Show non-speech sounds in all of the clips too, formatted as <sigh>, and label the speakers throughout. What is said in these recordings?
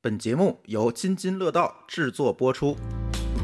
Speaker 1: 本节目由津津乐道制作播出。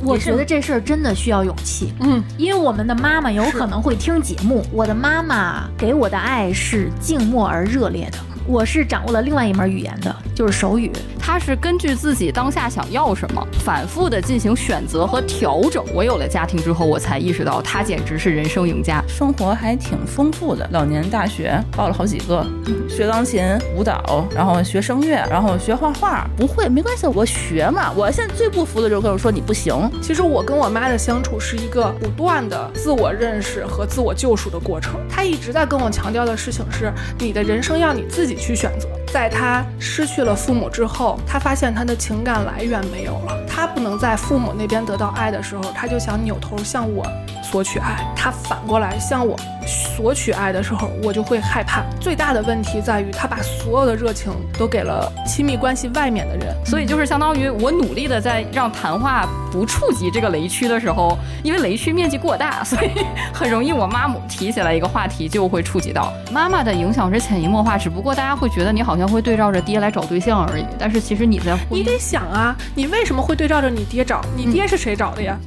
Speaker 2: 我觉得这事儿真的需要勇气，
Speaker 3: 嗯，
Speaker 2: 因为我们的妈妈有可能会听节目。我的妈妈给我的爱是静默而热烈的，我是掌握了另外一门语言的，就是手语。
Speaker 3: 他是根据自己当下想要什么，反复的进行选择和调整。我有了家庭之后，我才意识到他简直是人生赢家。
Speaker 4: 生活还挺丰富的。老年大学报了好几个，学钢琴、舞蹈，然后学声乐，然后学画画。不会没关系，我学嘛。我现在最不服的就是跟我说你不行。
Speaker 5: 其实我跟我妈的相处是一个不断的自我认识和自我救赎的过程。她一直在跟我强调的事情是，你的人生要你自己去选择。在她失去了父母之后，她发现她的情感来源没有了，她不能在父母那边得到爱的时候，她就想扭头向我索取爱。她反过来向我索取爱的时候，我就会害怕。最大的问题在于，她把所有的热情都给了亲密关系外面的人。
Speaker 3: 所以就是相当于我努力的在让谈话不触及这个雷区的时候，因为雷区面积过大， <laughs> 所以很容易我妈母提起来一个话题就会触及到妈妈的影响是潜移默化，只不过大家会觉得你好像会对照着爹来找对象而已，但是其实你在婚
Speaker 5: 你
Speaker 3: 姻
Speaker 5: 得想啊，你为什么会对照着你爹找？你爹是谁找的呀？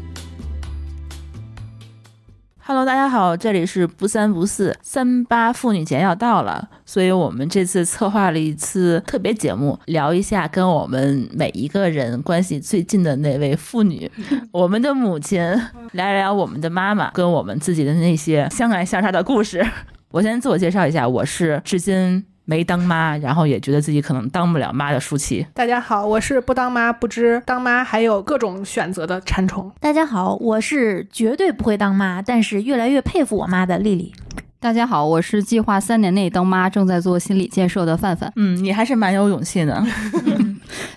Speaker 4: Hello，大家好，这里是不三不四三八妇女节要到了，所以我们这次策划了一次特别节目，聊一下跟我们每一个人关系最近的那位妇 <laughs> 女，我们的母亲，聊聊我们的妈妈，跟我们自己的那些相爱相杀的故事。 <laughs> 我先自我介绍一下，我是至今没当妈，然后也觉得自己可能当不了妈的舒淇。
Speaker 5: 大家好，我是不当妈不知当妈还有各种选择的馋虫。
Speaker 2: 大家好，我是绝对不会当妈，但是越来越佩服我妈的丽丽。
Speaker 3: 大家好，我是计划三年内当妈，正在做心理建设的范范。
Speaker 4: 嗯，你还是蛮有勇气的。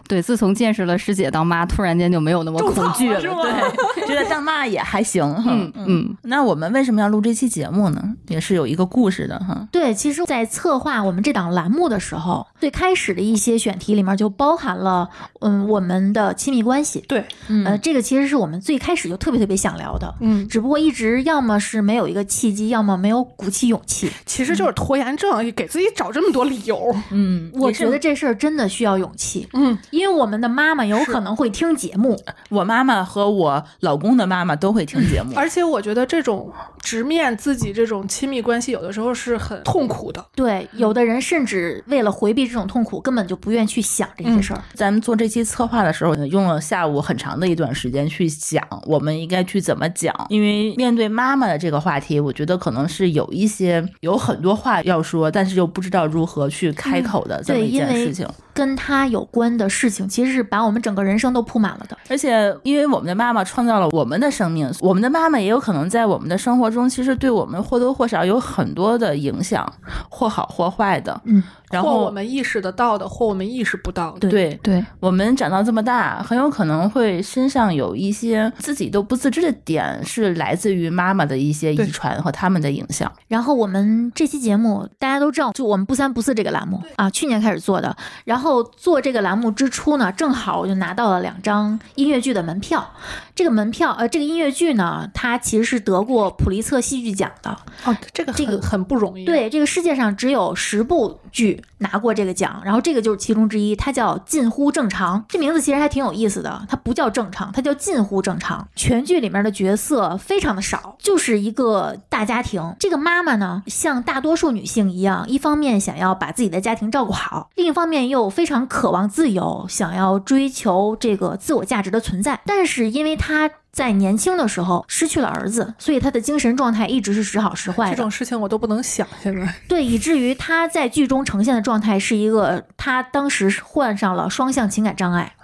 Speaker 3: 对，自从见识了师姐当妈，突然间就没有那么恐惧
Speaker 4: <laughs>
Speaker 3: 了。
Speaker 4: 对，觉得当妈也还行。
Speaker 3: 嗯嗯，
Speaker 4: 那我们为什么要录这期节目呢？也是有一个故事的哈。
Speaker 2: 对，其实，在策划我们这档栏目的时候，最开始的一些选题里面就包含了，嗯，我们的亲密关系。
Speaker 5: 对，
Speaker 2: 呃，这个其实是我们最开始就特别特别想聊的，
Speaker 5: 嗯，
Speaker 2: 只不过一直要么是没有一个契机，要么没有鼓起勇气。
Speaker 5: 其实就是拖延症，给自己找这么多理由。
Speaker 4: 嗯，
Speaker 2: 我
Speaker 4: 也是
Speaker 2: 觉得这事儿真的需要勇气，
Speaker 5: 嗯，
Speaker 2: 因为我们的妈妈有可能会听节目，
Speaker 4: 我妈妈和我老公的妈妈都会听
Speaker 2: <laughs>
Speaker 4: 节目。
Speaker 5: 而且我觉得这种直面自己这种亲密关系，有的时候是很痛苦的。
Speaker 2: 对，有的人甚至为了回避这种痛苦，根本就不愿去想这
Speaker 4: 嗯
Speaker 2: 些事儿。
Speaker 4: 咱们做这期策划的时候，用了下午很长的一段时间去想我们应该去怎么讲，因为面对妈妈的这个话题，我觉得可能是有一些有很多话要说，但是又不知道如何去开口的这么
Speaker 2: 嗯对，
Speaker 4: 一
Speaker 2: 因
Speaker 4: 件
Speaker 2: 为
Speaker 4: 事情。
Speaker 2: 跟他有关的事情，其实是把我们整个人生都铺满了的。
Speaker 4: 而且，因为我们的妈妈创造了我们的生命，我们的妈妈也有可能在我们的生活中，其实对我们或多或少有很多的影响，或好或坏的。
Speaker 2: 嗯，
Speaker 4: 然
Speaker 5: 或
Speaker 4: 后
Speaker 5: 我们意识得到的，或我们意识不到的。
Speaker 2: 对
Speaker 4: 对
Speaker 3: 对，
Speaker 4: 我们长到这么大，很有可能会身上有一些自己都不自知的点，是来自于妈妈的一些遗
Speaker 5: 对
Speaker 4: 传和他们的影响。
Speaker 2: 然后我们这期节目大家都知道，就我们不三不四这个栏目啊，去年开始做的。然后做这个栏目之初呢，正好我就拿到了两张音乐剧的门票。这个门票，呃，这个音乐剧呢，它其实是得过普利策戏剧奖的。
Speaker 5: 哦，这个
Speaker 2: 这个
Speaker 5: 很很不容易。，啊
Speaker 2: 对，这个世界上只有十部剧拿过这个奖，然后这个就是其中之一，它叫《近乎正常》。这名字其实还挺有意思的，它不叫正常，它叫近乎正常。全剧里面的角色非常的少，就是一个大家庭。这个妈妈呢，像大多数女性一样，一方面想要把自己的家庭照顾好，另一方面又非常渴望自由，想要追求这个自我价值的存在。但是因为她。在年轻的时候失去了儿子，所以她的精神状态一直是时好时坏的。
Speaker 5: 这种事情我都不能想。现在 <laughs>
Speaker 2: 对，以至于他在剧中呈现的状态是一个，他当时是患上了双向情感障碍，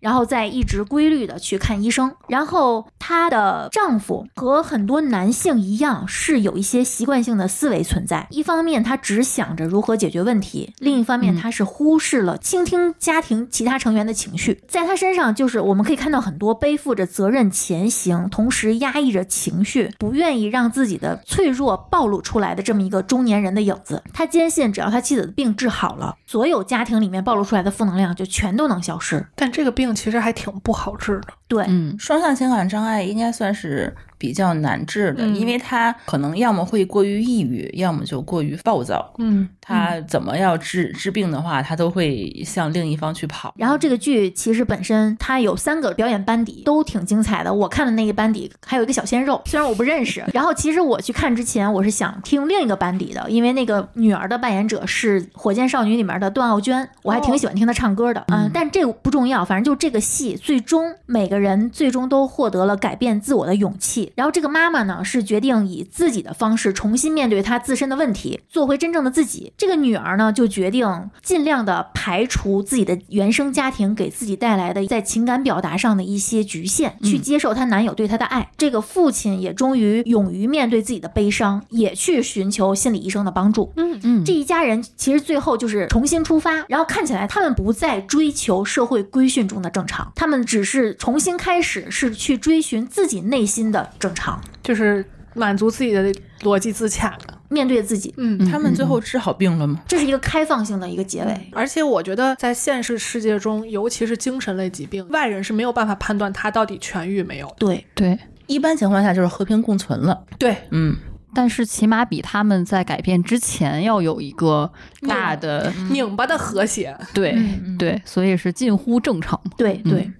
Speaker 2: 然后再一直规律的去看医生。然后她的丈夫和很多男性一样，是有一些习惯性的思维存在。一方面，他只想着如何解决问题；另一方面，他是忽视了倾听家庭其他成员的情绪。在他身上，就是我们可以看到很多背负着责任前行，同时压抑着情绪，不愿意让自己的脆弱暴露出来的这么一个中年人的影子。他坚信，只要他妻子的病治好了，所有家庭里面暴露出来的负能量就全都能消失。
Speaker 5: 但这个病其实还挺不好治的。
Speaker 2: 对，
Speaker 3: 嗯，
Speaker 4: 双向情感障碍应该算是比较难治的，
Speaker 5: 嗯
Speaker 4: 因为他可能要么会过于抑郁，要么就过于暴躁。
Speaker 5: 嗯，
Speaker 4: 他怎么要治治病的话，他都会向另一方去跑。
Speaker 2: 然后这个剧其实本身它有三个表演班底，都挺精彩的。我看的那个班底还有一个小鲜肉，虽然我不认识。然后其实我去看之前，我是想听另一个班底的，因为那个女儿的扮演者是《火箭少女》里面的段奥娟，我还挺喜欢听她唱歌的。嗯，但这个不重要，反正就这个戏最终每个人最终都获得了改变自我的勇气。然后这个妈妈呢是决定以自己的方式重新面对她自身的问题，做回真正的自己。这个女儿呢就决定尽量的排除自己的原生家庭给自己带来的在情感表达上的一些局限，去接受她男友对她的爱。这个父亲也终于勇于面对自己的悲伤，也去寻求心理医生的帮助。
Speaker 4: 嗯
Speaker 2: 这一家人其实最后就是重新出发，然后看起来他们不再追求社会规训中的正常，他们只是重新开始，是去追寻自己内心的正常，
Speaker 5: 就是满足自己的逻辑自洽的。
Speaker 2: 面对自己。
Speaker 5: 嗯
Speaker 4: 他们最后治好病了吗？
Speaker 2: 这是一个开放性的一个结尾，
Speaker 5: 而且我觉得，在现实世界中，尤其是精神类疾病，外人是没有办法判断他到底痊愈没有。
Speaker 2: 对，
Speaker 3: 对，
Speaker 4: 一般情况下就是和平共存了。
Speaker 5: 对，
Speaker 4: 嗯，
Speaker 3: 但是起码比他们在改变之前要有一个大的、
Speaker 5: 拧巴的和谐，
Speaker 3: 对、
Speaker 5: 嗯
Speaker 3: 对，所以是近乎正常。
Speaker 2: 对，对，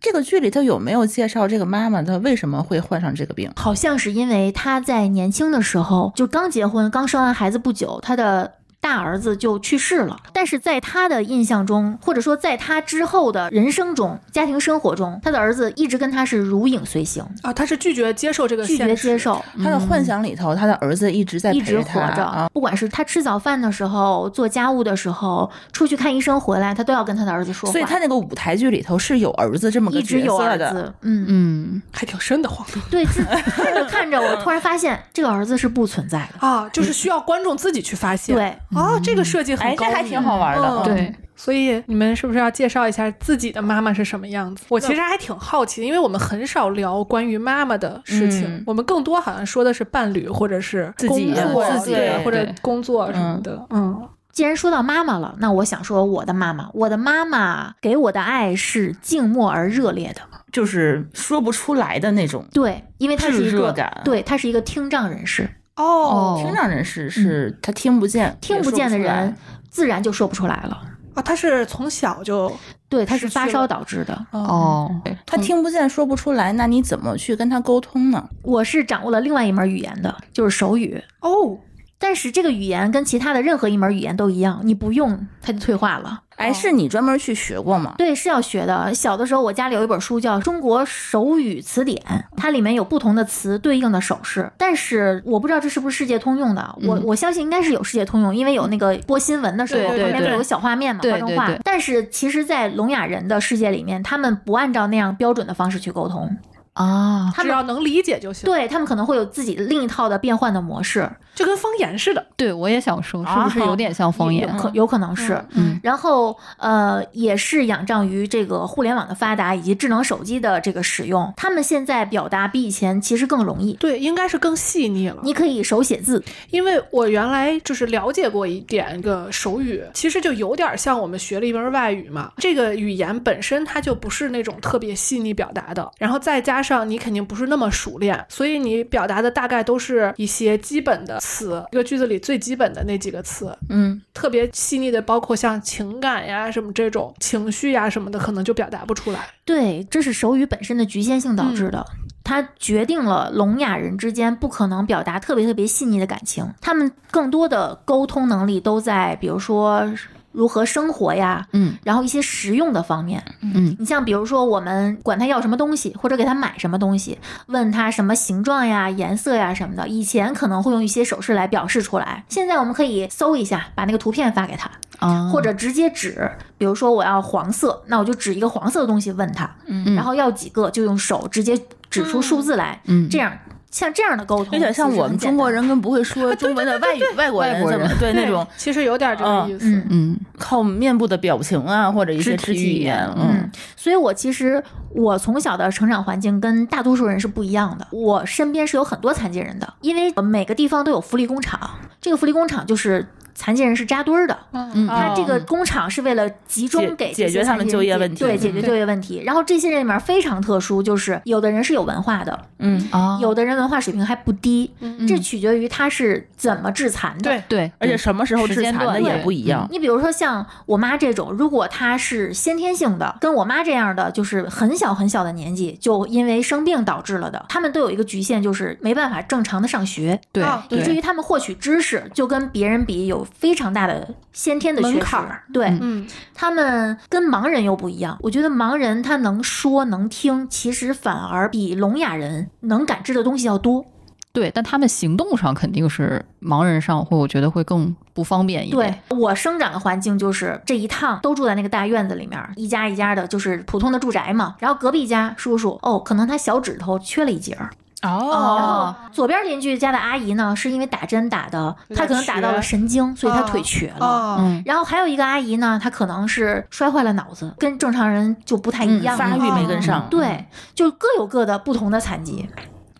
Speaker 4: 这个剧里头有没有介绍这个妈妈她为什么会患上这个病？
Speaker 2: 好像是因为他在年轻的时候就刚结婚，刚生完孩子不久，他的。大儿子就去世了，但是在他的印象中，或者说在他之后的人生中、家庭生活中，他的儿子一直跟他是如影随形，
Speaker 5: 啊，他是拒绝接受这个
Speaker 2: 拒
Speaker 5: 现实，
Speaker 2: 绝接受。
Speaker 4: 她的幻想里头，她的儿子一直在
Speaker 2: 一
Speaker 4: 陪
Speaker 2: 直活
Speaker 4: 她
Speaker 2: 着，
Speaker 4: 啊。
Speaker 2: 不管是他吃早饭的时候、做家务的时候、出去看医生回来，他都要跟他的儿子说话。
Speaker 4: 所以她那个舞台剧里头是有儿子这么个
Speaker 2: 一直
Speaker 4: 角
Speaker 2: 有
Speaker 4: 色
Speaker 2: 儿
Speaker 4: 的，
Speaker 2: 子，嗯，
Speaker 3: 嗯，
Speaker 5: 还挺瘆得慌的
Speaker 4: <laughs>
Speaker 2: 对，自看着看着，我突然发现这个儿子是不存在的。
Speaker 5: 啊，就是需要观众自己去发现。
Speaker 2: 对，
Speaker 5: 啊，这个设计很
Speaker 4: 哎，这
Speaker 5: 高明，
Speaker 4: 还挺好玩的。
Speaker 5: 嗯
Speaker 4: 嗯
Speaker 3: 对，
Speaker 5: 所以你们是不是要介绍一下自己的妈妈是什么样子？我其实还挺好奇，因为我们很少聊关于妈妈的事情，
Speaker 4: 嗯
Speaker 5: 我们更多好像说的是伴侣或者是
Speaker 4: 自己
Speaker 5: 工
Speaker 4: 人
Speaker 5: 作，
Speaker 4: 自己
Speaker 5: 对
Speaker 4: 人
Speaker 5: 或者
Speaker 3: 对
Speaker 5: 工作什么的。嗯，
Speaker 2: 既然说到妈妈了，那我想说我的妈妈，我的妈妈给我的爱是静默而热烈的。
Speaker 4: 就是说不出来的那种。
Speaker 2: 对，因为她是一
Speaker 4: 炙热
Speaker 2: 个
Speaker 4: 感，
Speaker 2: 对，她是一个听障人士，
Speaker 5: 哦
Speaker 4: 听障人士是他嗯听不见，
Speaker 2: 听
Speaker 4: 也
Speaker 2: 不
Speaker 4: 说不
Speaker 2: 见的
Speaker 4: 出来
Speaker 2: 人，自然就说不出来了。
Speaker 5: 啊，他是从小就嗯
Speaker 2: 对，她是
Speaker 5: 失去
Speaker 2: 发烧
Speaker 5: 了
Speaker 2: 导致的。
Speaker 3: 哦，
Speaker 4: 他听不见说不出来，那你怎么去跟他沟通呢？
Speaker 2: 我是掌握了另外一门语言的，就是手语。
Speaker 5: 哦，
Speaker 2: 但是这个语言跟其他的任何一门语言都一样，你不用它就退化了。
Speaker 4: 哎，是你专门去学过吗？
Speaker 2: 对，是要学的。小的时候，我家里有一本书叫《中国手语词典》，它里面有不同的词对应的手势。但是我不知道这是不是世界通用的，我我相信应该是有世界通用，因为有那个播新闻的时候，
Speaker 3: 对对
Speaker 2: 旁边
Speaker 3: 对
Speaker 2: 不有个小画面嘛，
Speaker 3: 对
Speaker 2: 画中
Speaker 3: 对
Speaker 2: 画。
Speaker 3: 对
Speaker 2: 但是其实，在聋哑人的世界里面，他们不按照那样标准的方式去沟通，
Speaker 3: 啊，
Speaker 2: 他
Speaker 5: 只
Speaker 2: 们
Speaker 5: 要能理解就行，
Speaker 2: 对他们可能会有自己另一套的变换的模式。
Speaker 5: 就跟方言似的。
Speaker 3: 对我也想说，是不是有点像方言？啊
Speaker 2: 有可有可能是，
Speaker 3: 嗯
Speaker 2: 然后呃，也是仰仗于这个互联网的发达以及智能手机的这个使用，他们现在表达比以前其实更容易。
Speaker 5: 对，应该是更细腻了。
Speaker 2: 你可以手写字，
Speaker 5: 因为我原来就是了解过一点个手语，其实就有点像我们学了一门外语嘛。这个语言本身它就不是那种特别细腻表达的，然后再加上你肯定不是那么熟练，所以你表达的大概都是一些基本的词，一个句子里最基本的那几个词。
Speaker 4: 嗯，
Speaker 5: 特别细腻的，包括像情感呀什么这种情绪呀什么的，可能就表达不出来。
Speaker 2: 对，这是手语本身的局限性导致
Speaker 3: 嗯
Speaker 2: 的。它决定了聋哑人之间不可能表达特别特别细腻的感情，他们更多的沟通能力都在，比如说如何生活呀，
Speaker 3: 嗯
Speaker 2: 然后一些实用的方面。
Speaker 3: 嗯，
Speaker 2: 你像比如说，我们管他要什么东西，或者给他买什么东西，问他什么形状呀、颜色呀什么的，以前可能会用一些手势来表示出来，现在我们可以搜一下，把那个图片发给他，
Speaker 3: 啊，
Speaker 2: 或
Speaker 4: 嗯
Speaker 2: 者直接指，比如说我要黄色，那我就指一个黄色的东西问他，
Speaker 4: 嗯
Speaker 2: 然后要几个就用手直接指出数字来，
Speaker 3: 嗯
Speaker 2: 这样像这样的沟通，
Speaker 4: 有点像我们中国。人跟不会 <laughs> 说中文的外语外国人
Speaker 3: 外国
Speaker 4: 怎
Speaker 3: 人
Speaker 4: 么对那 <laughs> 种
Speaker 5: 其实有点这个
Speaker 4: 嗯
Speaker 5: 意思。
Speaker 2: 嗯
Speaker 3: 嗯
Speaker 4: 靠面部的表情啊，或者一些
Speaker 3: 肢体
Speaker 4: 体语
Speaker 3: 语言
Speaker 4: 言，
Speaker 2: 嗯，所以我其实我从小的成长环境跟大多数人是不一样的。我身边是有很多残疾人的，因为每个地方都有福利工厂，这个福利工厂就是。残疾人是扎堆儿的，
Speaker 5: 嗯
Speaker 4: 嗯，
Speaker 2: 它这个
Speaker 3: 哦
Speaker 2: 工厂是为了集中
Speaker 4: 解
Speaker 2: 给
Speaker 4: 解
Speaker 2: 这些
Speaker 4: 决他们
Speaker 2: 残疾人
Speaker 4: 就业问题
Speaker 2: 对，解
Speaker 5: 嗯
Speaker 2: 决就业问题。然后这些人里面非常特殊，就是有的人是有文化的，
Speaker 4: 嗯
Speaker 3: 啊
Speaker 2: 有的人文化水平还不低，
Speaker 5: 哦嗯
Speaker 2: 这取决于他是怎么致残的。
Speaker 5: 对
Speaker 3: 对，
Speaker 4: 而且什么时候
Speaker 3: 时
Speaker 4: 致
Speaker 3: 间
Speaker 4: 残的
Speaker 3: 段
Speaker 4: 也
Speaker 3: 对
Speaker 4: 不一样。
Speaker 2: 你比如说像我妈这种，如果她是先天性的，跟我妈这样的，就是很小很小的年纪就因为生病导致了的，他们都有一个局限，就是没办法正常的上学，
Speaker 3: 对
Speaker 5: 啊
Speaker 2: 以至
Speaker 3: 对
Speaker 2: 于他们获取知识就跟别人比有非常大的先天的
Speaker 5: 门
Speaker 2: 缺失
Speaker 5: 槛儿。
Speaker 2: 对，
Speaker 5: 嗯，
Speaker 2: 他们跟盲人又不一样。我觉得盲人他能说能听，其实反而比聋哑人能感知的东西要多。
Speaker 3: 对，但他们行动上肯定是盲人上会，我觉得会更不方便一
Speaker 2: 对
Speaker 3: 点。
Speaker 2: 我生长的环境就是这一趟都住在那个大院子里面，一家一家的，就是普通的住宅嘛。然后隔壁家叔叔哦，可能他小指头缺了一节儿。然后
Speaker 3: 哦
Speaker 2: 左边邻居家的阿姨呢，是因为打针打的，
Speaker 5: 有点
Speaker 2: 她可能打到了神经，所以她
Speaker 5: 哦
Speaker 2: 腿瘸了。
Speaker 5: 哦，
Speaker 3: 嗯，
Speaker 2: 然后还有一个阿姨呢，她可能是摔坏了脑子，跟正常人就不太一样，
Speaker 4: 嗯
Speaker 2: 啊
Speaker 4: 发育没跟上，
Speaker 2: 对，就各有各的不同的残疾。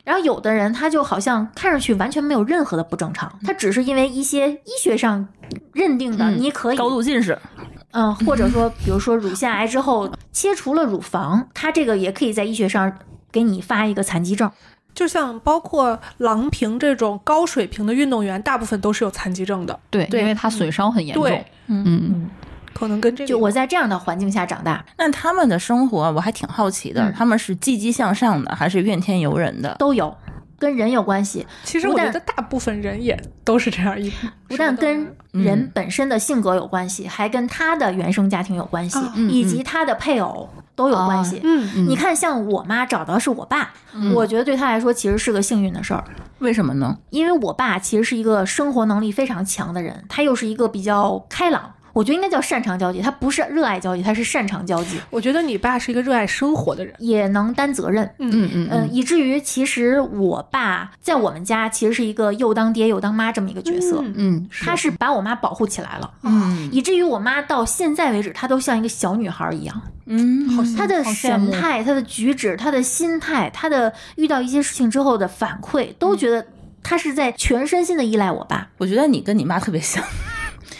Speaker 2: 然后有的人他就好像看上去完全没有任何的不正常，他只是因为一些医学上认定的
Speaker 4: 嗯
Speaker 2: 你可以，
Speaker 4: 高度近视，
Speaker 2: 嗯、或者说比如说乳腺癌之后切除了乳房，他这个也可以在医学上给你发一个残疾证。
Speaker 5: 就像包括郎平这种高水平的运动员，大部分都是有残疾证的，
Speaker 3: 对，
Speaker 4: 对
Speaker 3: 因为他损伤很严重。
Speaker 5: 对
Speaker 3: 嗯，
Speaker 5: 可能跟这个
Speaker 2: 就我在这样的环境下长大，
Speaker 4: 那他们的生活我还挺好奇的，
Speaker 2: 嗯
Speaker 4: 他们是积极向上的，还是怨天尤人的？
Speaker 2: 都有跟人有关系，
Speaker 5: 其实
Speaker 2: 不
Speaker 5: 我觉
Speaker 2: 但
Speaker 5: 得大部分人也都是这样一，
Speaker 2: 不但跟人本身的性格有关系，还跟他的原生家庭有关系，
Speaker 5: 啊
Speaker 2: 以及他的配偶都有关系。
Speaker 5: 嗯，
Speaker 2: 你看，像我妈找到是我爸，我觉得对她来说其实是个幸运的事儿，
Speaker 4: 为什么呢？
Speaker 2: 因为我爸其实是一个生活能力非常强的人，他又是一个比较开朗，我觉得应该叫擅长交际，他不是热爱交际，他是擅长交际，
Speaker 5: 我觉得你爸是一个热爱生活的人，
Speaker 2: 也能担责任。
Speaker 5: 嗯
Speaker 3: 嗯
Speaker 2: 嗯，以至于其实我爸在我们家其实是一个又当爹又当妈这么一个角色，
Speaker 5: 嗯啊
Speaker 3: 嗯，
Speaker 2: 他是把我妈保护起来了，
Speaker 4: 嗯
Speaker 2: 以至于我妈到现在为止，她都像一个小女孩一样。
Speaker 4: 嗯，好
Speaker 2: 他的
Speaker 3: 好羡
Speaker 2: 神
Speaker 3: 慕
Speaker 2: 态、他的举止、他的心态、他的遇到一些事情之后的反馈，
Speaker 4: 嗯
Speaker 2: 都觉得他是在全身心的依赖我爸。
Speaker 4: 我觉得你跟你妈特别像。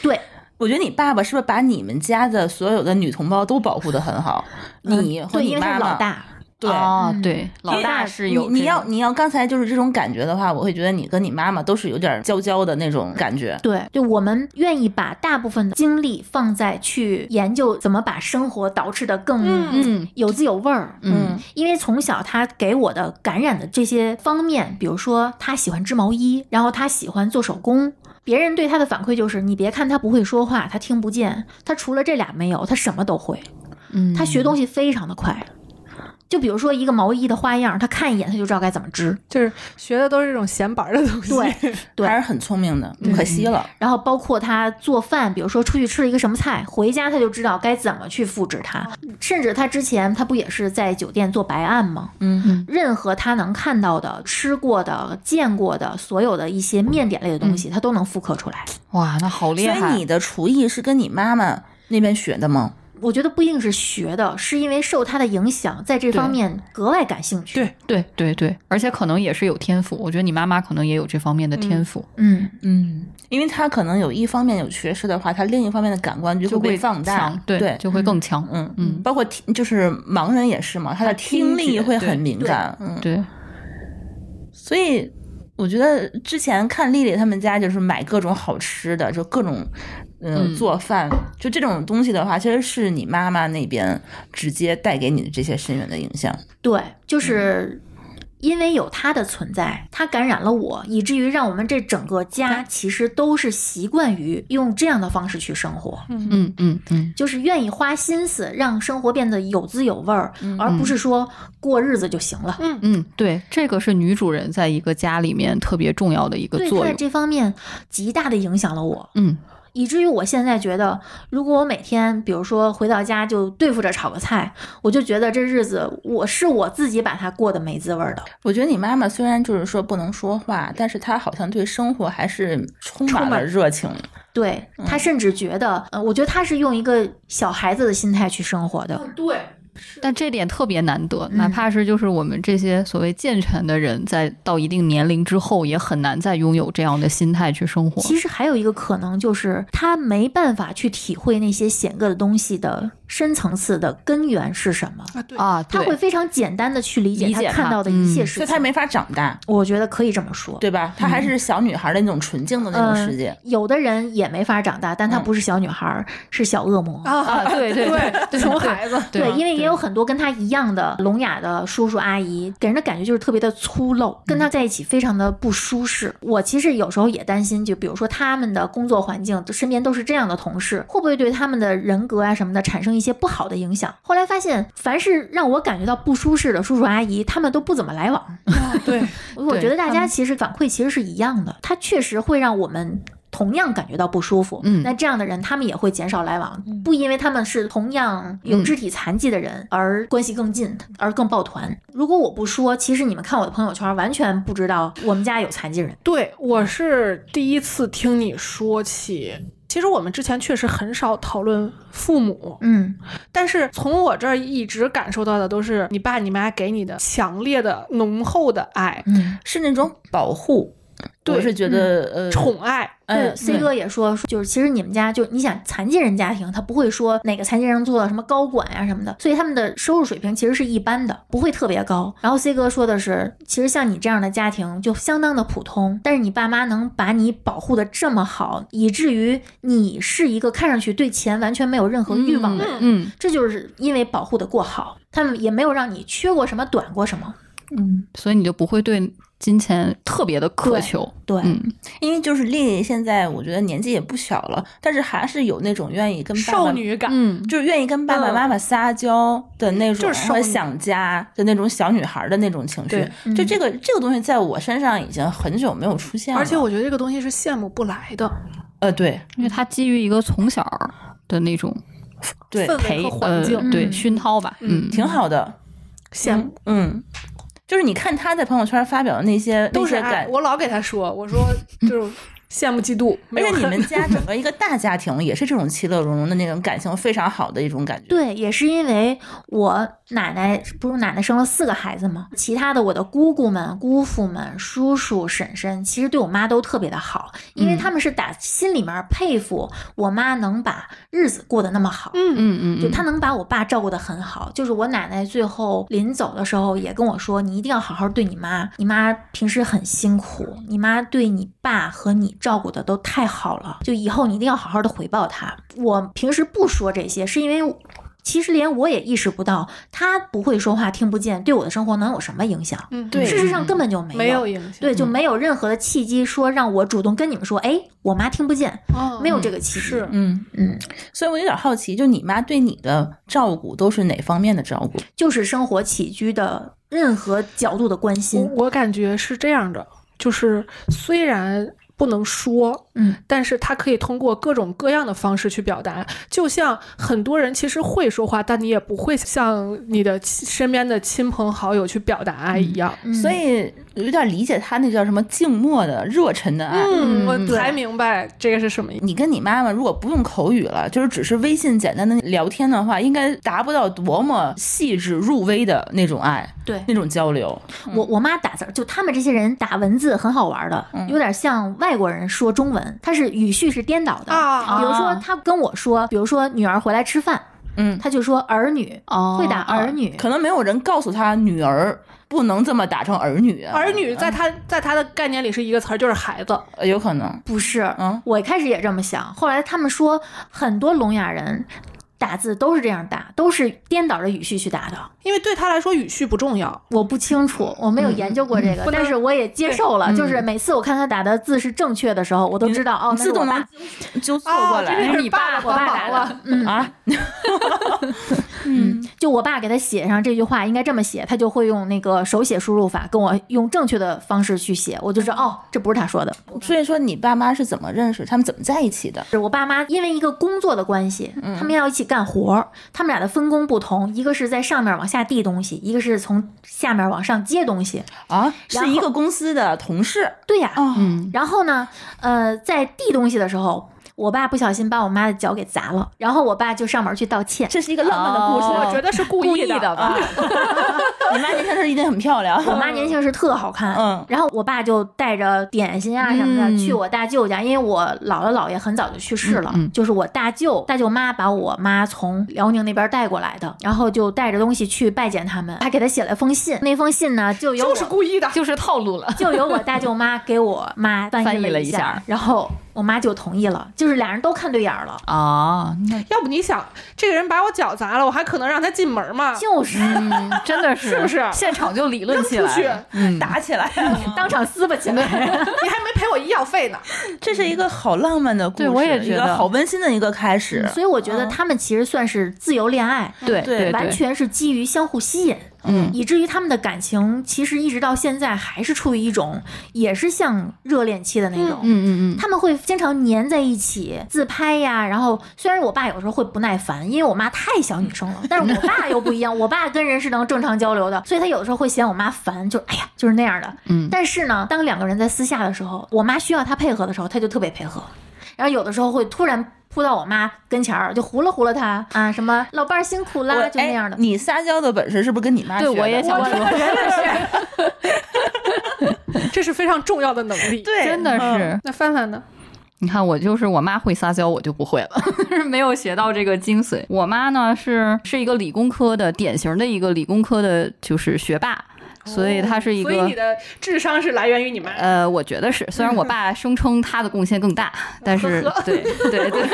Speaker 2: 对，
Speaker 4: 我觉得你爸爸是不是把你们家的所有的女同胞都保护的很好？你和
Speaker 2: 对，
Speaker 4: 你
Speaker 2: 因为他
Speaker 4: 妈
Speaker 2: 是老
Speaker 4: 妈，
Speaker 2: 大，
Speaker 4: 对，
Speaker 3: 啊
Speaker 2: 嗯，
Speaker 3: 对，老大是有
Speaker 4: 你你
Speaker 3: 这种
Speaker 4: 要你要刚才就是这种感觉的话，我会觉得你跟你妈妈都是有点娇娇的那种感觉。
Speaker 2: 对，就我们愿意把大部分的精力放在去研究怎么把生活捯饬的更
Speaker 3: 嗯
Speaker 2: 有滋有味儿。
Speaker 3: 嗯
Speaker 2: 因为从小他给我的感染的这些方面，比如说他喜欢织毛衣，然后他喜欢做手工。别人对他的反馈就是：你别看他不会说话，他听不见，他除了这俩没有，他什么都会。
Speaker 3: 嗯，
Speaker 2: 他学东西非常的快。就比如说一个毛衣的花样，他看一眼他就知道该怎么织。
Speaker 5: 就是学的都是这种闲板儿的东西。
Speaker 2: 对对
Speaker 4: 还是很聪明的，
Speaker 3: 嗯
Speaker 4: 可惜了。
Speaker 2: 然后包括他做饭，比如说出去吃了一个什么菜，回家他就知道该怎么去复制它。甚至他之前他不也是在酒店做白案吗？
Speaker 4: 嗯，
Speaker 2: 任何他能看到的、吃过的、见过的所有的一些面点类的东西，他都能复刻出来。
Speaker 3: 哇，那好厉
Speaker 4: 所以
Speaker 3: 害！
Speaker 4: 你的厨艺是跟你妈妈那边学的吗？
Speaker 2: 我觉得不一定是学的，是因为受他的影响，在这
Speaker 3: 对
Speaker 2: 方面格外感兴趣。
Speaker 5: 对
Speaker 3: 对对对，而且可能也是有天赋。我觉得你妈妈可能也有这方面的天赋，
Speaker 2: 嗯，
Speaker 4: 嗯，因为她可能有一方面有缺失的话，她另一方面的感官就
Speaker 3: 就
Speaker 4: 被
Speaker 3: 会
Speaker 4: 放大
Speaker 3: 强。对，
Speaker 4: 对，
Speaker 3: 就会更强。
Speaker 4: 嗯
Speaker 3: 嗯
Speaker 4: 包括听，就是盲人也是嘛，他的听
Speaker 3: 听
Speaker 4: 力
Speaker 3: 觉
Speaker 4: 会
Speaker 3: 对
Speaker 4: 很敏感。嗯，
Speaker 3: 对，
Speaker 4: 所以我觉得之前看丽丽他们家就是买各种好吃的，就各种。嗯，
Speaker 3: 嗯
Speaker 4: 做饭就这种东西的话，其实是你妈妈那边直接带给你的这些深远的影响。
Speaker 2: 对，
Speaker 3: 嗯
Speaker 2: 就是因为有他的存在，他感染了我，以至于让我们这整个家其实都是习惯于用这样的方式去生活。
Speaker 3: 嗯嗯嗯，
Speaker 2: 就是愿意花心思让生活变得有滋有味儿，而不是说过日子就行了。
Speaker 3: 嗯，对，这个是女主人在一个家里面特别重要的一个
Speaker 2: 对他
Speaker 3: 作
Speaker 2: 在
Speaker 3: 用。
Speaker 2: 这方面极大的影响了我，
Speaker 3: 嗯，
Speaker 2: 以至于我现在觉得，如果我每天比如说回到家就对付着炒个菜，我就觉得这日子我是我自己把它过得没滋味儿的。
Speaker 4: 我觉得你妈妈虽然就是说不能说话，但是她好像对生活还是充满了热情。
Speaker 2: 对
Speaker 4: 嗯嗯
Speaker 2: 他甚至觉得，呃，我觉得他是用一个小孩子的心态去生活的。
Speaker 5: 对，
Speaker 3: 但这点特别难得，哪怕是就是我们这些所谓健全的人，在到一定年龄之后，也很难再拥有这样的心态去生活。
Speaker 2: 其实还有一个可能就是他没办法去体会那些险恶的东西的深层次的根源是什么，
Speaker 5: 啊，对
Speaker 3: 啊，
Speaker 2: 他
Speaker 3: 对
Speaker 2: 会非常简单的去理解
Speaker 3: 理解
Speaker 2: 他看
Speaker 3: 它
Speaker 2: 到的一切
Speaker 3: 嗯
Speaker 2: 事
Speaker 4: 所以
Speaker 2: 情。
Speaker 4: 她没法长大，
Speaker 2: 我觉得可以这么说。呃
Speaker 4: 对吧？她还是小女孩的那种纯净的那
Speaker 2: 嗯
Speaker 4: 种世界。
Speaker 2: 有的人也没法长大，但她
Speaker 4: 嗯
Speaker 2: 不是小女孩儿，是小恶魔。
Speaker 5: <laughs> 啊
Speaker 3: 啊，对对对对，
Speaker 5: 穷孩子，
Speaker 3: 对啊
Speaker 2: 因为也有
Speaker 3: 对
Speaker 2: 很多跟她一样的聋哑的叔叔阿姨，给人的感觉就是特别的粗陋，跟
Speaker 3: 嗯
Speaker 2: 她在一起非常的不舒适。我其实有时候也担心，就比如说他们的工作环境，身边都是这样的同事，会不会对他们的人格啊什么的产生一些不好的影响？后来发现，凡是让我感觉到不舒适的叔叔阿姨，他们都不怎么来往。
Speaker 5: 对，
Speaker 2: 我
Speaker 3: 对嗯
Speaker 2: 觉得大
Speaker 3: 他
Speaker 2: 家
Speaker 3: 们
Speaker 2: 其实反馈其实是一样的，它确实会让我们。同样感觉到不舒服，
Speaker 3: 嗯
Speaker 2: 那这样的人他们也会减少来往，不因为他们是同样有
Speaker 3: 嗯
Speaker 2: 肢体残疾的人而关系更近，而更抱团。如果我不说，其实你们看我的朋友圈，完全不知道我们家有残疾人。
Speaker 5: 对，我是第一次听你说起。其实我们之前确实很少讨论父母，
Speaker 2: 嗯，
Speaker 5: 但是从我这儿一直感受到的都是你爸你妈给你的强烈的、浓厚的爱、
Speaker 3: 嗯
Speaker 4: 是那种保护。
Speaker 5: 对
Speaker 4: 我是觉得、呃，
Speaker 5: 宠爱。
Speaker 2: 对
Speaker 4: 嗯
Speaker 2: ，C 哥也说，说就是其实你们家就你想残疾人家庭，他不会说哪个残疾人做到什么高管呀、什么的，所以他们的收入水平其实是一般的，不会特别高。然后 C 哥说的是，其实像你这样的家庭就相当的普通，但是你爸妈能把你保护的这么好，以至于你是一个看上去对钱完全没有任何欲望的人，
Speaker 3: 嗯，
Speaker 2: 这就是因为保护的过好，他们也没有让你缺过什么，短过什么。
Speaker 3: 所以你就不会对金钱特别的渴求。
Speaker 2: 对，
Speaker 3: 嗯，
Speaker 4: 因为就是丽丽现在我觉得年纪也不小了，但是还是有那种愿意跟爸爸
Speaker 5: 少，女感，
Speaker 3: 嗯，
Speaker 4: 就是愿意跟爸爸妈妈撒娇的那种，
Speaker 5: 就是少
Speaker 4: 和
Speaker 5: 女
Speaker 4: 想家的那种小女孩的那种情绪
Speaker 5: 对。嗯
Speaker 4: 就这个这个东西，在我身上已经很久没有出现了。
Speaker 5: 而且我觉嗯得这个东西是羡慕不来的，
Speaker 4: 呃，对
Speaker 3: 因为它基于一个从小的那种
Speaker 4: 对，
Speaker 5: 氛围
Speaker 3: 培
Speaker 5: 和环境、
Speaker 3: 呃、对
Speaker 2: 嗯
Speaker 3: 熏陶吧，
Speaker 5: 嗯
Speaker 3: 嗯，
Speaker 4: 挺好的。
Speaker 5: 羡慕
Speaker 4: 嗯，就是你看她在朋友圈发表的那些
Speaker 5: 都是
Speaker 4: 那些
Speaker 5: 爱。
Speaker 4: 感，
Speaker 5: 我老给他说，我说就是羡慕嫉妒，没
Speaker 4: 而且
Speaker 5: 有
Speaker 4: 你
Speaker 5: 恨
Speaker 4: <laughs> 们
Speaker 5: <laughs>
Speaker 4: 家整个一个大家庭也是这种其乐融融的那种感情，非常好的一种感觉。
Speaker 2: 对，也是因为我奶奶不是奶奶生了四个孩子吗？其他的我的姑姑们、姑父们、叔叔、婶婶，其实对我妈都特别的好，因
Speaker 4: 嗯
Speaker 2: 为他们是打心里面佩服我妈能把日子过得那么好。
Speaker 5: 嗯，
Speaker 3: 嗯嗯，
Speaker 2: 就
Speaker 3: 嗯
Speaker 2: 她能把我爸照顾得很好，就是我奶奶最后临走的时候也跟我说，你一定要好好对你妈，你妈平时很辛苦，你妈对你爸和你照顾的都太好了，就以后你一定要好好的回报她。我平时不说这些，是因为。其实连我也意识不到，她不会说话、听不见，对我的生活能有什么影响？
Speaker 5: 嗯
Speaker 4: 对
Speaker 2: 事实上根本就没有，
Speaker 5: 没有影响，嗯
Speaker 2: 对，就没有任何的契机说让我主动跟你们说，哎，我妈听不见，
Speaker 5: 哦
Speaker 2: 没有这个契机。
Speaker 5: 是
Speaker 4: 嗯，
Speaker 2: 嗯，
Speaker 4: 所以我有点好奇，就你妈对你的照顾都是哪方面的照顾？
Speaker 2: 就是生活起居的任何角度的关
Speaker 5: 我
Speaker 2: 心。
Speaker 5: 我感觉是这样的，就是虽然不能说，
Speaker 2: 嗯，
Speaker 5: 但是他可以通过各种各样的方式去表达。就像很多人其实会说话，但你也不会向你的亲身边的亲朋好友去表达爱一样。
Speaker 2: 嗯
Speaker 4: 所以有点理解她那叫什么静默的、热忱的爱。
Speaker 3: 嗯
Speaker 5: 嗯，我
Speaker 3: 对
Speaker 5: 才明白这个是什么意思。
Speaker 4: 你跟你妈妈如果不用口语了，就是只是微信简单的聊天的话，应该达不到多么细致入微的那种爱、
Speaker 2: 对
Speaker 4: 那种交流。
Speaker 2: 我我妈打字儿，就他们这些人打文字很好玩的，有点像外国人说中文，他是语序是颠倒的。
Speaker 5: 啊
Speaker 2: 比如说
Speaker 4: 啊
Speaker 2: 他跟我说，比如说女儿回来吃饭，
Speaker 4: 嗯
Speaker 2: 他就说儿女，
Speaker 3: 哦
Speaker 2: 会打儿女。
Speaker 4: 可能没有人告诉她女儿不能这么打成儿女啊，
Speaker 5: 儿女在他在他的概念里是一个词儿，就是孩子。
Speaker 4: 呃有可能。
Speaker 2: 不是，
Speaker 4: 嗯
Speaker 2: 我一开始也这么想，后来他们说很多聋哑人打字都是这样打，都是颠倒着语序去打的。
Speaker 5: 因为对他来说语序不重要，
Speaker 2: 我不清楚，我
Speaker 4: 嗯
Speaker 2: 没有研究过这个，
Speaker 5: 不能
Speaker 2: 但是我也接受了。
Speaker 4: 对嗯
Speaker 2: 就是每次我看他打的字是正确的时候，我都知道哦，
Speaker 4: 你
Speaker 2: 那是
Speaker 4: 自
Speaker 2: 我
Speaker 4: 动
Speaker 2: 爸
Speaker 4: 能纠错过
Speaker 5: 哦这
Speaker 4: 来
Speaker 5: 是
Speaker 3: 是你爸
Speaker 5: 爸帮
Speaker 2: 我爸
Speaker 5: 忙
Speaker 2: 打
Speaker 5: 了，
Speaker 4: 啊？
Speaker 2: 嗯，就我爸给他写上这句话应该这么写，他就会用那个手写输入法跟我用正确的方式去写，我就知道哦，这不是他说的。
Speaker 4: 所以说你爸妈是怎么认识？他们怎么在一起的？
Speaker 2: 是我爸妈因为一个工作的关系，
Speaker 4: 嗯
Speaker 2: 他们要一起干活儿，他们俩的分工不同，一个是在上面往下递东西，一个是从下面往上接东西。
Speaker 4: 啊，
Speaker 2: 然
Speaker 4: 是
Speaker 2: 后
Speaker 4: 一个公司的同事
Speaker 2: 对呀、
Speaker 4: 啊，
Speaker 3: 嗯
Speaker 2: 然后呢，呃，在递东西的时候。我爸不小心把我妈的脚给砸了，然后我爸就上门去道歉。哦
Speaker 4: 这是一个浪漫的故事，
Speaker 5: 我觉得是故意
Speaker 3: 的吧？
Speaker 4: 你妈年轻时候一定很漂亮。
Speaker 2: 我妈年轻时特好看，
Speaker 4: 嗯
Speaker 2: 然后我爸就带着点心啊什么的、
Speaker 3: 嗯
Speaker 2: 去我大舅家，因为我姥姥姥爷很早就去世了，
Speaker 3: 嗯嗯
Speaker 2: 就是我大舅大舅妈把我妈从辽宁那边带过来的，然后就带着东西去拜见他们，还给他写了封信，那封信呢就有我
Speaker 5: 就是故意的。
Speaker 3: 就是套路了。
Speaker 2: 就由我大舅妈给我妈翻
Speaker 3: 翻
Speaker 2: 译
Speaker 3: 译了
Speaker 2: 一
Speaker 3: 一下
Speaker 2: 然后我妈就同意了，就是俩人都看对眼儿了，
Speaker 3: 啊，那
Speaker 5: 要不你想，这个人把我脚砸了，我还可能让他进门
Speaker 3: 啊
Speaker 5: 吗？
Speaker 2: 就是、
Speaker 3: 嗯，真的是
Speaker 5: 是不是
Speaker 3: 现场就理论
Speaker 5: 扔
Speaker 3: 起
Speaker 5: 出去，
Speaker 3: 来？嗯，
Speaker 4: 打起来，
Speaker 2: 当场撕吧起
Speaker 3: <laughs>
Speaker 2: 来。
Speaker 5: 你还没赔我医药费呢。
Speaker 4: 这是一个好浪漫的故事，
Speaker 3: 对我也觉得嗯
Speaker 4: 一个好温馨的一个开始。
Speaker 3: 啊
Speaker 2: 所以我觉得他们其实算是自由恋爱，
Speaker 3: 对
Speaker 4: 嗯对
Speaker 3: 对，
Speaker 2: 完全是基于相互吸引，
Speaker 3: 嗯，
Speaker 2: 以至于他们的感情其实一直到现在还是处于一种，也是像热恋期的那种。
Speaker 3: 嗯嗯嗯，
Speaker 2: 他们会经常粘在一起自拍呀，然后虽然我爸有时候会不耐烦，因为我妈太小女生了，但是我爸又不一样，我爸跟人是能正常交流的，所以他有的时候会嫌我妈烦，就哎呀就是那样的。
Speaker 3: 嗯
Speaker 2: 但是呢，当两个人在私下的时候，我妈需要他配合的时候，他就特别配合，然后有的时候会突然。扑到我妈跟前儿就糊了糊了她啊，什么老伴儿辛苦啦，
Speaker 4: 我
Speaker 2: 就那样的
Speaker 4: 哎。你撒娇的本事是不是跟你妈学
Speaker 3: 对
Speaker 4: 的？
Speaker 3: 我也
Speaker 5: <laughs>
Speaker 3: 想 <laughs> 说，
Speaker 5: <laughs> 这是非常重要的能力。
Speaker 4: 对，
Speaker 3: 真的
Speaker 4: 嗯
Speaker 3: 是，
Speaker 5: 那范范呢？
Speaker 3: 你看，我就是我妈会撒娇，我就不会了， <laughs> 就是没有学到这个精髓。我妈呢是是一个理工科的，典型的一个理工科的，就是学霸，所以她是一
Speaker 5: 所以
Speaker 3: 个
Speaker 5: 你。的智商是来源于你妈。
Speaker 3: 呃，我觉得是，虽然我爸声称他的贡献更大，但是对对对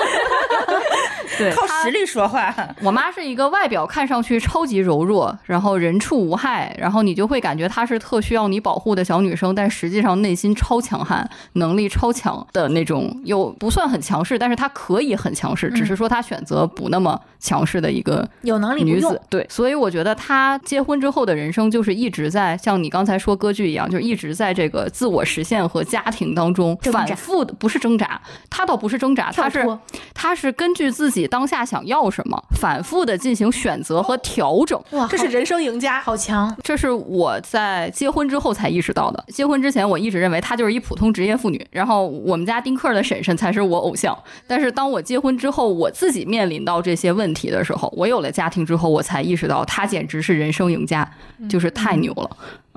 Speaker 3: 对，
Speaker 4: 靠实力说话。
Speaker 3: <laughs> 我妈是一个外表看上去超级柔弱，然后人畜无害，然后你就会感觉她是特需要你保护的小女生，但实际上内心超强悍，能力超强的那种，又不算很强势，但是她可以很强势，只是说她选择不那么强势的一个
Speaker 2: 有能力不
Speaker 3: 女
Speaker 2: 用
Speaker 3: 子，对，所以我觉得她结婚之后的人生就是一直在像你刚才说歌剧一样，就是一直在这个自我实现和家庭当中
Speaker 2: 挣扎
Speaker 3: 反复的，不是挣扎，她倒不是挣扎，她
Speaker 2: 跳
Speaker 3: 是
Speaker 2: 脱，
Speaker 3: 她是根据自己当下想要什么，反复的进行选择和调整。
Speaker 2: 哇，
Speaker 5: 这是人生赢家，
Speaker 2: 好好强，
Speaker 3: 这是我在结婚之后才意识到的。结婚之前，我一直认为她就是一普通职业妇女，然后我们家丁克儿的婶婶才是我偶像。但是当我结婚之后，我自己面临到这些问题的时候，我有了家庭之后，我才意识到她简直是人生赢家，就是太牛了。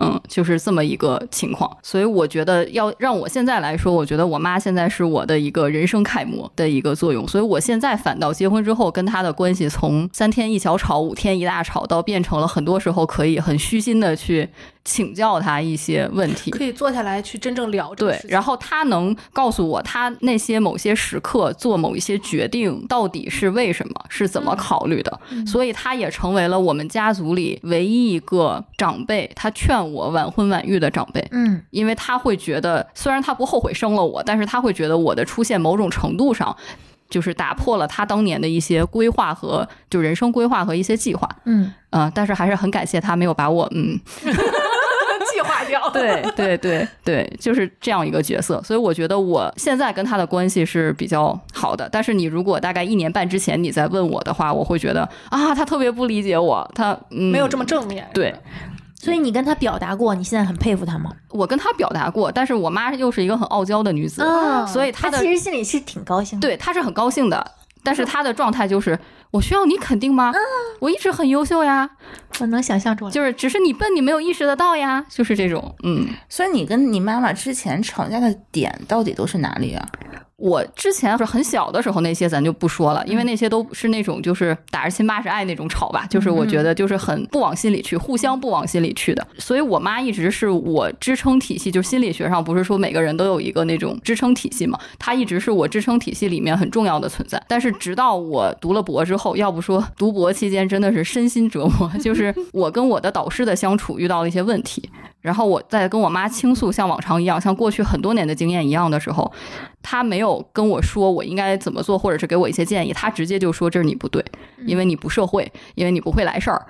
Speaker 3: 嗯，就是这么一个情况，所以我觉得要让我现在来说，我觉得我妈现在是我的一个人生楷模的一个作用，所以我现在反倒结婚之后跟她的关系从三天一小吵、五天一大吵，到变成了很多时候可以很虚心的去请教她一些问题。
Speaker 5: 可以坐下来去真正聊这个
Speaker 3: 对
Speaker 5: 事，情。
Speaker 3: 然后他能告诉我，他那些某些时刻做某一些决定到底是为什么，是怎
Speaker 5: 嗯
Speaker 3: 么考虑的。所以他也成为了我们家族里唯一一个长辈，他劝我晚婚晚育的长辈。
Speaker 2: 嗯，
Speaker 3: 因为他会觉得，虽然他不后悔生了我，但是他会觉得我的出现某种程度上。就是打破了他当年的一些规划和就人生规划和一些计划，
Speaker 2: 嗯，
Speaker 3: 嗯、但是还是很感谢他没有把我嗯
Speaker 5: <laughs> 计划 <laughs> 掉。
Speaker 3: 对对对对，就是这样一个角色，所以我觉得我现在跟他的关系是比较好的。但是你如果大概一年半之前你再问我的话，我会觉得啊，他特别不理解我，他、嗯、
Speaker 5: <laughs> 没有这么正面。
Speaker 3: 对。
Speaker 2: 所以你跟他表达过，你现在很佩服他吗？
Speaker 3: 我跟他表达过，但是我妈又是一个很傲娇的女子，
Speaker 2: 啊，
Speaker 3: 所以
Speaker 2: 他
Speaker 3: 她的
Speaker 2: 其实心里是挺高兴的。，
Speaker 3: 对她是很高兴的，但是她的状态就是我需要你肯定
Speaker 5: 啊
Speaker 3: 吗？我一直很优秀呀，
Speaker 2: 我能想象出来。
Speaker 3: 就是只是你笨，你没有意识得到呀，就是这种，嗯。
Speaker 4: 所以你跟你妈妈之前吵架的点到底都是哪里啊？
Speaker 3: 我之前是很小的时候那些咱就不说了，因为那些都是那种就是打是亲骂是爱那种吵吧，就是我觉得就是很不往心里去，互相不往心里去的。所以我妈一直是我支撑体系，就心理学上不是说每个人都有一个那种支撑体系嘛，她一直是我支撑体系里面很重要的存在。但是直到我读了博之后，要不说读博期间真的是身心折磨， <laughs> 就是我跟我的导师的相处遇到了一些问题，然后我在跟我妈倾诉，像往常一样，像过去很多年的经验一样的时候，她没有跟我说我应该怎么做，或者是给我一些建议，她直接就说这是你不对，
Speaker 4: 嗯
Speaker 3: 因为你不社会，因为你不会来事儿，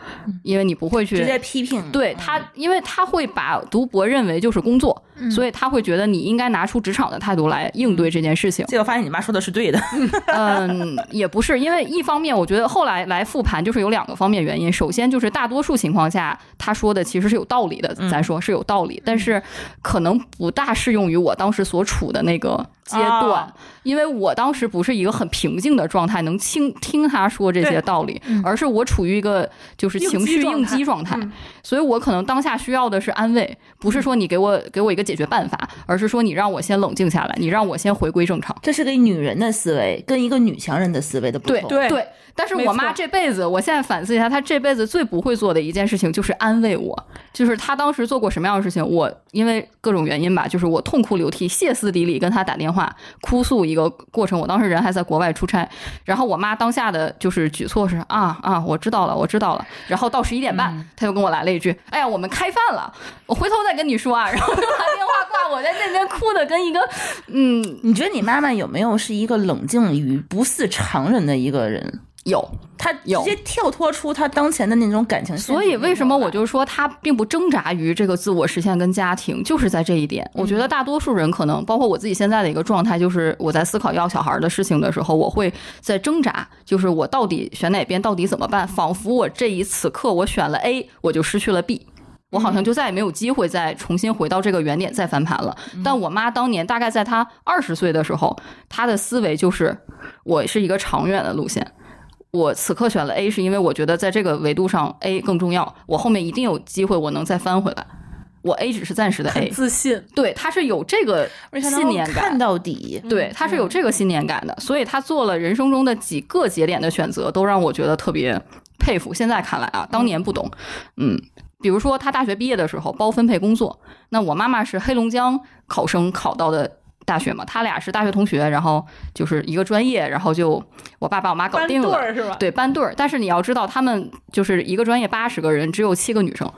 Speaker 3: 因为你不会去
Speaker 4: 直接批评。嗯
Speaker 3: 对他，因为他会把读博认为就是工作，
Speaker 2: 嗯
Speaker 4: 嗯。
Speaker 3: 所以他会觉得你应该拿出职场的态度来应对这件事情
Speaker 4: 结果发现你妈说的是对的，
Speaker 3: <laughs> 嗯，也不是，因为一方面我觉得后来来复盘就是有两个方面原因，首先就是大多数情况下他说的其实是有道理的，嗯咱说是有道理，但是可能不大适用于我当时所处的那个阶段，因为我当时不是一个很平静的状态，能听听他说这些道理，而是我处于一个就是情绪嗯应激状态，
Speaker 5: 嗯
Speaker 3: 所以我可能当下需要的是安慰，不是说你给我给我一个解决办法，而是说你让我先冷静下来，你让我先回归正常。
Speaker 4: 这是个女人的思维，跟一个女强人的思维的不同。
Speaker 3: 对
Speaker 5: 对
Speaker 3: 对，但是
Speaker 5: 没
Speaker 3: 我妈
Speaker 5: 错
Speaker 3: 这辈子，我现在反思一下，她这辈子最不会做的一件事情就是安慰我，就是她当时做过什么样的事情，我因为各种原因吧，就是我痛哭流涕、歇斯底里跟她打电话哭诉一个过程。我当时人还在国外出差，然后我妈当下的就是举措是啊啊，我知道了，我知道了。然后到十一点半，
Speaker 5: 嗯
Speaker 3: 她又跟我来了一句：“哎呀，我们开饭了，我回头再跟你说啊。” <laughs> 然后就把电话挂，我在那边哭的跟一个嗯
Speaker 4: 你觉得你妈妈有没有是一个冷静于不似常人的一个人？
Speaker 3: 有。
Speaker 4: 她直
Speaker 3: 有
Speaker 4: 接跳脱出她当前的那种感情线
Speaker 3: 所以为什么我就说他并不挣扎于这个自我实现跟家庭，就是在这一点。我觉得大多数人可能，包括我自己现在的一个状态，就是我在思考要小孩的事情的时候，我会在挣扎，就是我到底选哪边，到底怎么办？仿佛我这一此刻我选了 A，我就失去了 B。我好像就再也没有机会再重新回到这个原点再翻盘了。但我妈当年大概在她二十岁的时候，她的思维就是我是一个长远的路线，我此刻选了 A，是因为我觉得在这个维度上 A 更重要，我后面一定有机会，我能再翻回来。我 A 只是暂时的
Speaker 5: 很
Speaker 3: A，
Speaker 5: 自信，
Speaker 3: 对，他是有这个
Speaker 4: 而且她能
Speaker 3: 信念
Speaker 4: 看
Speaker 3: 感。
Speaker 4: 到底，
Speaker 5: 嗯
Speaker 3: 对，他是有这个信念感的，所以他做了人生中的几个节点的选择，都让我觉得特别佩服。现在看来啊，当年不懂，嗯，比如说他大学毕业的时候包分配工作，那我妈妈是黑龙江考生考到的大学嘛，他俩是大学同学，然后就是一个专业，然后就我爸把我妈搞
Speaker 5: 班
Speaker 3: 定
Speaker 5: 对
Speaker 3: 了，
Speaker 5: 儿是吧？
Speaker 3: 对班对儿，但是你要知道，他们就是一个专业八十个人，只有七个女生，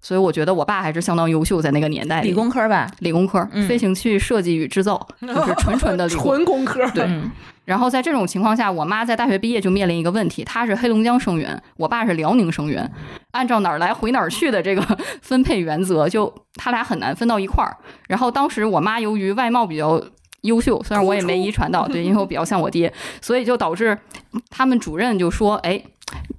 Speaker 3: 所以我觉得我爸还是相当优秀，在那个年代里
Speaker 4: 理工嗯科吧，
Speaker 3: 理工科、飞行器设计与
Speaker 4: <laughs>
Speaker 3: 制造，就是纯纯的理工。
Speaker 5: 纯工科，
Speaker 3: 对
Speaker 4: 嗯
Speaker 3: 然后在这种情况下，我妈在大学毕业就面临一个问题，她是黑龙江生源，我爸是辽宁生源，按照哪儿来回哪儿去的这个 <laughs> 分配原则，就他俩很难分到一块儿。然后当时我妈由于外貌比较优秀，虽然我也没遗传到，对，因为我比较像我爹，所以就导致他们主任就说：“哎。”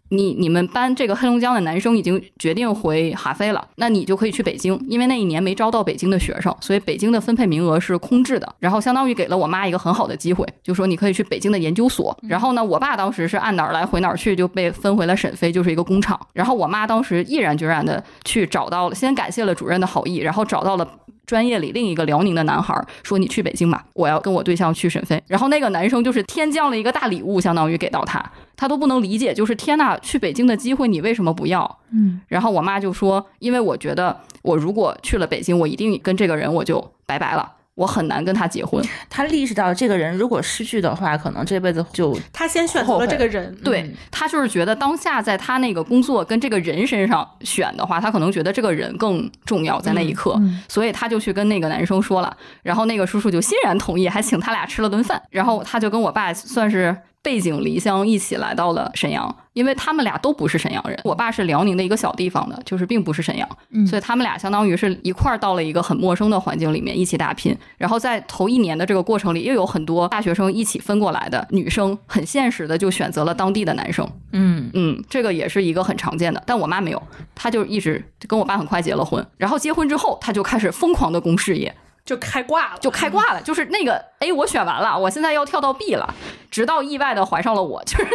Speaker 3: 你你们班这个黑龙江的男生已经决定回哈飞了，那你就可以去北京，因为那一年没招到北京的学生，所以北京的分配名额是空置的。然后相当于给了我妈一个很好的机会，就说你可以去北京的研究所。然后呢，我爸当时是按哪儿来回哪儿去，就被分回了沈飞，就是一个工厂。然后我妈当时毅然决然的去找到了，先感谢了主任的好意，然后找到了。专业里另一个辽宁的男孩说：“你去北京吧，我要跟我对象去沈飞。”然后那个男生就是天降了一个大礼物，相当于给到他，他都不能理解，就是天呐，去北京的机会你为什么不要？
Speaker 2: 嗯，
Speaker 3: 然后我妈就说，因为我觉得我如果去了北京，我一定跟这个人我就拜拜了，我很难跟他结婚。
Speaker 4: 她意识到这个人如果失去的话，可能这辈子就
Speaker 5: 他先选择了这个人，
Speaker 2: 嗯
Speaker 3: 对她就是觉得当下在她那个工作跟这个人身上选的话，她可能觉得这个人更重要，在那一刻，
Speaker 2: 嗯
Speaker 3: 所以她就去跟那个男生说了，然后那个叔叔就欣然同意，还请他俩吃了顿饭，然后他就跟我爸算是。背井离乡，一起来到了沈阳，因为他们俩都不是沈阳人。我爸是辽宁的一个小地方的，就是并不是沈阳，
Speaker 2: 嗯
Speaker 3: 所以他们俩相当于是一块儿到了一个很陌生的环境里面一起打拼。然后在头一年的这个过程里，又有很多大学生一起分过来的女生，很现实的就选择了当地的男生。
Speaker 4: 嗯
Speaker 3: 嗯，这个也是一个很常见的，但我妈没有，她就一直跟我爸很快结了婚，然后结婚之后，她就开始疯狂的攻事业，
Speaker 5: 就开挂了，
Speaker 3: 就开挂了，就是那个，哎，我选完了，我现在要跳到 B 了，直到意外的怀上了我，就是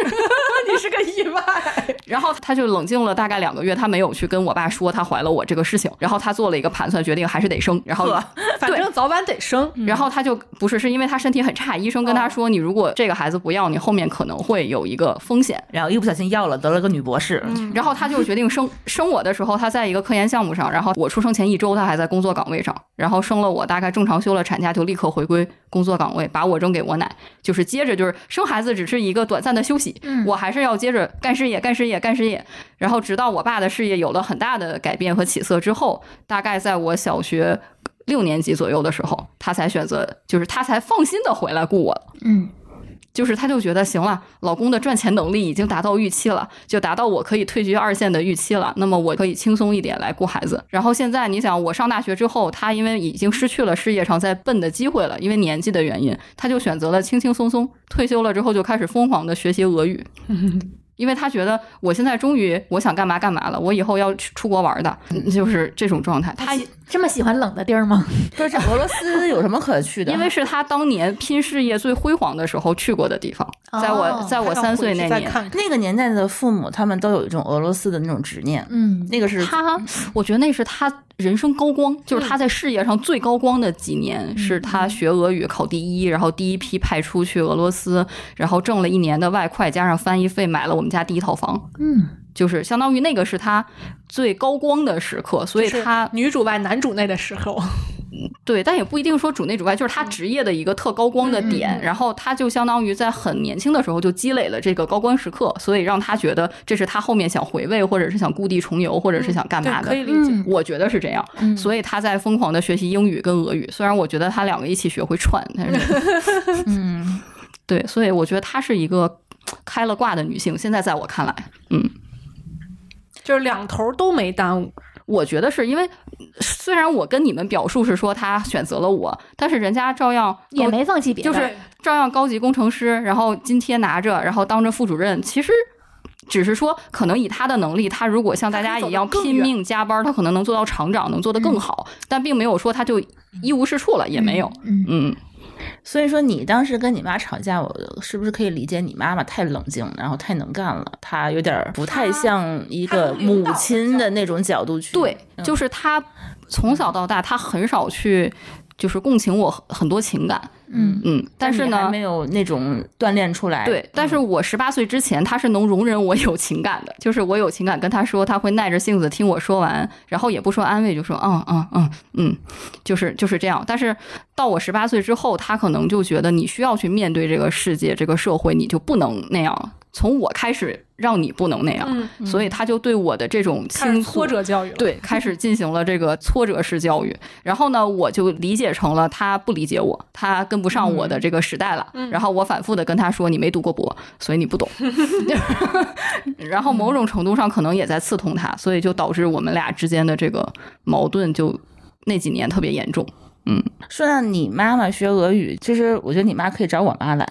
Speaker 5: 你是个意外，
Speaker 3: 然后她就冷静了大概两个月，她没有去跟我爸说她怀了我这个事情，然后她做了一个盘算，决定还是得生，然后。
Speaker 5: 反正早晚得生，
Speaker 3: 然后她就不是，是因为她身体很差，医生跟她说，你如果这个孩子不要，你后面可能会有一个风险。
Speaker 4: 然后一不小心要了，得了个女博士，
Speaker 3: 然后她就决定生生我的时候，她在一个科研项目上，然后我出生前一周她还在工作岗位上，然后生了我大概正常休了产假就立刻回归工作岗位，把我扔给我奶，就是接着就是生孩子只是一个短暂的休息，
Speaker 2: 嗯
Speaker 3: 我还是要接着干事业干事业干事业，然后直到我爸的事业有了很大的改变和起色之后，大概在我小学。六年级左右的时候，他才选择，就是他才放心的回来雇我了。
Speaker 2: 嗯
Speaker 3: 就是她就觉得行了，老公的赚钱能力已经达到预期了，就达到我可以退居二线的预期了。那么我可以轻松一点来顾孩子。然后现在你想，我上大学之后，她因为已经失去了事业上再奔的机会了，因为年纪的原因，她就选择了轻轻松松退休了之后就开始疯狂的学习俄
Speaker 5: <laughs>
Speaker 3: 语。因为她觉得嗯我现在终于我想干嘛干嘛了，我以后要去出国玩的，就是这种状态。她
Speaker 2: 这么喜欢冷的地儿吗？
Speaker 4: 不是这俄罗
Speaker 3: <laughs>
Speaker 4: 斯有什么可去的？
Speaker 3: 因为是他当年拼事业最辉煌的时候去过的地方，在我
Speaker 2: 哦
Speaker 3: 在我
Speaker 5: 还要
Speaker 3: 三
Speaker 5: 回
Speaker 3: 岁
Speaker 5: 去
Speaker 3: 那
Speaker 5: 再
Speaker 3: 年，
Speaker 5: 看看
Speaker 4: 那个年代的父母，他们都有一种俄罗斯的那种执念，
Speaker 2: 嗯，
Speaker 4: 那个是
Speaker 3: 他，我觉得那是他人生高光，
Speaker 5: 嗯
Speaker 3: 就是他在事业上最高光的几年，是他学俄语考第一，然后第一批派出去俄罗斯，然后挣了一年的外快，加上翻译费，买了我们家第一套房，
Speaker 2: 嗯，
Speaker 3: 就是相当于那个是他最高光的时刻，所以
Speaker 5: 就是
Speaker 3: 他
Speaker 5: 女主外男主内的时候，
Speaker 3: 对，但也不一定说主内主外，就是他职业的一个特高光
Speaker 5: 嗯
Speaker 3: 的点。然后他就相当于在很年轻的时候就积累了这个高光时刻，所以让他觉得这是他后面想回味，或者是想故地重游，或者是想干嘛
Speaker 5: 嗯对
Speaker 3: 的。
Speaker 5: 可以理解。
Speaker 2: 嗯
Speaker 3: 我觉得是这样，
Speaker 5: 嗯
Speaker 3: 所以他在疯狂的学习英语跟俄语。虽然我觉得他两个一起学会串，但
Speaker 5: <laughs>
Speaker 3: 是
Speaker 4: 嗯，
Speaker 3: 对，所以我觉得她是一个开了挂的女性。现在在我看来，
Speaker 5: 就是两头都没耽误，
Speaker 3: 我觉得是因为虽然我跟你们表述是说她选择了我，但是人家照样高
Speaker 2: 也没放弃别的，
Speaker 5: 嗯
Speaker 3: 就是照样高级工程师，然后津贴拿着，然后当着副主任，其实。只是说，可能以他的能力，他如果像大家一样
Speaker 5: 他可以走得更嗯
Speaker 3: 拼命加班，他可能能做到厂长，能做得更好，但并没有说他就一无是处了，也没有。
Speaker 2: 嗯
Speaker 3: 嗯，
Speaker 4: 所以说你当时跟你妈吵架，我是不是可以理解你妈妈太冷静，然后太能干了，她有点儿不太像一个母亲的那种角度去。
Speaker 3: 对，
Speaker 4: 嗯
Speaker 3: 就是他从小到大，他很少去就是共情我很多情感。
Speaker 2: 嗯
Speaker 3: 嗯，但是
Speaker 4: 你还
Speaker 3: 呢
Speaker 4: 没，有那种锻炼出来。嗯
Speaker 3: 对，但是我十八岁之前，他是能容忍我有情感的，就是我有情感跟他说，他会耐着性子听我说完，然后也不说安慰，就说嗯嗯嗯嗯，就是就是这样。但是到我十八岁之后，他可能就觉得你需要去面对这个世界、这个社会，你就不能那样。从我开始让你不能那样，
Speaker 5: 嗯，
Speaker 3: 所以他就对我的这种
Speaker 5: 开始
Speaker 3: 倾诉
Speaker 5: 挫折教育了，，
Speaker 3: 对，开始进行了这个挫折式教育。然后呢，我就理解成了他不理解我，他跟不上我的这个时代了。然后我反复的跟他说：“你没读过博，所以你 <laughs> 不懂。”然后某种程度上可能也在刺痛他，所以就导致我们俩之间的这个矛盾就那几年特别严重。
Speaker 4: 说到你妈妈学俄语，其实我觉得你妈可以找我妈来。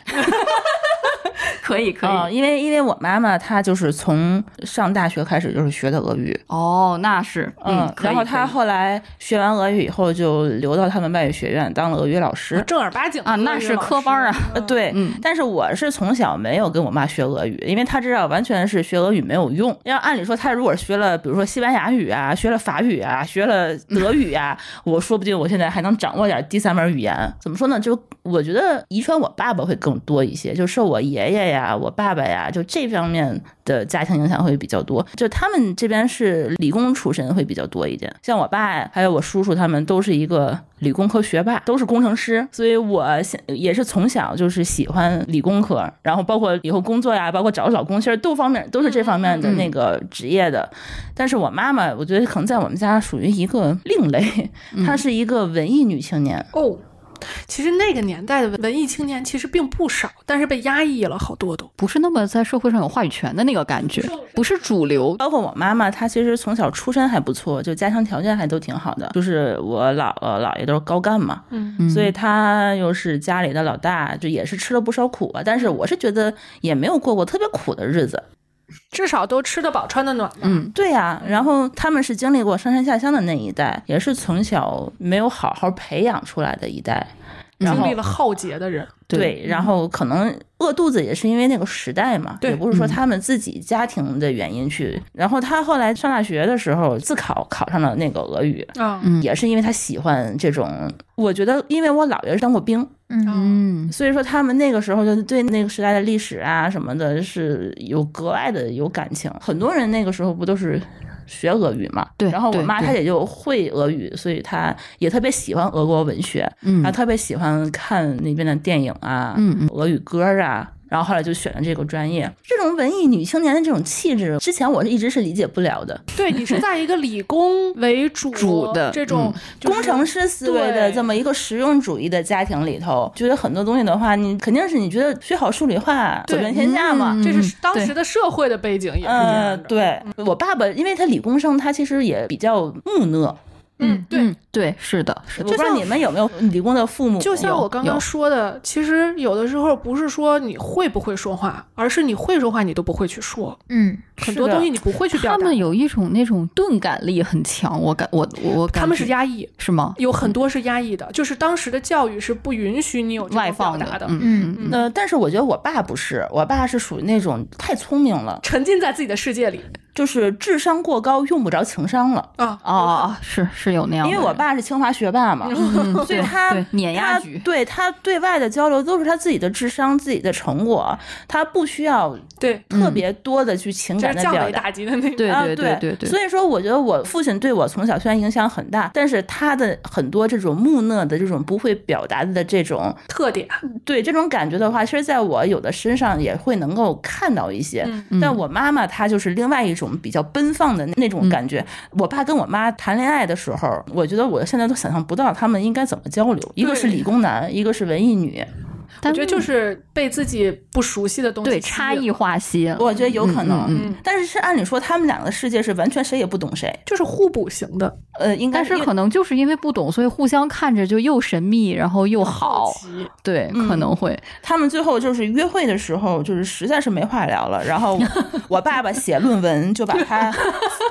Speaker 3: 可以，可
Speaker 4: 嗯，因为因为我妈妈她就是从上大学开始就是学的俄语，
Speaker 3: 哦，那是，嗯，可以
Speaker 4: 然后
Speaker 3: 可
Speaker 4: 她
Speaker 3: 以
Speaker 4: 后来学完俄语以后就留到他们外语学院当了俄语老师。
Speaker 5: 正儿八经的
Speaker 3: 啊，那
Speaker 5: 英语
Speaker 3: 是
Speaker 5: 老
Speaker 3: 科
Speaker 5: 师
Speaker 3: 班儿啊，
Speaker 4: 呃，对，但是我是从小没有跟我妈学俄语，因为她知道完全是学俄语没有用。要按理说，她如果学了，比如说西班牙语啊，学了法语啊，学了德语啊，我说不定我现在还能掌握点第三门语言。怎么说呢？就我觉得遗传我爸爸会更多一些，就受我爷爷呀、我爸爸呀，就这方面的家庭影响会比较多。就他们这边是理工出身会比较多一点，像我爸还有我叔叔他们都是一个理工科学霸，都是工程师，所以我现也是从小就是喜欢理工科，然后包括以后工作呀，包括找老公，其实都方面都是这方面的那个职业的。但是我妈妈，我觉得可能在我们家属于一个另类，
Speaker 5: 嗯
Speaker 4: 她是一个文艺女青年。
Speaker 5: 哦。 <laughs> 其实那个年代的文艺青年其实并不少，但是被压抑了好多都。
Speaker 3: 不是那么在社会上有话语权的那个感觉，不是主流。
Speaker 4: 包括我妈妈，她其实从小出身还不错，就家庭条件还都挺好的。就是我姥姥姥爷都是高干嘛，
Speaker 5: 嗯，
Speaker 4: 所以她又是家里的老大，就也是吃了不少苦吧。但是我是觉得也没有过过特别苦的日子。
Speaker 5: 至少都吃得饱穿得暖嘛。
Speaker 3: 嗯，
Speaker 4: 对呀、然后他们是经历过上山下乡的那一代，也是从小没有好好培养出来的一代。然
Speaker 5: 经
Speaker 4: 后
Speaker 5: 历了浩劫的人，
Speaker 4: 对，
Speaker 3: 嗯
Speaker 4: 然后可能饿肚子也是因为那个时代嘛，
Speaker 5: 对
Speaker 4: 也不是
Speaker 3: 嗯
Speaker 4: 说他们自己家庭的原因去。然后他后来上大学的时候自考考上了那个俄语，
Speaker 5: 啊，
Speaker 3: 嗯
Speaker 4: 也是因为他喜欢这种。我觉得，因为我姥爷当过兵，
Speaker 2: 嗯
Speaker 3: 嗯，
Speaker 4: 所以说他们那个时候就是对那个时代的历史啊什么的，是有格外的有感情。很多人那个时候不都是。学俄语嘛，
Speaker 3: 对
Speaker 4: 然后我
Speaker 3: 对
Speaker 4: 妈
Speaker 3: 对
Speaker 4: 她也就会俄语，所以她也特别喜欢俄国文学，
Speaker 3: 嗯
Speaker 4: 然后特别喜欢看那边的电影啊，
Speaker 3: 嗯嗯
Speaker 4: 俄语歌啊，然后后来就选了这个专业。这种文艺女青年的这种气质，之前我是一直是理解不了的。
Speaker 5: 对，你是在一个理工为主
Speaker 3: 主的嗯
Speaker 5: 这种就是
Speaker 4: 工程师思维的
Speaker 5: 对
Speaker 4: 这么一个实用主义的家庭里头，觉得很多东西的话，你肯定是你觉得学好数理化走
Speaker 5: 对
Speaker 4: 遍天下嘛。
Speaker 5: 这是
Speaker 3: 嗯
Speaker 5: 当
Speaker 3: 对嗯
Speaker 5: 时的社会嗯的背景也是这嗯
Speaker 4: 呃，
Speaker 5: 样的。
Speaker 4: 对我爸爸，因为他理工生，他其实也比较木讷，
Speaker 5: 嗯对
Speaker 3: 嗯，对，是的，是
Speaker 4: 我
Speaker 3: 的，
Speaker 4: 不知道你们有没有理工的父母，
Speaker 5: 就像我刚刚
Speaker 4: 有
Speaker 5: 说的，其实有的时候不是说你会不会说话，而是你会说话你都不会去说，
Speaker 2: 嗯，
Speaker 5: 很多东西你不会去表
Speaker 3: 他
Speaker 5: 达。
Speaker 3: 们有一种那种钝感力很强，我感我我我感觉
Speaker 5: 他们是压抑，
Speaker 3: 是吗？
Speaker 5: 有很多是压抑的，就是当时的教育是不允许你有这
Speaker 3: 外
Speaker 5: 种表
Speaker 3: 放
Speaker 5: 达的，
Speaker 3: 嗯
Speaker 2: 嗯
Speaker 5: 嗯
Speaker 4: 呃，但是我觉得我爸不是，我爸是属于那种太聪明了，
Speaker 5: 沉浸在自己的世界里
Speaker 4: 就是智商过高，用不着情商了。
Speaker 5: 啊。
Speaker 3: 哦哦，哦是是有那样
Speaker 4: 因
Speaker 3: 的
Speaker 4: 为
Speaker 3: 人，
Speaker 4: 我爸是清华学霸嘛，
Speaker 3: 嗯，
Speaker 4: <laughs> 所以
Speaker 3: 对
Speaker 4: 他
Speaker 3: 对碾压
Speaker 4: 他
Speaker 3: 局，
Speaker 4: 对他对外的交流都是他自己的智商、自己的成果，他不需要
Speaker 5: 对，
Speaker 3: 嗯
Speaker 4: 特别多的去情
Speaker 5: 这
Speaker 4: 感
Speaker 5: 是
Speaker 4: 的
Speaker 5: 降
Speaker 4: 表
Speaker 5: 维
Speaker 4: 达。
Speaker 5: 打击的那种。
Speaker 3: 对
Speaker 4: 啊，
Speaker 3: 对
Speaker 4: 对
Speaker 3: 对对，
Speaker 4: 所以说我觉得我父亲对我从小虽然影响很大，但是他的很多这种木讷的、这种不会表达的这种
Speaker 5: 特点，
Speaker 4: 对这种感觉的话，其实在我有的身上也会能够看到一些。
Speaker 5: 嗯
Speaker 4: 但我妈妈她就是另外一种比较奔放的那
Speaker 3: 嗯
Speaker 4: 种感觉。我爸跟我妈谈恋爱的时候，我觉得我现在都想象不到他们应该怎么交流。一个是理工男，一个是文艺女，
Speaker 5: 我
Speaker 3: 但
Speaker 5: 觉得就是被自己不熟悉的东西
Speaker 3: 对
Speaker 5: 吸
Speaker 3: 差
Speaker 5: 引
Speaker 3: 异化吸引了，
Speaker 4: 我觉得有可能。
Speaker 3: 嗯嗯
Speaker 5: 嗯
Speaker 4: 但是是按理说，他们两个世界是完全谁也不懂谁。
Speaker 5: 就是互补型的，
Speaker 4: 呃，应该
Speaker 3: 但是可能就是因为不懂，所以互相看着就又神秘，然后又好
Speaker 5: 好，奇
Speaker 3: 对，
Speaker 4: 嗯
Speaker 3: 可能会
Speaker 4: 他们最后就是约会的时候，就是实在是没话聊了。然后 <laughs> 我爸爸写论文，就把他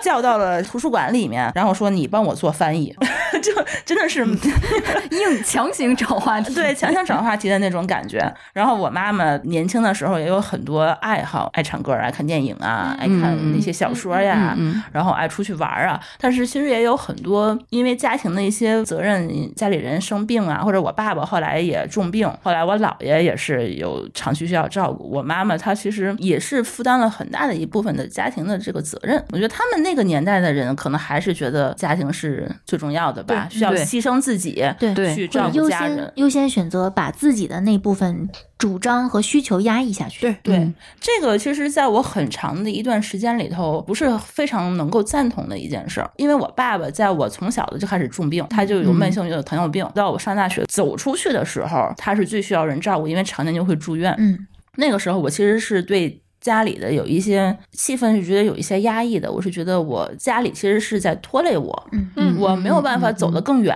Speaker 4: 叫到了图书馆里面，然后说：“你帮我做翻译。” <laughs> 就真的是
Speaker 3: 硬强行找话题，
Speaker 4: 对 <laughs> 强想找话题的那种感觉。然后我妈妈年轻的时候也有很多爱好，爱唱歌啊，爱看电影啊，爱看那些小说呀，
Speaker 3: 嗯
Speaker 4: 然后爱出去玩儿啊。但是其实也有很多因为家庭的一些责任，家里人生病啊，或者我爸爸后来也重病，后来我姥爷也是有长期需要照顾，我妈妈她其实也是负担了很大的一部分的家庭的这个责任。我觉得他们那个年代的人可能还是觉得家庭是最重要的吧，需要
Speaker 3: 对
Speaker 4: 牺牲自己
Speaker 2: 对
Speaker 3: 对
Speaker 4: 去照
Speaker 2: 会
Speaker 4: 顾
Speaker 2: 优
Speaker 4: 家人
Speaker 2: 先。优先选择把自己的那部分主张和需求压抑下去。
Speaker 5: 对
Speaker 4: 对
Speaker 3: 嗯，
Speaker 4: 这个其实在我很长的一段时间里头，不是非常能够赞同的一件事儿。因为我爸爸在我从小的就开始重病，他就有慢性有糖尿病。到我上大学走出去的时候，他是最需要人照顾，因为常年就会住院。
Speaker 2: 嗯
Speaker 4: 那个时候我其实是对家里的有一些气氛是觉得有一些压抑的，我是觉得我家里其实是在拖累我，
Speaker 2: 嗯
Speaker 5: 嗯
Speaker 4: 我没有办法走得更远。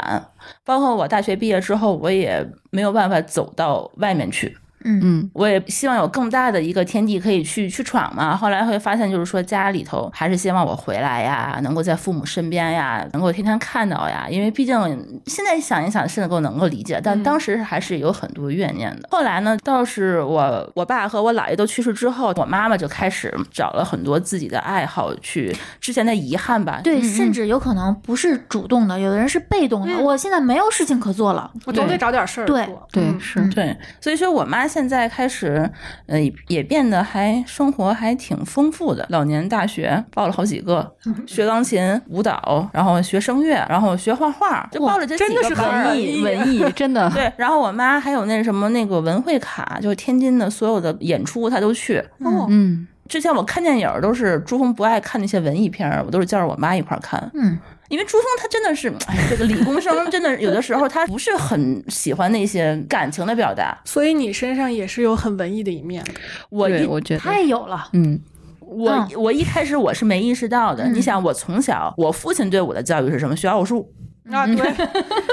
Speaker 4: 包括我大学毕业之后，我也没有办法走到外面去。
Speaker 2: 嗯
Speaker 3: 嗯
Speaker 4: 我也希望有更大的一个天地可以去去闯嘛。后来会发现，就是说家里头还是希望我回来呀，能够在父母身边呀，能够天天看到呀。因为毕竟现在想一想是能够能够理解，但
Speaker 5: 嗯
Speaker 4: 当时还是有很多怨念的。后来呢，倒是我我爸和我姥爷都去世之后，我妈妈就开始找了很多自己的爱好去之前的遗憾吧。嗯
Speaker 2: 对，甚至有可能不是主动的，有的人是被动的。
Speaker 5: 嗯
Speaker 2: 我现在没有事情可做了，
Speaker 5: 我总
Speaker 3: 对
Speaker 5: 得找点事儿
Speaker 2: 对
Speaker 5: 做。
Speaker 3: 对
Speaker 5: 嗯
Speaker 3: 是
Speaker 2: 嗯
Speaker 4: 对，所以说我妈现在开始，呃，也变得还生活还挺丰富的。老年大学报了好几
Speaker 5: <laughs>
Speaker 4: 个，学钢琴、舞蹈，然后学声乐，然后学画画，就报了这几
Speaker 5: 真的
Speaker 4: 个
Speaker 5: 是
Speaker 4: 班儿啊
Speaker 5: 很
Speaker 3: 文艺文艺真的
Speaker 4: 对，然后我妈还有那什么那个文汇卡，就是天津的所有的演出她都去。
Speaker 5: 哦，
Speaker 3: 嗯
Speaker 4: 之前我看电影儿都是珠峰不爱看那些文艺片儿，我都是叫着我妈一块儿看。
Speaker 2: 嗯，
Speaker 4: 因为朱峰他真的是，哎，这个理工生真的有的时候他不是很喜欢那些感情的表达。
Speaker 5: 所以你身上也是有很文艺的一面。
Speaker 4: 我
Speaker 3: 对
Speaker 4: 一
Speaker 2: <laughs>
Speaker 3: 我觉得
Speaker 2: 太有了。
Speaker 3: 嗯
Speaker 4: 我、
Speaker 2: 嗯
Speaker 4: 我一开始我是没意识到的。
Speaker 2: 嗯
Speaker 4: 你想，我从小我父亲对我的教育是什么？学奥数，
Speaker 5: 啊，对，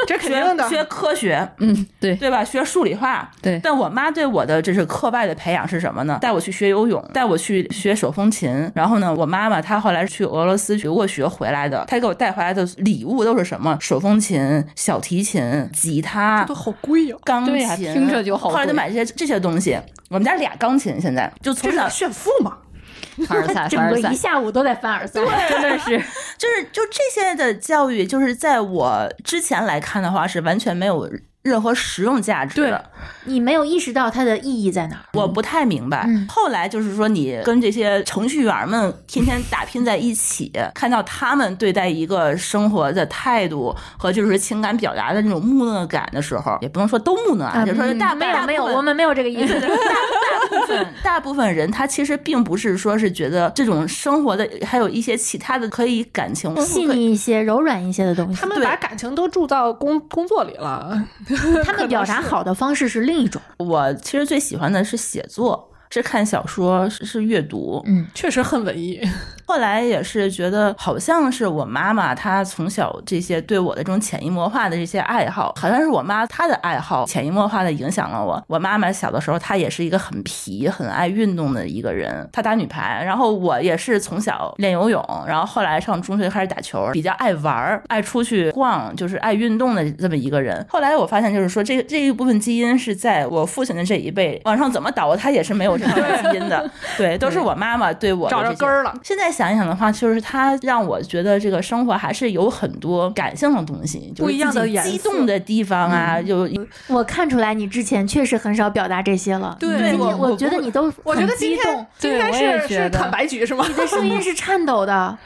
Speaker 5: 这肯定的。
Speaker 4: 学科学，
Speaker 3: 嗯对
Speaker 4: 对吧？学数理化。
Speaker 3: 对
Speaker 4: 但我妈对我的这是课外的培养是什么呢？带我去学游泳，带我去学手风琴。然后呢，我妈妈她后来去俄罗斯留过学回来的，她给我带回来的礼物都是什么？手风琴、小提琴、吉他，
Speaker 5: 都好贵哦，
Speaker 4: 钢琴，
Speaker 3: 对呀听着就好
Speaker 4: 后来就
Speaker 3: 贵
Speaker 4: 买这些这些东西。我们家俩钢琴，现在就
Speaker 5: 这
Speaker 4: 从
Speaker 5: 是
Speaker 4: 小
Speaker 5: 炫富嘛？
Speaker 3: 凡尔赛
Speaker 2: 整
Speaker 3: 凡尔
Speaker 2: 个
Speaker 3: 赛
Speaker 2: 一下午都在凡尔赛，
Speaker 3: 真的是
Speaker 4: 就是就这些的教育，就是在我之前来看的话，是完全没有任何实用价值的。
Speaker 2: 你没有意识到它的意义在哪儿。
Speaker 4: 我不太明白。
Speaker 2: 嗯
Speaker 4: 后来就是说，你跟这些程序员们天天打拼在一起，看到他们对待一个生活的态度和就是情感表达的那种木讷感的时候，也不能说都木讷啊，就是说大
Speaker 2: 没
Speaker 4: 大部
Speaker 2: 有嗯没有，
Speaker 4: 分
Speaker 2: 我们没有这个意 <laughs> 思。
Speaker 4: 大部分大部分人，他其实并不是说是觉得这种生活的，还有一些其他的可以感情
Speaker 2: 细腻一些、柔软一些的东西，
Speaker 5: 他们
Speaker 4: 对
Speaker 5: 把感情都注到工工作里了，
Speaker 2: 他们表达好的方式是另一种。
Speaker 4: 我其实最喜欢的是写作。是看小说，是是阅读。
Speaker 2: 嗯，
Speaker 5: 确实很文艺。
Speaker 4: 后来也是觉得，好像是我妈妈她从小这些对我的这种潜移默化的这些爱好，好像是我妈她的爱好潜移默化的影响了我。我妈妈小的时候，她也是一个很皮、很爱运动的一个人，她打女排，然后我也是从小练游泳，然后后来上中学开始打球，比较爱玩儿、爱出去逛，就是爱运动的这么一个人。后来我发现，就是说这这一部分基因是在我父亲的这一
Speaker 5: <laughs>
Speaker 4: 辈 <laughs> 往上怎么倒，他也是没有这样的基因的，对，都是我妈妈对我的
Speaker 5: 找着
Speaker 4: 这些
Speaker 5: 根儿了
Speaker 4: 现在想一想的话，就是它让我觉得这个生活还是有很多感性的东西，就是
Speaker 5: 不一样的
Speaker 4: 自己
Speaker 5: 颜色
Speaker 4: 激动的地方啊，
Speaker 3: 嗯
Speaker 4: 有
Speaker 2: 我看出来你之前确实很少表达这些了。
Speaker 5: 对
Speaker 2: 你
Speaker 4: 我
Speaker 2: 我
Speaker 4: 我
Speaker 2: 觉得
Speaker 4: 不
Speaker 2: 你都
Speaker 5: 我觉
Speaker 2: 很
Speaker 5: 得今
Speaker 2: 激动
Speaker 5: 天，今天
Speaker 3: 对我
Speaker 5: 是
Speaker 3: 也觉
Speaker 5: 是
Speaker 3: 得
Speaker 5: 坦白局是吗？
Speaker 2: 你 <laughs>
Speaker 5: <laughs>
Speaker 2: 的声音是颤抖的。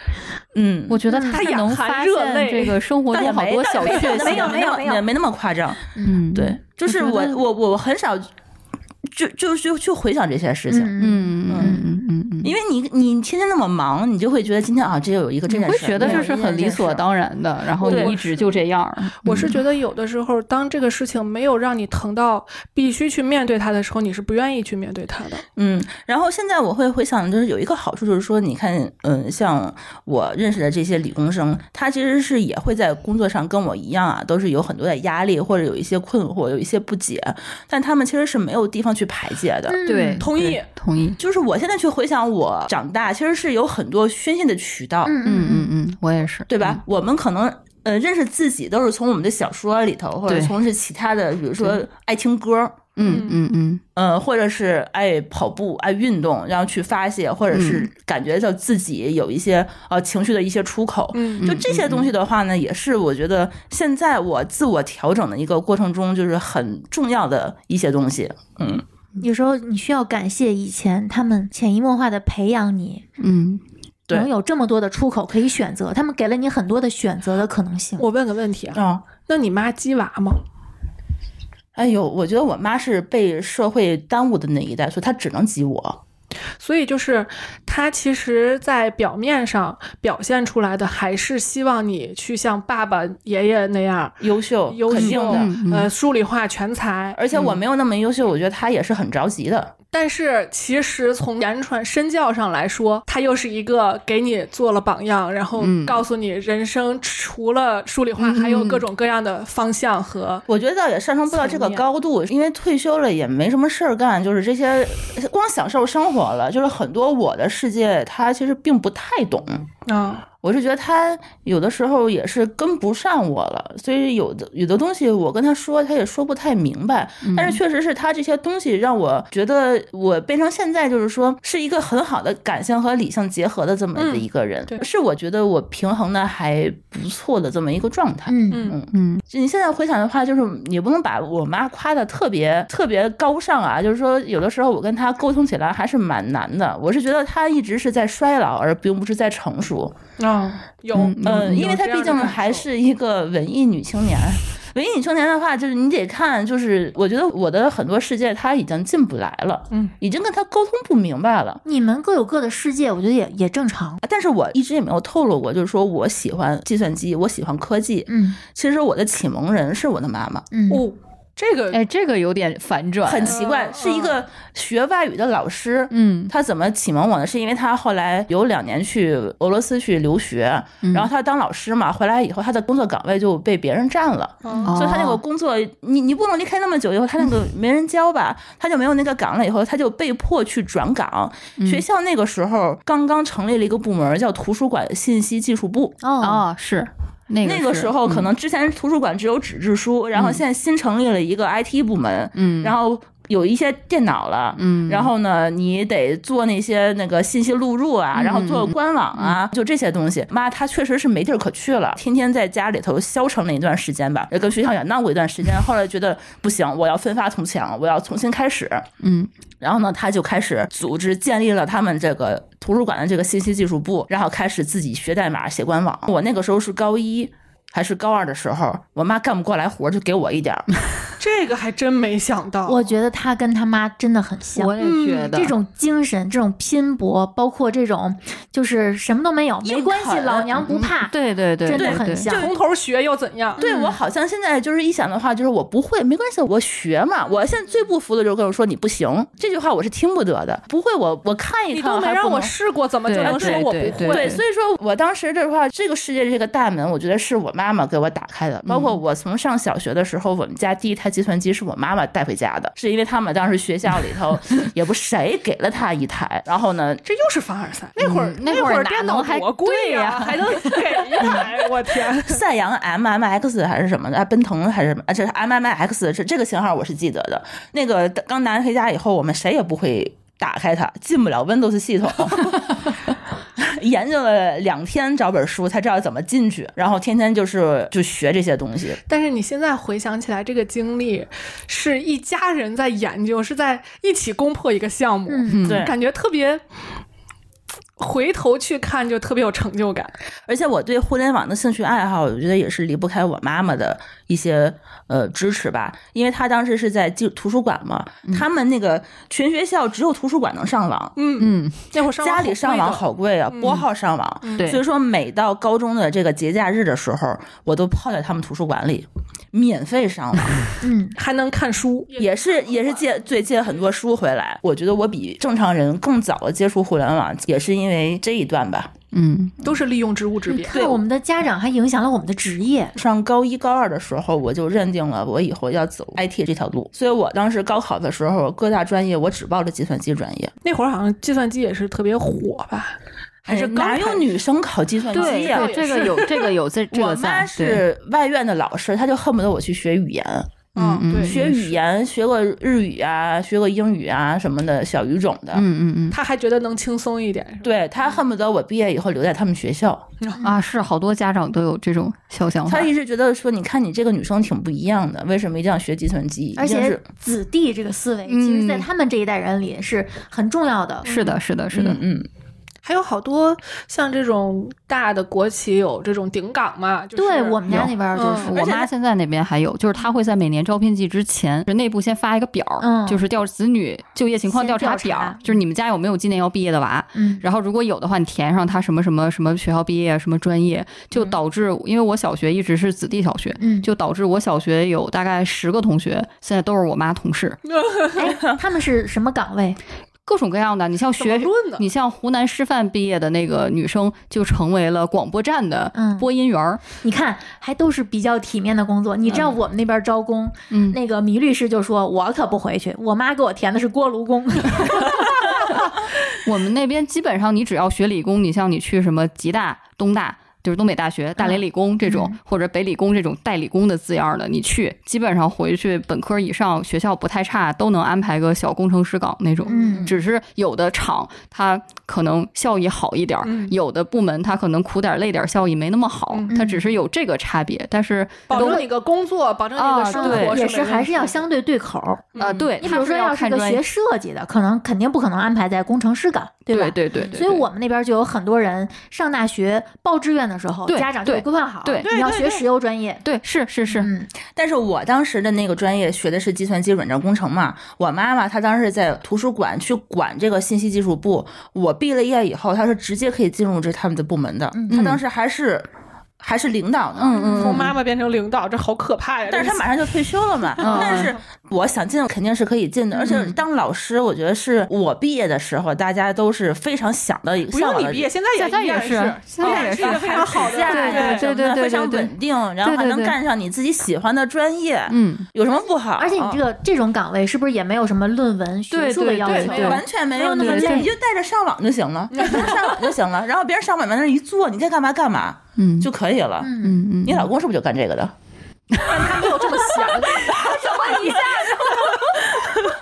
Speaker 4: 嗯，
Speaker 3: 我觉得
Speaker 5: 他
Speaker 3: 他
Speaker 5: 眼
Speaker 3: 能
Speaker 5: 含
Speaker 3: 发
Speaker 5: 热
Speaker 3: 现
Speaker 5: 泪
Speaker 3: 这个生活
Speaker 4: 倒也
Speaker 3: 中好
Speaker 4: 没
Speaker 3: 多
Speaker 4: 倒 <laughs>
Speaker 3: 小
Speaker 4: 也
Speaker 3: 确幸，
Speaker 4: 没有没有没有没那么夸张，
Speaker 3: 嗯，
Speaker 4: 对，就是
Speaker 3: 我
Speaker 4: 我
Speaker 3: 觉得
Speaker 4: 我我很少就就就去回想这些事情。
Speaker 2: 嗯
Speaker 3: 嗯嗯嗯嗯嗯，
Speaker 4: 因为你你天天那么忙，你就会觉得今天啊，这有一个这
Speaker 3: 你
Speaker 4: 件
Speaker 3: 会
Speaker 4: 事，
Speaker 3: 觉得
Speaker 4: 那有
Speaker 3: 这
Speaker 4: 一
Speaker 3: 是
Speaker 4: 件
Speaker 3: 很理
Speaker 4: 这件
Speaker 3: 所
Speaker 4: 事
Speaker 3: 当然的，然后
Speaker 4: 对
Speaker 3: 你一直就这样儿。嗯
Speaker 5: 我是觉得有的时候，当这个事情没有让你疼到必须去面对它的时候，你是不愿意去面对它的。
Speaker 4: 嗯，然后现在我会回想，就是有一个好处，就是说，你看，嗯，像我认识的这些理工生，他其实是也会在工作上跟我一样啊，都是有很多的压力，或者有一些困惑，有一些不解，但他们其实是没有地方去排解的。
Speaker 2: 嗯
Speaker 3: 对
Speaker 5: 同意
Speaker 3: 对，同意。
Speaker 4: 就是我现在去回想，我长大其实是有很多宣泄的渠道，
Speaker 2: 嗯
Speaker 3: 嗯
Speaker 2: 嗯
Speaker 3: 嗯嗯，我也是，
Speaker 4: 对吧？我们可能。呃，认识自己都是从我们的小说里头，或者
Speaker 3: 对
Speaker 4: 从是其他的，比如说爱听歌，
Speaker 3: 嗯？嗯嗯嗯，
Speaker 4: 呃，或者是爱跑步、爱运动，然后去发泄，或者是
Speaker 5: 嗯
Speaker 4: 感觉到自己有一些呃情绪的一些出口。
Speaker 5: 嗯
Speaker 4: 就这些东西的话呢，也是我觉得现在我自我调整的一个过程中，就是很重要的一些东西。嗯，
Speaker 2: 有时候你需要感谢以前他们潜移默化的培养你，
Speaker 3: 嗯，
Speaker 4: 对
Speaker 2: 能有这么多的出口可以选择，他们给了你很多的选择的可能性。
Speaker 5: 我问个问题啊，
Speaker 4: 哦，
Speaker 5: 那你妈鸡娃吗？
Speaker 4: 哎呦，我觉得我妈是被社会耽误的那一代，所以她只能挤我。
Speaker 5: 所以就是她其实，在表面上表现出来的，还是希望你去像爸爸、爷爷那样
Speaker 4: 优秀，
Speaker 5: 优
Speaker 4: 肯定
Speaker 5: 秀，嗯
Speaker 4: 的。
Speaker 3: 嗯嗯
Speaker 5: 呃，数理化全才。
Speaker 4: 而且我没有那么优秀，我觉得她也是很着急的。
Speaker 5: 但是其实从言传身教上来说，他又是一个给你做了榜样，然后
Speaker 3: 嗯
Speaker 5: 告诉你人生除了数理化，还有各种各样的方向和
Speaker 4: 我觉得倒也上升不到这个高度，因为退休了也没什么事儿干，就是这些光享受生活了。就是很多我的世界，他其实并不太懂。
Speaker 5: 啊，
Speaker 4: 我是觉得他有的时候也是跟不上我了，所以有的有的东西我跟他说，他也说不太明白。但是确实是他这些东西让我觉得我变成现在就是说是一个很好的感性和理性结合的这么的一个人，
Speaker 5: 对
Speaker 4: 是我觉得我平衡的还不错的这么一个状态。
Speaker 2: 嗯
Speaker 5: 嗯
Speaker 4: 就你现在回想的话，就是也不能把我妈夸的特别特别高尚啊，就是说有的时候我跟她沟通起来还是蛮难的。我是觉得她一直是在衰老，而并不是在成熟。
Speaker 5: 啊，有，
Speaker 4: 嗯，因为她
Speaker 5: 这样
Speaker 4: 毕
Speaker 5: 的
Speaker 4: 竟
Speaker 5: 感受
Speaker 4: 还是一个文艺女青年。文艺女青年的话，就是你得看，就是我觉得我的很多世界她已经进不来了，
Speaker 5: 嗯，
Speaker 4: 已经跟她沟通不明白了。
Speaker 2: 你们各有各的世界，我觉得也也正常。
Speaker 4: 但是我一直也没有透露过，就是说我喜欢计算机，我喜欢科技。
Speaker 2: 嗯
Speaker 4: 其实我的启蒙人是我的妈妈。
Speaker 2: 嗯，
Speaker 5: 哦，这个
Speaker 3: 哎，这个有点反转，
Speaker 4: 呃很奇怪
Speaker 5: 嗯，
Speaker 4: 是一个学外语的老师。
Speaker 3: 嗯
Speaker 4: 他怎么启蒙我呢？是因为他后来有两年去俄罗斯去留学，
Speaker 5: 嗯
Speaker 4: 然后他当老师嘛，回来以后他的工作岗位就被别人占了，
Speaker 5: 哦
Speaker 4: 所以他那个工作，你你不能离开那么久以后，他那
Speaker 5: <laughs>
Speaker 4: 个没人教吧，他就没有那个岗了，以后他就被迫去转岗。
Speaker 5: 嗯
Speaker 4: 学校那个时候刚刚成立了一个部门叫图书馆信息技术部，
Speaker 2: 哦，
Speaker 3: 啊，是那个
Speaker 4: 那个
Speaker 3: 是嗯
Speaker 4: 时候可能之前图书馆只有纸质书，然后现在新成立了一个 IT 部门，
Speaker 3: 嗯，
Speaker 4: 然后有一些电脑了，
Speaker 3: 嗯
Speaker 4: 然后呢，你得做那些那个信息录入啊，
Speaker 3: 嗯
Speaker 4: 然后做官网啊，就这些东西。妈，她确实是没地儿可去了，天天在家里头消沉了一段时间吧，也跟学校也闹过一段时间。后来觉得不行，我要奋发图强，我要重新开始。
Speaker 3: 嗯，
Speaker 4: 然后呢，她就开始组织建立了他们这个图书馆的这个信息技术部，然后开始自己学代码、写官网。我那个时候是高一。还是高二的时候，我妈干不过来活儿，就给我一点儿， <laughs>
Speaker 5: 这个还真没想到。
Speaker 2: 我觉得他跟他妈真的很像。
Speaker 4: 我也觉得、
Speaker 2: 这种精神，这种拼搏，包括这种就是什么都没有，
Speaker 4: 硬
Speaker 2: 没关系，
Speaker 4: 啃
Speaker 2: 老娘不怕。
Speaker 3: 嗯对对对，
Speaker 2: 真的
Speaker 3: 对
Speaker 2: 很
Speaker 3: 对
Speaker 2: 像
Speaker 5: 从头学又怎样？嗯
Speaker 4: 对我好像现在就是一想的话，就是我不会，没关系，我学嘛。我现在最不服的就是跟我说你不行这句话，我是听不得的。不会我，我看一看，
Speaker 5: 你都
Speaker 4: 我
Speaker 5: 没
Speaker 4: 还
Speaker 5: 让
Speaker 4: 不
Speaker 5: 我
Speaker 4: 能
Speaker 5: 试过，怎么就
Speaker 3: 对
Speaker 5: 能说
Speaker 3: 对
Speaker 5: 我
Speaker 3: 对
Speaker 5: 不
Speaker 3: 对
Speaker 5: 会？
Speaker 4: 对，所以说我当时这块，这个世界这个大门，我觉得是我妈妈给我打开的。包括
Speaker 5: 嗯
Speaker 4: 我从上小学的时候，我们家第一台计算机是我妈妈带回家的，是因为他们当时学校里
Speaker 5: <laughs>
Speaker 4: 头也不谁给了她一台，然后呢，
Speaker 5: 这又是凡尔赛。那会儿、
Speaker 3: 那会儿
Speaker 5: 会儿
Speaker 3: 哪
Speaker 5: 电脑
Speaker 3: 能还
Speaker 5: 多贵
Speaker 3: 对呀
Speaker 5: 还能给一台？我天！
Speaker 4: 赛扬 MMX 还是什么的，啊奔腾还是什么，啊，这是 MMX 是这个型号我是记得的。那个刚拿回家以后，我们谁也不会打开它，进不了 Windows 系统。 <laughs> 研究了两天，找本书才知道怎么进去，然后天天就是就学这些东西。
Speaker 5: 但是你现在回想起来，这个经历是一家人在研究，是在一起攻破一个项目，
Speaker 2: 嗯，
Speaker 4: 对，
Speaker 5: 感觉特别。回头去看就特别有成就感，
Speaker 4: 而且我对互联网的兴趣爱好，我觉得也是离不开我妈妈的一些呃支持吧，因为她当时是在技图书馆嘛，他们那个全学校只有图书馆能上网，
Speaker 5: 嗯，
Speaker 3: 嗯，
Speaker 5: 那会儿上网
Speaker 4: 家里
Speaker 5: 好
Speaker 4: 上
Speaker 5: 贵
Speaker 4: 网
Speaker 5: 的
Speaker 4: 好贵啊，拨号上网，
Speaker 3: 对
Speaker 4: 所以说每到高中的这个节假日的时候，我都泡在他们图书馆里，免费上网，
Speaker 2: 嗯，
Speaker 5: 还能看书，
Speaker 4: 也是啊也是借对借很多书回来。我觉得我比正常人更早的接触互联网，也是因为这一段吧。
Speaker 3: 嗯，
Speaker 5: 都是利用职务之
Speaker 2: 你
Speaker 5: 便。
Speaker 2: 看我们的家长还影响了我们的职业。
Speaker 4: 上高一高二的时候，我就认定了我以后要走 IT 这条路，所以我当时高考的时候，各大专业我只报了计算机专业，
Speaker 5: 那会儿好像计算机也是特别火吧，还是
Speaker 4: 哎
Speaker 5: 刚
Speaker 4: 哪
Speaker 5: 开
Speaker 4: 有女生考计算机啊
Speaker 3: 对
Speaker 4: 呀、
Speaker 3: 对，这个有这个有这这
Speaker 4: 我
Speaker 3: 个
Speaker 4: 妈
Speaker 3: 在，对
Speaker 4: 是外院的老师，她就恨不得我去学语言，
Speaker 5: 嗯
Speaker 3: 嗯
Speaker 5: 对，
Speaker 4: 学语言学个日语啊，学个英语啊什么的，小语种的。
Speaker 3: 嗯嗯
Speaker 5: 他还觉得能轻松一点，是吧
Speaker 4: 对她恨不得我毕业以后留在他们学校，
Speaker 3: 嗯啊，是好多家长都有这种肖想法
Speaker 4: 她，一直觉得说，你看你这个女生挺不一样的，为什么一定要学计算机？
Speaker 2: 而
Speaker 4: 一定
Speaker 2: 且
Speaker 4: 是
Speaker 2: 子弟这个思维，其实，在
Speaker 3: 嗯
Speaker 2: 他们这一代人里是很重要的。
Speaker 3: 是的，是的，是的
Speaker 4: 嗯，嗯，
Speaker 5: 还有好多像这种大的国企有这种顶岗嘛，就是
Speaker 2: 对我们家那边儿就
Speaker 5: 嗯
Speaker 2: 是，
Speaker 5: 而
Speaker 3: 我
Speaker 5: 且
Speaker 3: 妈现在那边还有，就是她会在每年招聘季之前，就内部先发一个表儿，
Speaker 2: 嗯
Speaker 3: 就是调子女就业情况
Speaker 2: 先
Speaker 3: 调查
Speaker 2: 调
Speaker 3: 表儿，
Speaker 2: 查
Speaker 3: 就是你们家有没有今年要毕业的娃。
Speaker 2: 嗯，
Speaker 3: 然后如果有的话，你填上他什么什么什么学校毕业，啊什么专业，就导致因为我小学一直是子弟小学，
Speaker 2: 嗯
Speaker 3: <laughs> 就导致我小学有大概十个同学，现在都是我妈同事，
Speaker 2: 哎，他们是什么岗位？
Speaker 3: 各种各样的。你像
Speaker 5: 怎么
Speaker 3: 学，
Speaker 5: 论呢？
Speaker 3: 你像湖南师范毕业的那个女生，就成为了广播站的
Speaker 2: 嗯
Speaker 3: 播音员儿。
Speaker 2: 你看，还都是比较体面的工作。你知道我们那边招工，
Speaker 3: 嗯
Speaker 2: 那个米律师就说：“我可不回去，我妈给我填的是锅炉工。
Speaker 3: 我们那边基本上，你只要学理工，你像你去什么吉大、东大，就是东北大学、大
Speaker 5: 嗯
Speaker 3: 连理工这种，或者北理工这种带理工的字样儿的，你去，基本上回去本科以上学校不太差，都能安排个小工程师岗那 <laughs> 种。
Speaker 2: 嗯
Speaker 3: 只是有的厂它可能效益好一点儿，
Speaker 5: 嗯
Speaker 3: 有的部门它可能苦点儿累点儿，效益没那么好，
Speaker 5: 嗯
Speaker 3: 它只是有这个差别，但是
Speaker 5: 保
Speaker 3: 都
Speaker 5: 证你个工作，保证你
Speaker 3: 啊
Speaker 5: 个生活
Speaker 3: 对
Speaker 5: 没问题，
Speaker 2: 也是还是要相对对口
Speaker 3: <laughs>
Speaker 2: 儿。
Speaker 3: 呃，对，
Speaker 2: 嗯你比
Speaker 3: 它
Speaker 2: 如说，
Speaker 3: 是
Speaker 2: 要是
Speaker 3: 看
Speaker 2: 个
Speaker 3: 专
Speaker 2: 学
Speaker 3: 业，
Speaker 2: 设计的，可能肯定不可能安排在工程师岗，对吧？
Speaker 3: 对对对对，
Speaker 2: 所以
Speaker 3: 对
Speaker 2: 我们那边就有很多人上大学报志愿的时候，
Speaker 3: 对
Speaker 2: 家长就
Speaker 3: 对
Speaker 2: 规划好，
Speaker 3: 对
Speaker 2: 你要学石油专业。
Speaker 3: 对是是是，
Speaker 2: 嗯，
Speaker 4: 但是我当时的那个专业学的是计算机软件工程嘛，我妈妈她当时在图书馆去管这个信息技术部，我毕了业以后，她是直接可以进入这他们的部门的，她当时还是还是领导呢，
Speaker 3: 嗯嗯
Speaker 5: 从妈妈变成领导，这好可怕呀！
Speaker 4: 但是他马上就退休了嘛。
Speaker 3: 嗯
Speaker 4: 但是我想进肯定是可以进的，而且当老师，我觉得是我毕业的时候，大家都是非常想的一个
Speaker 5: 不
Speaker 4: 向
Speaker 5: 用
Speaker 4: 往
Speaker 5: 你
Speaker 4: 的
Speaker 5: 毕业，现在
Speaker 3: 现在
Speaker 5: 依
Speaker 3: 也
Speaker 5: 然
Speaker 3: 是
Speaker 5: 是，哦
Speaker 3: 现在也
Speaker 5: 是一个非常好的
Speaker 4: 假呀
Speaker 5: 对
Speaker 4: 什么
Speaker 3: 对对
Speaker 4: 的
Speaker 3: 对
Speaker 4: 非常
Speaker 3: 对对
Speaker 4: 稳定，然后
Speaker 3: 对
Speaker 4: 还
Speaker 3: 对
Speaker 4: 能
Speaker 3: 对
Speaker 4: 干上你自己喜欢的专业，
Speaker 3: 嗯。
Speaker 4: 有什么不好？啊
Speaker 2: 而且你这个这种岗位是不是也没有什么论文学
Speaker 3: 对
Speaker 2: 术的
Speaker 3: 对
Speaker 2: 要
Speaker 5: 对
Speaker 2: 求？啊
Speaker 5: 没有
Speaker 4: 完全没有那
Speaker 2: 没有
Speaker 4: 么
Speaker 2: 那
Speaker 4: 累，
Speaker 2: 么
Speaker 4: 你就带着上网就行了，带着上网就行了。然后别人上网往那儿一坐，你该干嘛干嘛
Speaker 3: 嗯
Speaker 4: 就可以了。
Speaker 2: 嗯，
Speaker 3: 嗯嗯，
Speaker 4: 你老公是不是就干这个的？
Speaker 5: 但他没有这么闲，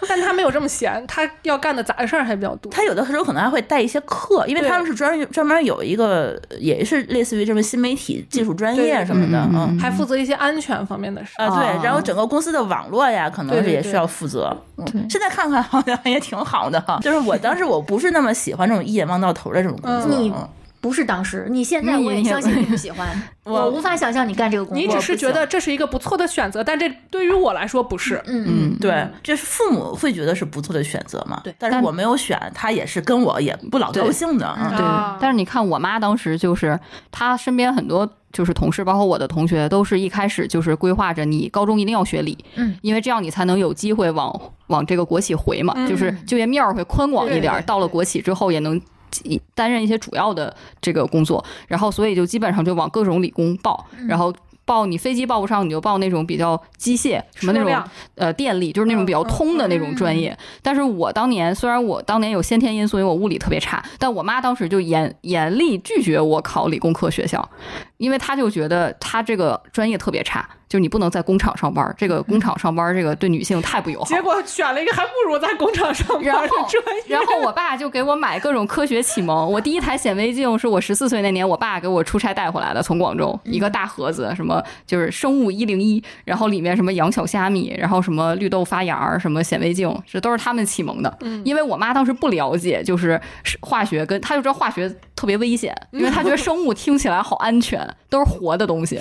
Speaker 5: 但他没有这么闲，他要干的杂事儿还比较多。
Speaker 4: 他有的时候可能还会带一些课，因为
Speaker 5: 对
Speaker 4: 他们是专专门有一个，也是类似于这种新媒体技术专业什么的，
Speaker 3: 嗯嗯嗯
Speaker 4: 嗯。
Speaker 5: 还负责一些安全方面的事儿。
Speaker 4: 啊，
Speaker 3: 哦
Speaker 4: 对，然后整个公司的网络呀，可能
Speaker 5: 对
Speaker 4: 是
Speaker 5: 对
Speaker 4: 也
Speaker 5: 对
Speaker 4: 需要负责。
Speaker 3: 对
Speaker 4: 嗯现在看看好像也挺好的哈，就是我当时我不是那么喜欢这种一眼望到头的这种工作。
Speaker 5: 嗯
Speaker 2: 你
Speaker 4: 嗯
Speaker 2: 不是当时，你现在
Speaker 3: 嗯
Speaker 2: 我也相信你不
Speaker 3: <laughs>
Speaker 2: 喜欢，
Speaker 4: 我
Speaker 2: 我无法想象你干这个工作。
Speaker 5: 你只是觉得这是一个不错的选择，但这对于我来说不是。
Speaker 2: 嗯，
Speaker 3: 嗯，
Speaker 4: 对，这是父母会觉得是不错的选择嘛？
Speaker 2: 对
Speaker 4: 但是
Speaker 3: 但
Speaker 4: 我没有选，他也是跟我也不老高兴的啊。
Speaker 3: 嗯对
Speaker 5: 啊，
Speaker 3: 但是你看，我妈当时就是她身边很多就是同事，包括我的同学，都是一开始就是规划着你高中一定要学理，
Speaker 2: 嗯，
Speaker 3: 因为这样你才能有机会往往这个国企回嘛，
Speaker 5: 嗯
Speaker 3: 就是就业面儿会宽广一点儿，
Speaker 2: 对
Speaker 3: 到了国企之后也能。担任一些主要的这个工作，然后所以就基本上就往各种理工报，然后报你飞机报不上，你就报那种比较机械什么那
Speaker 5: 车
Speaker 3: 种
Speaker 5: 辆
Speaker 3: 呃电力，就是那种比较通的那种专业。但是我当年虽然我当年有先天因素，因为我物理特别差，但我妈当时就严严厉拒绝我考理工科学校，因为她就觉得她这个专业特别差，就是你不能在工厂上班儿，这个工厂上班儿这个对女性太不友好
Speaker 5: 结。果选了一个还不如在工厂上
Speaker 3: 然
Speaker 5: 班的
Speaker 3: 后
Speaker 5: 专业，。 <laughs>
Speaker 3: 然后我爸就给我买各种科学启蒙。我第一台显微镜是我十四岁那年，我爸给我出差带回来的，从广州一个大盒子，什么就是生物一零一，然后里面什么养小虾米，然后什么绿豆发芽儿，什么显微镜，这都是他们启蒙的。因为我妈当时不了解，就是是化学跟她就知道化学特别危险，因为她觉得生物听起来好安全，都是活的东西。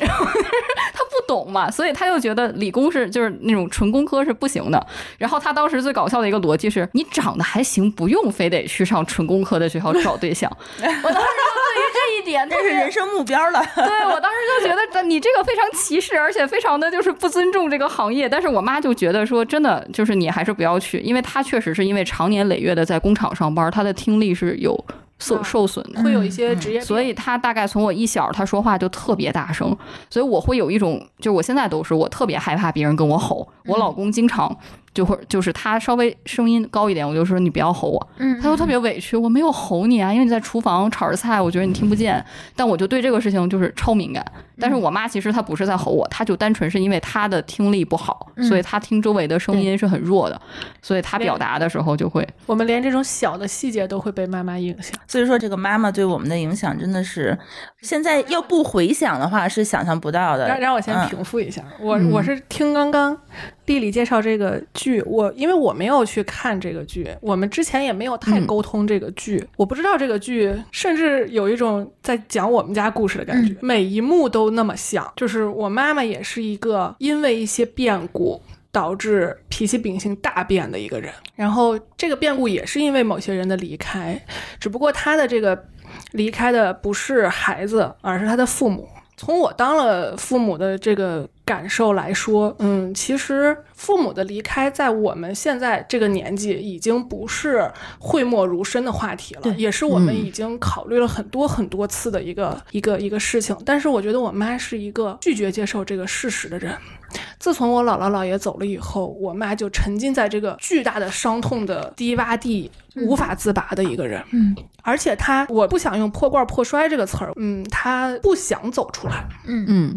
Speaker 3: 他不懂嘛，所以他就觉得理工是就是那种纯工科是不行的。然后他当时最搞笑的一个逻辑是：你长得还行，不用非得去上纯工科的学校找对象。我当时就对于这一点， <laughs>
Speaker 4: 这
Speaker 3: 就是是
Speaker 4: 人生目标了， <laughs>
Speaker 3: 对我当时就觉得你这个非常歧视，而且非常的就是不尊重这个行业。但是我妈就觉得说，真的就是你还是不要去，因为她确实是因为长年累月的在工厂上班，她的听力是有受
Speaker 5: 啊
Speaker 3: 受损
Speaker 5: <laughs>
Speaker 3: 的。
Speaker 5: 会有一些职业病，
Speaker 3: 嗯所以他大概从我一小，他说话就特别大声，所以我会有一种，就是我现在都是我特别害怕别人跟我吼。我老公经常就会，就是他稍微声音高一点，我就说你不要吼我，
Speaker 2: 嗯，
Speaker 3: 他就特别委屈，我没有吼你啊，因为你在厨房炒着菜，我觉得你听不见。但我就对这个事情就是超敏感。但是我妈其实她不是在吼我，她就单纯是因为她的听力不好，
Speaker 2: 嗯
Speaker 3: 所以她听周围的声音是很弱的，所以她表达的时候就会
Speaker 5: 我们连这种小的细节都会被妈妈影响。
Speaker 4: 所以说这个妈妈对我们的影响真的是，现在要不回想的话是想象不到的。
Speaker 5: 让让我
Speaker 4: 嗯
Speaker 5: 先平复一下，我我是听刚刚丽丽介绍这个剧，我因为我没有去看这个剧，我们之前也没有太
Speaker 3: 嗯
Speaker 5: 沟通这个剧，我不知道这个剧，甚至有一种在讲我们家故事的
Speaker 4: 嗯
Speaker 5: 感觉，每一幕都那么像。就是我妈妈也是一个因为一些变故。导致脾气秉性大变的一个人，然后这个变故也是因为某些人的离开，只不过他的这个离开的不是孩子，而是他的父母。从我当了父母的这个感受来说，嗯，其实父母的离开在我们现在这个年纪已经不是讳莫如深的话题了，也是我们已经考虑了很多很多次的一个、一个一个事情。但是我觉得我妈是一个拒绝接受这个事实的人。自从我姥姥姥爷走了以后，我妈就沉浸在这个巨大的伤痛的低洼地无法自拔的一个人。
Speaker 2: 嗯，
Speaker 5: 而且她，我不想用破罐破摔这个词儿，嗯，她不想走出来，
Speaker 3: 嗯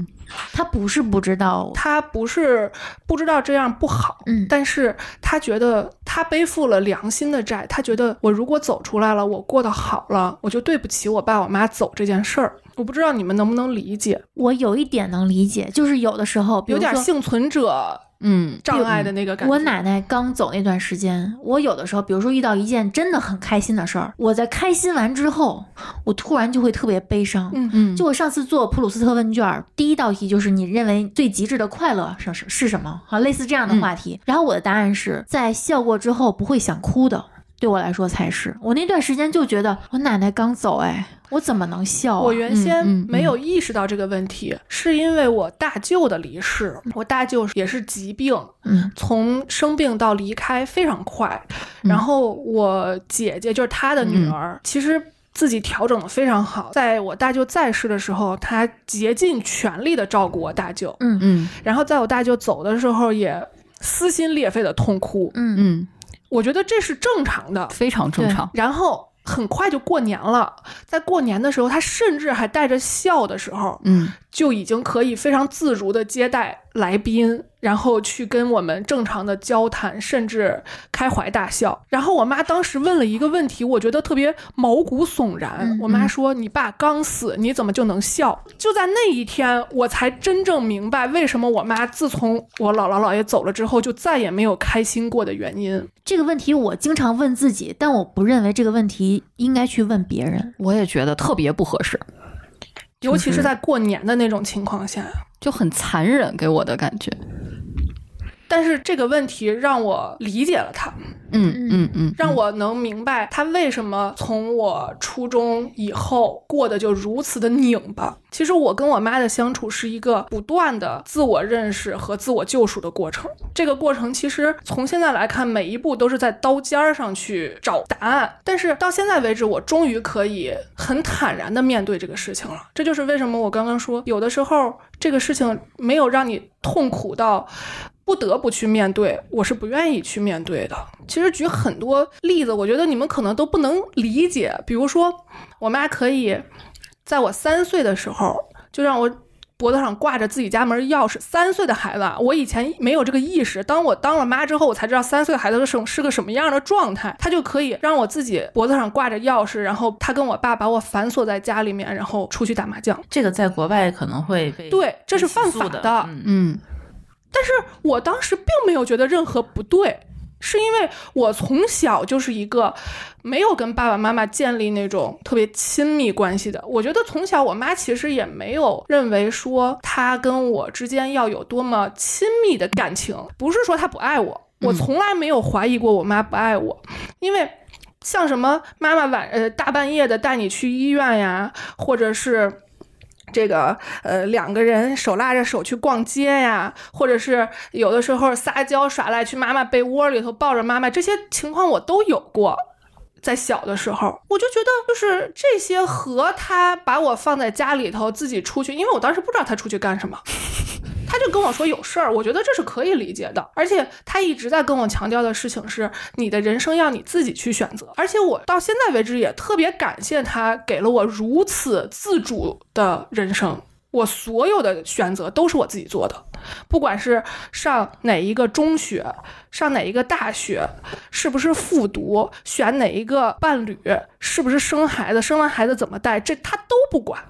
Speaker 2: 他不是不知道，
Speaker 5: 她不是不知道这样不好，
Speaker 2: 嗯
Speaker 5: 但是她觉得她背负了良心的债，她觉得我如果走出来了，我过得好了，我就对不起我爸我妈走这件事儿。我不知道你们能不能理解，
Speaker 2: 我有一点能理解，就是有的时候，比
Speaker 5: 有
Speaker 2: 如
Speaker 5: 点
Speaker 2: 说
Speaker 5: 幸存者
Speaker 3: 嗯
Speaker 5: 障碍的那个感觉。
Speaker 2: 我奶奶刚走那段时间，我有的时候，比如说遇到一件真的很开心的事儿，我在开心完之后，我突然就会特别悲伤。
Speaker 5: 嗯
Speaker 3: 嗯，
Speaker 2: 就我上次做普鲁斯特问卷儿，第一道题就是你认为最极致的快乐是是是什么？好，类似这
Speaker 5: 嗯
Speaker 2: 样的话题。然后我的答案是在笑过之后不会想哭的，对我来说才是。我那段时间就觉得我奶奶刚走，哎，我怎么能笑、啊？
Speaker 5: 我原先
Speaker 3: 嗯嗯
Speaker 5: 没有意识到这个问题，是因为我大舅的离世，我大舅也是疾病，
Speaker 2: 嗯
Speaker 5: 从生病到离开非常快。然后我姐姐就是她的
Speaker 2: 嗯
Speaker 5: 女儿，其实。自己调整的非常好，在我大舅在世的时候，她竭尽全力的照顾我大舅，
Speaker 2: 嗯
Speaker 3: 嗯
Speaker 5: 然后在我大舅走的时候也撕心裂肺的痛哭，
Speaker 2: 嗯
Speaker 3: 嗯，
Speaker 5: 我觉得这是正常的，
Speaker 3: 非常正
Speaker 2: 对
Speaker 3: 常。
Speaker 5: 然后很快就过年了，在过年的时候，他甚至还带着笑的时候，
Speaker 3: 嗯，
Speaker 5: 就已经可以非常自如的接待来宾，然后去跟我们正常的交谈，甚至开怀大笑。然后我妈当时问了一个问题，我觉得特别毛骨悚然。
Speaker 2: 嗯
Speaker 5: 我妈说：“你爸刚死，你怎么就能笑？”就在那一天，我才真正明白为什么我妈自从我姥姥姥爷走了之后，就再也没有开心过的原因。
Speaker 2: 这个问题我经常问自己，但我不认为这个问题应该去问别人。
Speaker 3: 我也觉得特别不合适，
Speaker 5: 尤其是在过年的那种情况下，
Speaker 3: 就很残忍，给我的感觉。
Speaker 5: 但是这个问题让我理解了他，
Speaker 3: 嗯嗯嗯，
Speaker 5: 让我能明白他为什么从我初中以后过得就如此的拧巴。其实我跟我妈的相处是一个不断的自我认识和自我救赎的过程。这个过程其实从现在来看，每一步都是在刀尖儿上去找答案。但是到现在为止，我终于可以很坦然的面对这个事情了。这就是为什么我刚刚说，有的时候这个事情没有让你痛苦到不得不去面对，我是不愿意去面对的。其实举很多例子，我觉得你们可能都不能理解。比如说，我妈可以在我三岁的时候就让我。脖子上挂着自己家门钥匙，三岁的孩子啊，我以前没有这个意识。当我当了妈之后，我才知道三岁孩子是是个什么样的状态。他就可以让我自己脖子上挂着钥匙，然后他跟我爸把我反锁在家里面，然后出去打麻将。
Speaker 4: 这个在国外可能会被
Speaker 5: 对这是犯法
Speaker 4: 起诉
Speaker 5: 的
Speaker 4: 嗯
Speaker 3: 嗯，
Speaker 5: 但是我当时并没有觉得任何不对，是因为我从小就是一个没有跟爸爸妈妈建立那种特别亲密关系的。我觉得从小我妈其实也没有认为说她跟我之间要有多么亲密的感情，不是说她不爱我，我从来没有怀疑过我妈不爱我，因为。像什么妈妈晚呃大半夜的带你去医院呀，或者是这个呃两个人手拉着手去逛街呀，或者是有的时候撒娇耍赖去妈妈被窝里头抱着妈妈，这些情况我都有过。在小的时候，我就觉得就是这些和他把我放在家里头自己出去，因为我当时不知道他出去干什么，他就跟我说有事儿，我觉得这是可以理解的。而且他一直在跟我强调的事情是，你的人生要你自己去选择。而且我到现在为止也特别感谢他给了我如此自主的人生，我所有的选择都是我自己做的。不管是上哪一个中学，上哪一个大学，是不是复读，选哪一个伴侣，是不是生孩子，生完孩子怎么带，这他都不管，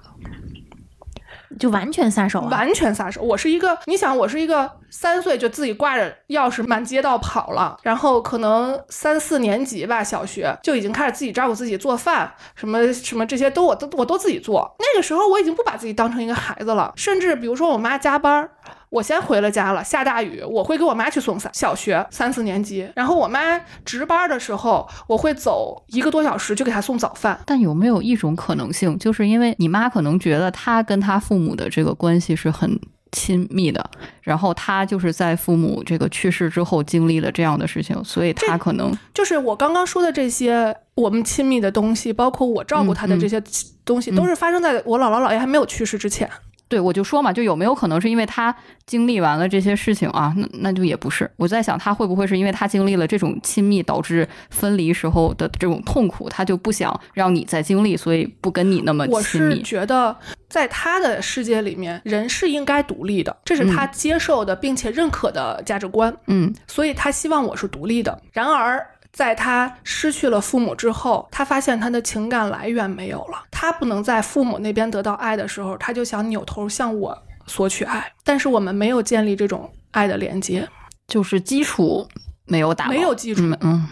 Speaker 2: 就完全撒手啊！
Speaker 5: 完全撒手。我是一个，你想，我是一个三岁就自己挂着钥匙满街道跑了，然后可能三四年级吧，小学就已经开始自己照顾自己做饭，什么什么这些都我都我都自己做。那个时候我已经不把自己当成一个孩子了，甚至比如说我妈加班儿，我先回了家了，下大雨，我会给我妈去送伞。小学三四年级，然后我妈值班的时候，我会走一个多小时去给她送早饭。
Speaker 3: 但有没有一种可能性，就是因为你妈可能觉得她跟她父母的这个关系是很亲密的，然后她就是在父母这个去世之后经历了这样的事情，所以她可能
Speaker 5: 就是我刚刚说的这些我们亲密的东西，包括我照顾她的这些东西，
Speaker 3: 嗯
Speaker 5: 都是发生在我姥姥姥爷还没有去世之前。
Speaker 3: 对我就说嘛，就有没有可能是因为她经历完了这些事情啊？那那就也不是。我在想，她会不会是因为她经历了这种亲密导致分离时候的这种痛苦，她就不想让你再经历，所以不跟你那么
Speaker 5: 我
Speaker 3: 亲
Speaker 5: 是
Speaker 3: 密。
Speaker 5: 觉得，在他的世界里面，人是应该独立的，这是他接受的并且认可的价值观。
Speaker 3: 嗯，
Speaker 5: 所以他希望我是独立的。然而，在他失去了父母之后，他发现他的情感来源没有了，他不能在父母那边得到爱的时候，他就想扭头向我索取爱。但是我们没有建立这种爱的连接，
Speaker 3: 就是基础没有打牢，
Speaker 5: 没有基础
Speaker 3: 嗯嗯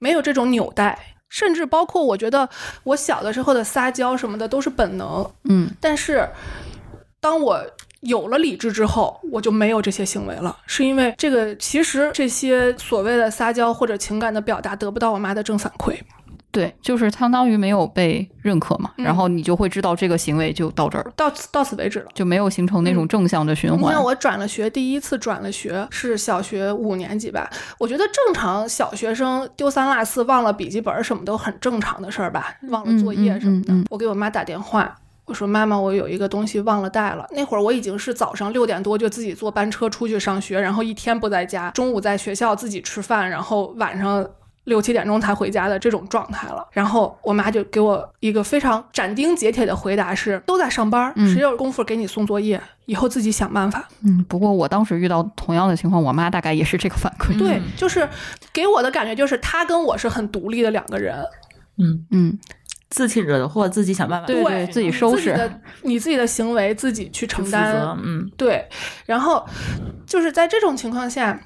Speaker 5: 没有这种纽带。甚至包括，我觉得我小的时候的撒娇什么的都是本能，
Speaker 3: 嗯，
Speaker 5: 但是当我有了理智之后，我就没有这些行为了，是因为这个其实这些所谓的撒娇或者情感的表达得不到我妈的正反馈。
Speaker 3: 对，就是相当于没有被认可嘛，
Speaker 5: 嗯
Speaker 3: 然后你就会知道这个行为就到这儿了，
Speaker 5: 到此到此为止了。
Speaker 3: 就没有形成那
Speaker 2: 嗯
Speaker 3: 种正向的循
Speaker 5: 你
Speaker 3: 环。
Speaker 5: 像我转了学，第一次转了学是小学五年级吧。我觉得正常小学生丢三落四、忘了笔记本儿什么都很正常的事儿吧，忘了作业什么的。
Speaker 3: 嗯嗯嗯嗯
Speaker 5: 我给我妈打电话。我说妈妈，我有一个东西忘了带了。那会儿我已经是早上六点多就自己坐班车出去上学，然后一天不在家，中午在学校自己吃饭，然后晚上六七点钟才回家的这种状态了。然后我妈就给我一个非常斩钉截铁的回答是：都在上班，
Speaker 3: 嗯
Speaker 5: 谁有功夫给你送作业？以后自己想办法。
Speaker 3: 嗯，不过我当时遇到同样的情况，我妈大概也是这个反馈。
Speaker 5: 对，就是给我的感觉就是她跟我是很独立的两个人，
Speaker 4: 嗯，
Speaker 3: 嗯，
Speaker 4: 自己惹的祸自己想办法，
Speaker 3: 对
Speaker 5: 对
Speaker 3: 自己收
Speaker 5: 自己
Speaker 3: 拾。
Speaker 5: 的你自己的行为自己去承
Speaker 4: 负
Speaker 5: 担。
Speaker 4: 责，嗯
Speaker 5: 对，然后就是在这种情况下，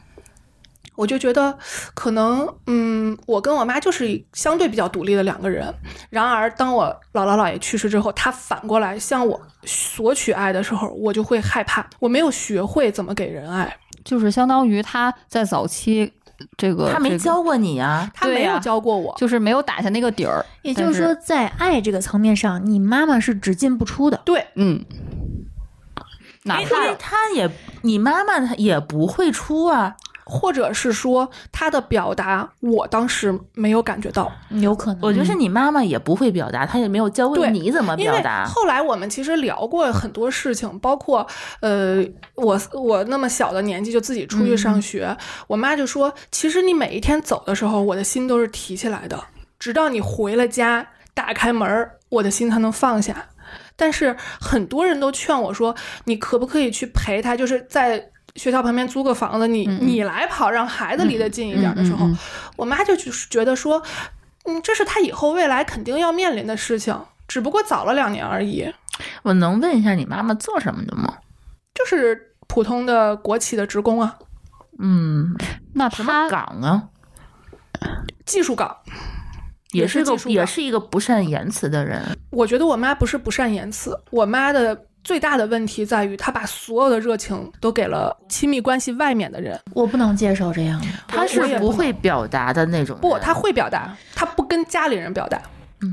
Speaker 5: 我就觉得可能，嗯，我跟我妈就是相对比较独立的两个人。然而，当我姥姥姥爷去世之后，她反过来向我索取爱的时候，我就会害怕，我没有学会怎么给人爱。
Speaker 3: 就是相当于她在早期这
Speaker 5: 呃
Speaker 3: 个
Speaker 4: 他没
Speaker 3: 这个
Speaker 4: 教过你啊，
Speaker 5: 她
Speaker 3: 对
Speaker 5: 没有
Speaker 3: 呀
Speaker 5: 教过我，
Speaker 3: 就是没有打下那个底儿。
Speaker 2: 也就是
Speaker 3: 但
Speaker 2: 说，在爱这个层面上，你妈妈是只进不出的。
Speaker 5: 对
Speaker 3: 嗯，
Speaker 2: 哎
Speaker 3: 哪
Speaker 4: 因
Speaker 3: 怕
Speaker 4: 为他也，你妈妈她也不会出啊，
Speaker 5: 或者是说她的表达，我当时没有感觉到。
Speaker 2: 有可能，
Speaker 4: 我觉得是你妈妈也不会表达，她也没有教会
Speaker 5: 嗯对
Speaker 4: 你怎么
Speaker 5: 因
Speaker 4: 呃表
Speaker 5: 为
Speaker 4: 达。
Speaker 5: 后来我们其实聊过很多事情，包括呃，我我那么小的年纪就自己出去
Speaker 4: 嗯
Speaker 5: 上学，我妈就说，其实你每一天走的时候，我的心都是提起来的，直到你回了家，打开门儿，我的心才能放下。但是很多人都劝我说，你可不可以去陪他，就是在。学校旁边租个房子，你你来跑，让孩子离得近一点的时候，
Speaker 3: 嗯嗯嗯嗯嗯
Speaker 5: 我妈就就是觉得说，嗯，这是他以后未来肯定要面临的事情，只不过早了两年而已。
Speaker 4: 我能问一下你妈妈做什么的吗？
Speaker 5: 就是普通的国企的职工啊，
Speaker 4: 嗯，
Speaker 3: 那
Speaker 4: 什么
Speaker 3: 她
Speaker 4: 岗啊？
Speaker 5: 技术岗。
Speaker 4: 也是一个
Speaker 5: 技术岗
Speaker 4: 也是一个不善言辞的人，
Speaker 5: 我觉得我妈不是不善言辞，我妈的最大的问题在于她把所有的热情都给了亲密关系外面的人。
Speaker 2: 我不能接受这样的。
Speaker 4: 她
Speaker 5: 我也
Speaker 4: 是
Speaker 5: 不
Speaker 4: 不会表达的那种人。
Speaker 5: 不，
Speaker 2: 嗯
Speaker 5: 她会表达，她不跟家里人表达。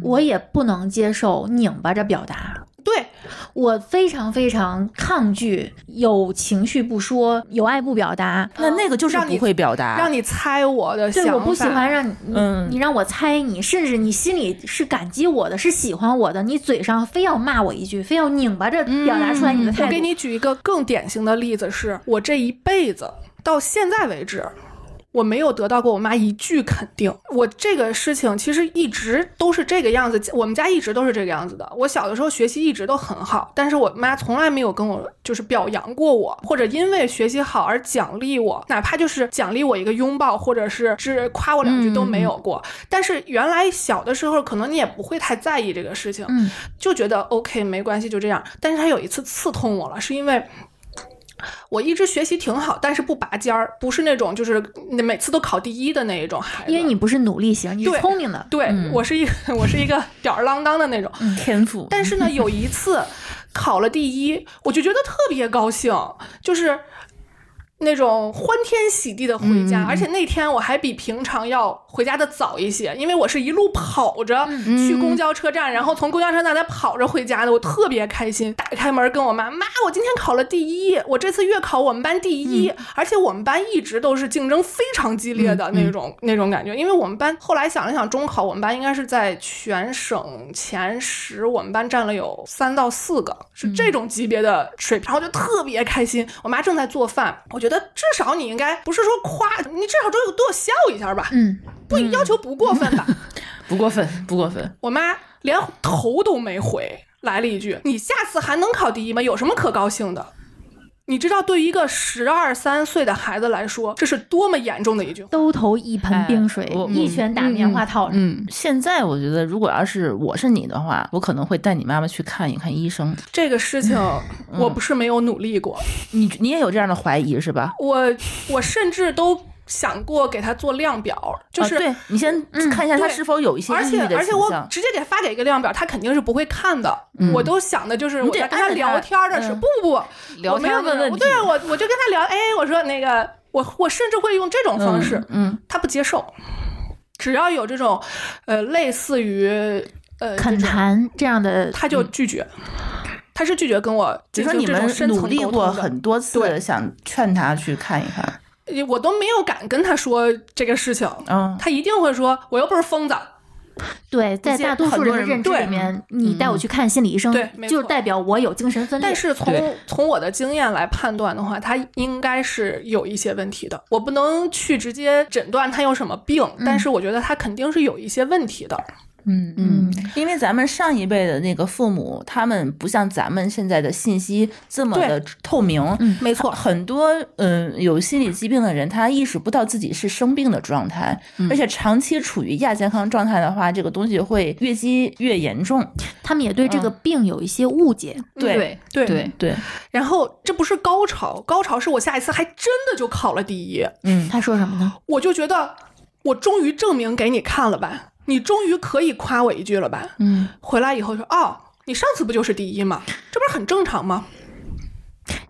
Speaker 2: 我也不能接受拧巴着表达，
Speaker 5: 对，
Speaker 2: 我非常非常抗拒有情绪不说，有爱不表达。
Speaker 4: 那那个就是
Speaker 5: 嗯让你
Speaker 4: 不会表达，
Speaker 5: 让你猜我的想
Speaker 2: 对，
Speaker 5: 法。
Speaker 2: 啊我不喜欢让你，
Speaker 4: 嗯
Speaker 2: 你让我猜你，甚至你心里是感激我的，是喜欢我的，你嘴上非要骂我一句，非要拧巴着表达出来你的态
Speaker 5: 嗯我
Speaker 2: 度。
Speaker 5: 给你举一个更典型的例子是，我这一辈子到现在为止。我没有得到过我妈一句肯定。我这个事情其实一直都是这个样子，我们家一直都是这个样子的。我小的时候学习一直都很好，但是我妈从来没有跟我就是表扬过我，或者因为学习好而奖励我，哪怕就是奖励我一个拥抱，或者是只夸我两句都没有
Speaker 2: 嗯
Speaker 5: 过。但是原来小的时候，可能你也不会太在意这个事情，
Speaker 2: 嗯
Speaker 5: 就觉得 OK 没关系，就这样。但是他有一次刺痛我了，是因为。我一直学习挺好，但是不拔尖儿，不是那种就是每次都考第一的那一种孩子。
Speaker 2: 因为你嗯不是努力型，你是
Speaker 5: 对
Speaker 2: 聪明的，
Speaker 5: 对、我是一个 <laughs> 我是一个吊儿郎当的那种，
Speaker 4: 天赋。
Speaker 5: 但是呢，有一次考了第一，我就觉得特别高兴，就是那种欢天喜地的回家。而且那天我还比平常要回家的早一些，因为我是一路跑着去公交车站，然后从公交车站再跑着回家的，我特别开心。打开门跟我妈妈，我今天考了第一，我这次月考我们班第一，而且我们班一直都是竞争非常激
Speaker 2: 嗯
Speaker 5: 烈的那种、那种感觉，因为我们班后来想了想，中考我们班应该是在全省前十，我们班占了有三到四个，是
Speaker 2: 嗯
Speaker 5: 这种级别的水平，然后就特别开心。我妈正在做饭，我觉得至少你应该不是说夸，你至少都有对我笑一下吧，
Speaker 2: 嗯，
Speaker 5: 不要求不过分吧。 <laughs>
Speaker 4: 不过分，不过分。
Speaker 5: 我妈连头都没回，来了一句：“你下次还能考第一吗？有什么可高兴的？”你知道，对于一个十二三岁的孩子来说，这是多么严重的一句话。
Speaker 2: 兜头一盆冰水，
Speaker 4: 哎我
Speaker 2: 一拳打棉花套。
Speaker 3: 嗯，
Speaker 4: 现在我觉得，如果要是我是你的话，我可能会带你妈妈去看一看医生。
Speaker 5: 这个事情，
Speaker 4: 嗯
Speaker 5: 我不是没有努力过，
Speaker 4: 你你也有这样的怀疑是吧？
Speaker 5: 我我甚至都想过给他做量表，就是、嗯
Speaker 4: 啊、对你先看一下他
Speaker 5: 对
Speaker 4: 是否有一些
Speaker 5: 而
Speaker 4: 抑郁
Speaker 5: 且
Speaker 4: 的倾
Speaker 5: 而且我
Speaker 4: 向。嗯
Speaker 5: 直接给发给一个量表，他肯定是不会看的。我都想的就是
Speaker 4: 你
Speaker 5: 我
Speaker 4: 得
Speaker 5: 在跟他
Speaker 4: 按着他
Speaker 5: 聊天的时候，
Speaker 4: 嗯
Speaker 5: 不不不，
Speaker 4: 聊
Speaker 5: 我没有
Speaker 4: 天问问
Speaker 5: 我
Speaker 4: 题
Speaker 5: 对啊，我我就跟他聊，哎，我说那个，我我甚至会用这种方式，
Speaker 4: 嗯，
Speaker 5: 他不接受。只要有这种，呃，类似于呃
Speaker 2: 恳
Speaker 5: 这种
Speaker 2: 谈这样的，
Speaker 5: 他就拒绝，他是拒绝跟我
Speaker 4: 只
Speaker 5: 进
Speaker 4: 说嗯
Speaker 5: 行
Speaker 4: 你
Speaker 5: 这
Speaker 4: 们
Speaker 5: 种深层
Speaker 4: 努力
Speaker 5: 沟
Speaker 4: 过
Speaker 5: 通的
Speaker 4: 很多次，
Speaker 5: 对
Speaker 4: 想劝他去看一看。
Speaker 5: 我都没有敢跟他说这个事情，
Speaker 4: 嗯，
Speaker 5: 他一定会说我又不是疯子，
Speaker 2: 对，在
Speaker 4: 些
Speaker 2: 大多数
Speaker 4: 很多
Speaker 2: 人的
Speaker 4: 人
Speaker 2: 认知里
Speaker 5: 对嗯
Speaker 2: 面，你带我去看心理医生
Speaker 5: 对，没
Speaker 2: 就
Speaker 5: 错
Speaker 2: 代表我有精神分裂。
Speaker 5: 但是
Speaker 4: 嗯
Speaker 5: 从
Speaker 4: 对
Speaker 5: 从我的经验来判断的话，他应该是有一些问题的。我不能去直接诊断他有什么病，但是我觉得他肯定是有一些问题的。
Speaker 4: 嗯
Speaker 2: 嗯
Speaker 4: 嗯，因为咱们上一辈的那个父母，他们不像咱们现在的信息这么
Speaker 5: 对
Speaker 4: 的透明，
Speaker 2: 嗯
Speaker 5: 没错，
Speaker 4: 很多嗯、有心理疾病的人，他意识不到自己是生病的状态，
Speaker 5: 嗯
Speaker 4: 而且长期处于亚健康状态的话，这个东西会越积越严重。
Speaker 2: 他们也对这个病有一些误解。
Speaker 4: 对
Speaker 5: 嗯对
Speaker 3: 对，
Speaker 4: 对，
Speaker 5: 然后这不是高潮，高潮是我下一次还真的就考了第一，
Speaker 4: 嗯，
Speaker 2: 他说什么呢？
Speaker 5: 我就觉得我终于证明给你看了吧，你终于可以夸我一句了吧。
Speaker 4: 嗯，
Speaker 5: 回来以后说哦，你上次不就是第一吗？这不是很正常吗？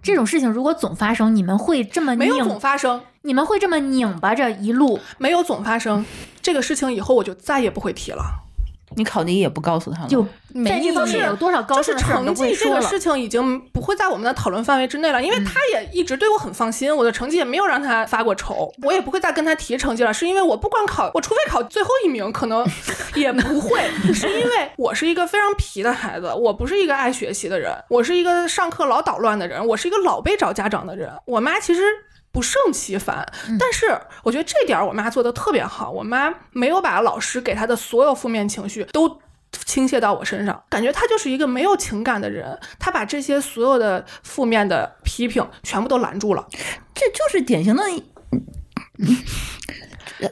Speaker 2: 这种事情如果总发生，你们会这么
Speaker 5: 没有
Speaker 2: 拧
Speaker 5: 总，发生，
Speaker 2: 你们会这么拧巴着一路。
Speaker 5: 没有总发生，这个事情以后我就再也不会提了。
Speaker 4: 你考第一也不告诉他们，
Speaker 2: 就没意
Speaker 5: 这方
Speaker 2: 义，
Speaker 5: 面
Speaker 2: 有多少高
Speaker 5: 就
Speaker 2: 兴
Speaker 5: 是
Speaker 2: 的事儿
Speaker 5: 成
Speaker 2: 都不会
Speaker 5: 绩这
Speaker 2: 说
Speaker 5: 个
Speaker 2: 了。嗯
Speaker 5: 事情已经不会在我们的讨论范围之内了，因为他也一直对我很放心，我的成绩也没有让他发过愁，我也不会再跟他提成绩了，是因为我不管考，我除非考最后一名，可
Speaker 2: <laughs>
Speaker 5: 能也不会，是因为我是一个非常皮的孩子，我不是一个爱学习的人，我是一个上课老捣乱的人，我是一个老被找家长的人，我妈其实。不胜其烦，
Speaker 2: 嗯
Speaker 5: 但是我觉得这点儿我妈做的特别好。我妈没有把老师给她的所有负面情绪都倾泻到我身上，感觉她就是一个没有情感的人。她把这些所有的负面的批评全部都拦住了。
Speaker 4: 这就是典型的。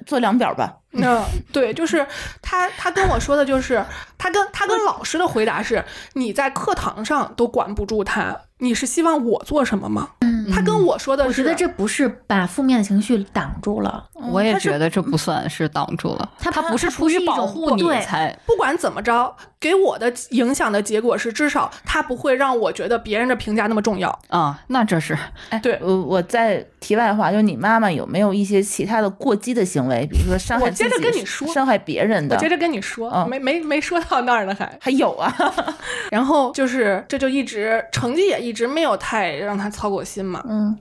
Speaker 4: 做量表吧，
Speaker 2: 嗯
Speaker 5: 那嗯对，就是她，她跟我说的就是，她跟她跟老师的回答是：你在课堂上都管不住她，你是希望我做什么吗？她跟我说的是，
Speaker 2: 嗯我觉得这不是把负面的情绪挡住了，
Speaker 3: 我也觉得这不算是挡住了，
Speaker 2: 他
Speaker 3: 他
Speaker 2: 不
Speaker 3: 不是
Speaker 2: 他
Speaker 3: 出
Speaker 2: 不是
Speaker 3: 于
Speaker 2: 一
Speaker 3: 保
Speaker 2: 种
Speaker 3: 护你
Speaker 2: 对
Speaker 3: 才，
Speaker 5: 不管怎么着，给我的影响的结果是，至少他不会让我觉得别人的评价那么重要。
Speaker 3: 啊、那这是
Speaker 2: 哎
Speaker 5: 对
Speaker 4: 我呃我在题外话，就是你妈妈有没有一些其他的过激的行为，比如说伤害
Speaker 5: 我
Speaker 4: 自
Speaker 5: 接
Speaker 4: 己、
Speaker 5: 着跟你说
Speaker 4: 伤害别人
Speaker 5: 我
Speaker 4: 的，
Speaker 5: 接着跟你说，
Speaker 4: 嗯
Speaker 5: 没没没说到那儿呢，还。
Speaker 4: 还有啊， <laughs>
Speaker 5: 然后就是，这就一直成绩也一直没有太让他操过心嘛。
Speaker 4: 嗯，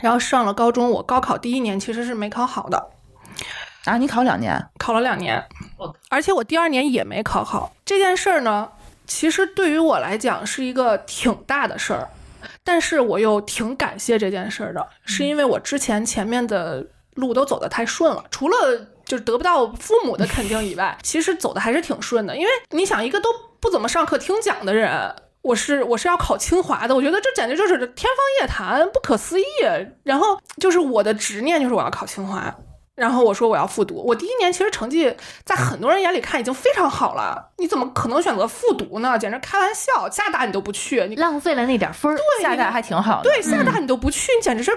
Speaker 5: 然后上了高中，我高考第一年其实是没考好的，
Speaker 4: 啊，你考两年，
Speaker 5: 考了两年，而且我第二年也没考好。这件事儿呢，其实对于我来讲是一个挺大的事儿，但是我又挺感谢这件事儿的，是因为我之前前面的路都走得太顺了，除了就是得不到父母的肯定以外， <laughs> 其实走的还是挺顺的。因为你想，一个都不怎么上课听讲的人。我是我是要考清华的，我觉得这简直就是天方夜谭，不可思议。然后就是我的执念就是我要考清华，然后我说我要复读，我第一年其实成绩在很多人眼里看已经非常好了，你怎么可能选择复读呢？简直开玩笑，厦大你都不去，你
Speaker 2: 浪费了那点儿分儿，
Speaker 4: 厦大还挺好的，
Speaker 5: 对厦大你都不去，你简直 <laughs> 是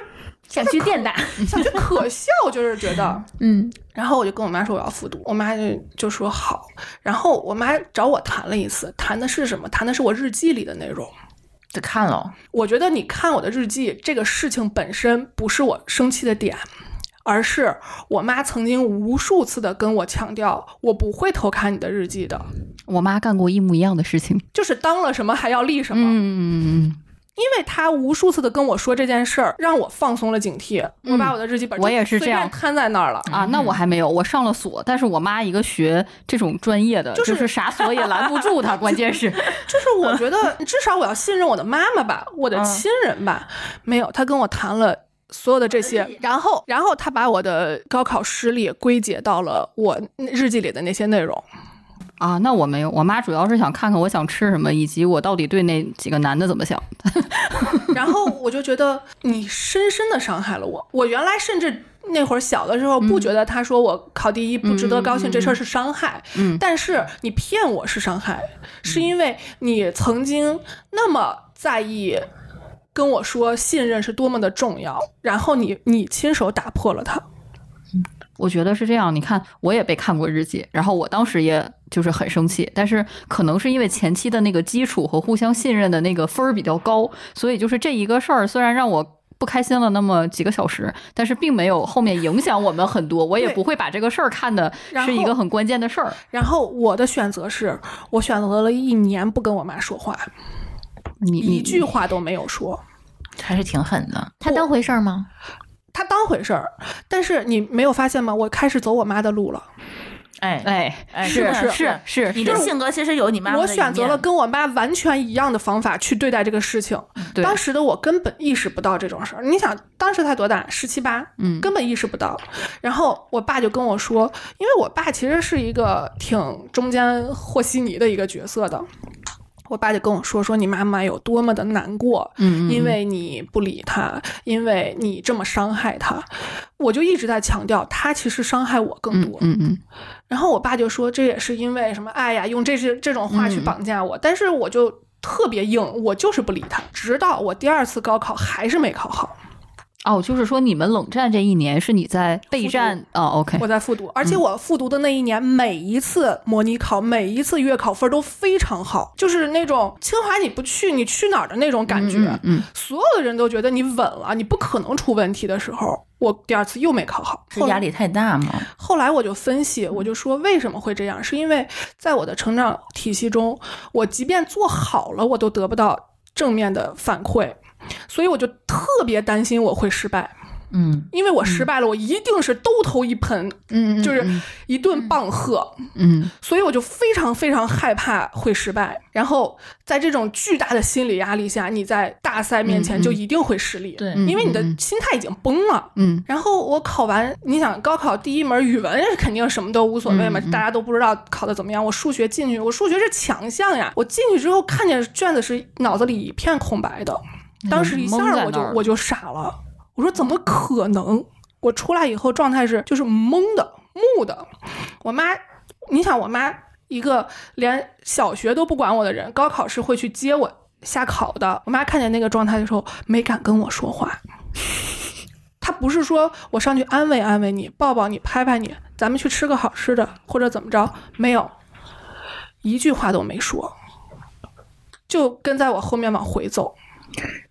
Speaker 2: 想去电大。
Speaker 5: 想去可笑，就是觉得。
Speaker 2: 嗯，
Speaker 5: <laughs> 然后我就跟我妈说我要复读，我妈就就说好。然后我妈找我谈了一次，谈的是什么？谈的是我日记里的内容。
Speaker 4: 就看了，
Speaker 5: 我觉得你看我的日记这个事情本身不是我生气的点，而是我妈曾经无数次的跟我强调，我不会偷看你的日记的，
Speaker 3: 我妈干过一模一样的事情。
Speaker 5: 就是当了什么还要立什么。
Speaker 3: 嗯，
Speaker 5: 因为她无数次的跟我说这件事儿，让我放松了警惕，我把我的日记本
Speaker 3: 嗯我也是
Speaker 5: 随
Speaker 3: 这样
Speaker 5: 便摊在那儿了。
Speaker 3: 啊，那我还没有，我上了锁，但是我妈一个学这种专业的，
Speaker 5: 就
Speaker 3: 就是啥锁也拦不住 <laughs> 她，关键是，
Speaker 5: 就是我觉得 <laughs> 至少我要信任我的妈妈吧，我的亲人吧。没有，她跟我谈了。所有的这些，呃然后，然后她把我的高考失利归结到了我日记里的那些内容。
Speaker 3: 啊，那我没有，我妈主要是想看看我想吃什么，以及我到底对那几个男的怎么想。
Speaker 5: 然后我就觉得你深深的伤害了我。我原来甚至那会儿小的时候
Speaker 3: 嗯
Speaker 5: 不觉得他说我考第一不值得高兴这事儿是伤害，
Speaker 3: 嗯
Speaker 5: 但是你骗我是伤害，是因为你曾经那么在意。跟我说信任是多么的重要，然后你你亲手打破了它，
Speaker 3: 我觉得是这样，你看，我也被看过日记，然后我当时也就是很生气，但是可能是因为前期的那个基础和互相信任的那个分儿比较高，所以就是这一个事儿虽然让我。不开心了那么几个小时，但是并没有后面影响我们很多，我也
Speaker 5: 对
Speaker 3: 不会把这个事儿看的
Speaker 5: 然后
Speaker 3: 是一个很关键的事儿。
Speaker 5: 然后我的选择是，我选择了一年不跟我妈说话，
Speaker 3: 你
Speaker 5: 一
Speaker 3: 你
Speaker 5: 句话都没有说。
Speaker 4: 还是挺狠的。
Speaker 2: 他当回事儿吗？
Speaker 5: 他当回事儿，但是你没有发现吗？我开始走我妈的路了。
Speaker 4: 哎
Speaker 3: 哎，
Speaker 4: 哎，
Speaker 3: 是
Speaker 4: 是
Speaker 3: 是是，
Speaker 4: 你的
Speaker 3: 是
Speaker 4: 性格其实有你妈妈
Speaker 5: 我
Speaker 4: 的一
Speaker 5: 选择
Speaker 4: 面
Speaker 5: 了跟我妈完全一样的方法去对待这个事情。
Speaker 3: 嗯对
Speaker 5: 当时的我根本意识不到这种事儿。你想，当时才多大？十七八，
Speaker 3: 嗯
Speaker 5: 根本意识不到。然后我爸就跟我说，因为我爸其实是一个挺中间和稀泥的一个角色的。我爸就跟我说，说你妈妈有多么的难过，
Speaker 3: 嗯嗯
Speaker 5: 因为你不理她，因为你这么伤害她。我就一直在强调，她其实伤害我更
Speaker 3: 嗯
Speaker 5: 多。
Speaker 3: 嗯嗯，
Speaker 5: 然后我爸就说，这也是因为什么爱呀，用这些这种
Speaker 3: 嗯
Speaker 5: 话去绑架我。但是我就特别硬，我就是不理他，直到我第二次高考还是没考好，
Speaker 3: 哦，就是说你们冷战这一年是你在备
Speaker 5: 复读
Speaker 3: 战哦，OK，
Speaker 5: 我在复读，而且我复读的那一年，每一次模拟考、每一次月考分都非常好，就是那种清华你不去你去哪儿的那种感觉。
Speaker 3: 嗯嗯，
Speaker 5: 所有的人都觉得你稳了，你不可能出问题的时候，我第二次又没考好，
Speaker 4: 是
Speaker 5: 后来
Speaker 4: 压力太大吗？
Speaker 5: 后来我就分析，我就说为什么会这样，是因为在我的成长体系中，我即便做好了，我都得不到正面的反馈，所以我就特别担心我会失败，
Speaker 4: 嗯，
Speaker 5: 因为我失败了，我一定是兜头一盆，
Speaker 3: 嗯，嗯
Speaker 5: 就是
Speaker 3: 嗯
Speaker 5: 一顿棒喝，
Speaker 3: 嗯
Speaker 5: 所以我就非常非常害怕会失败。然后在这种巨大的心理压力下，你在大赛面前就一定会失利，
Speaker 4: 对
Speaker 5: 因为你的
Speaker 3: 嗯嗯嗯嗯
Speaker 5: 心态已经崩了。
Speaker 3: 嗯
Speaker 5: 然后我考完，你想高考第一门语文肯定什么都无所谓
Speaker 3: 嗯
Speaker 5: 嘛，大家都不知道考的怎么样。我数学进去，我数学是强项呀，我进去之后看见卷子是脑子里一片空白的，当时一下
Speaker 3: 嗯蒙在
Speaker 5: 我就
Speaker 3: 那儿了
Speaker 5: 我就傻了，我说怎么可能？我出来以后状态是就是懵的木的，我妈，你想我妈一个连小学都不管我的人，高考是会去接我下考的，我妈看见那个状态的时候没敢跟我说话。他不是说我上去安慰安慰你、抱抱你、拍拍你，咱们去吃个好吃的或者怎么着，没有，一句话都没说，就跟在我后面往回走。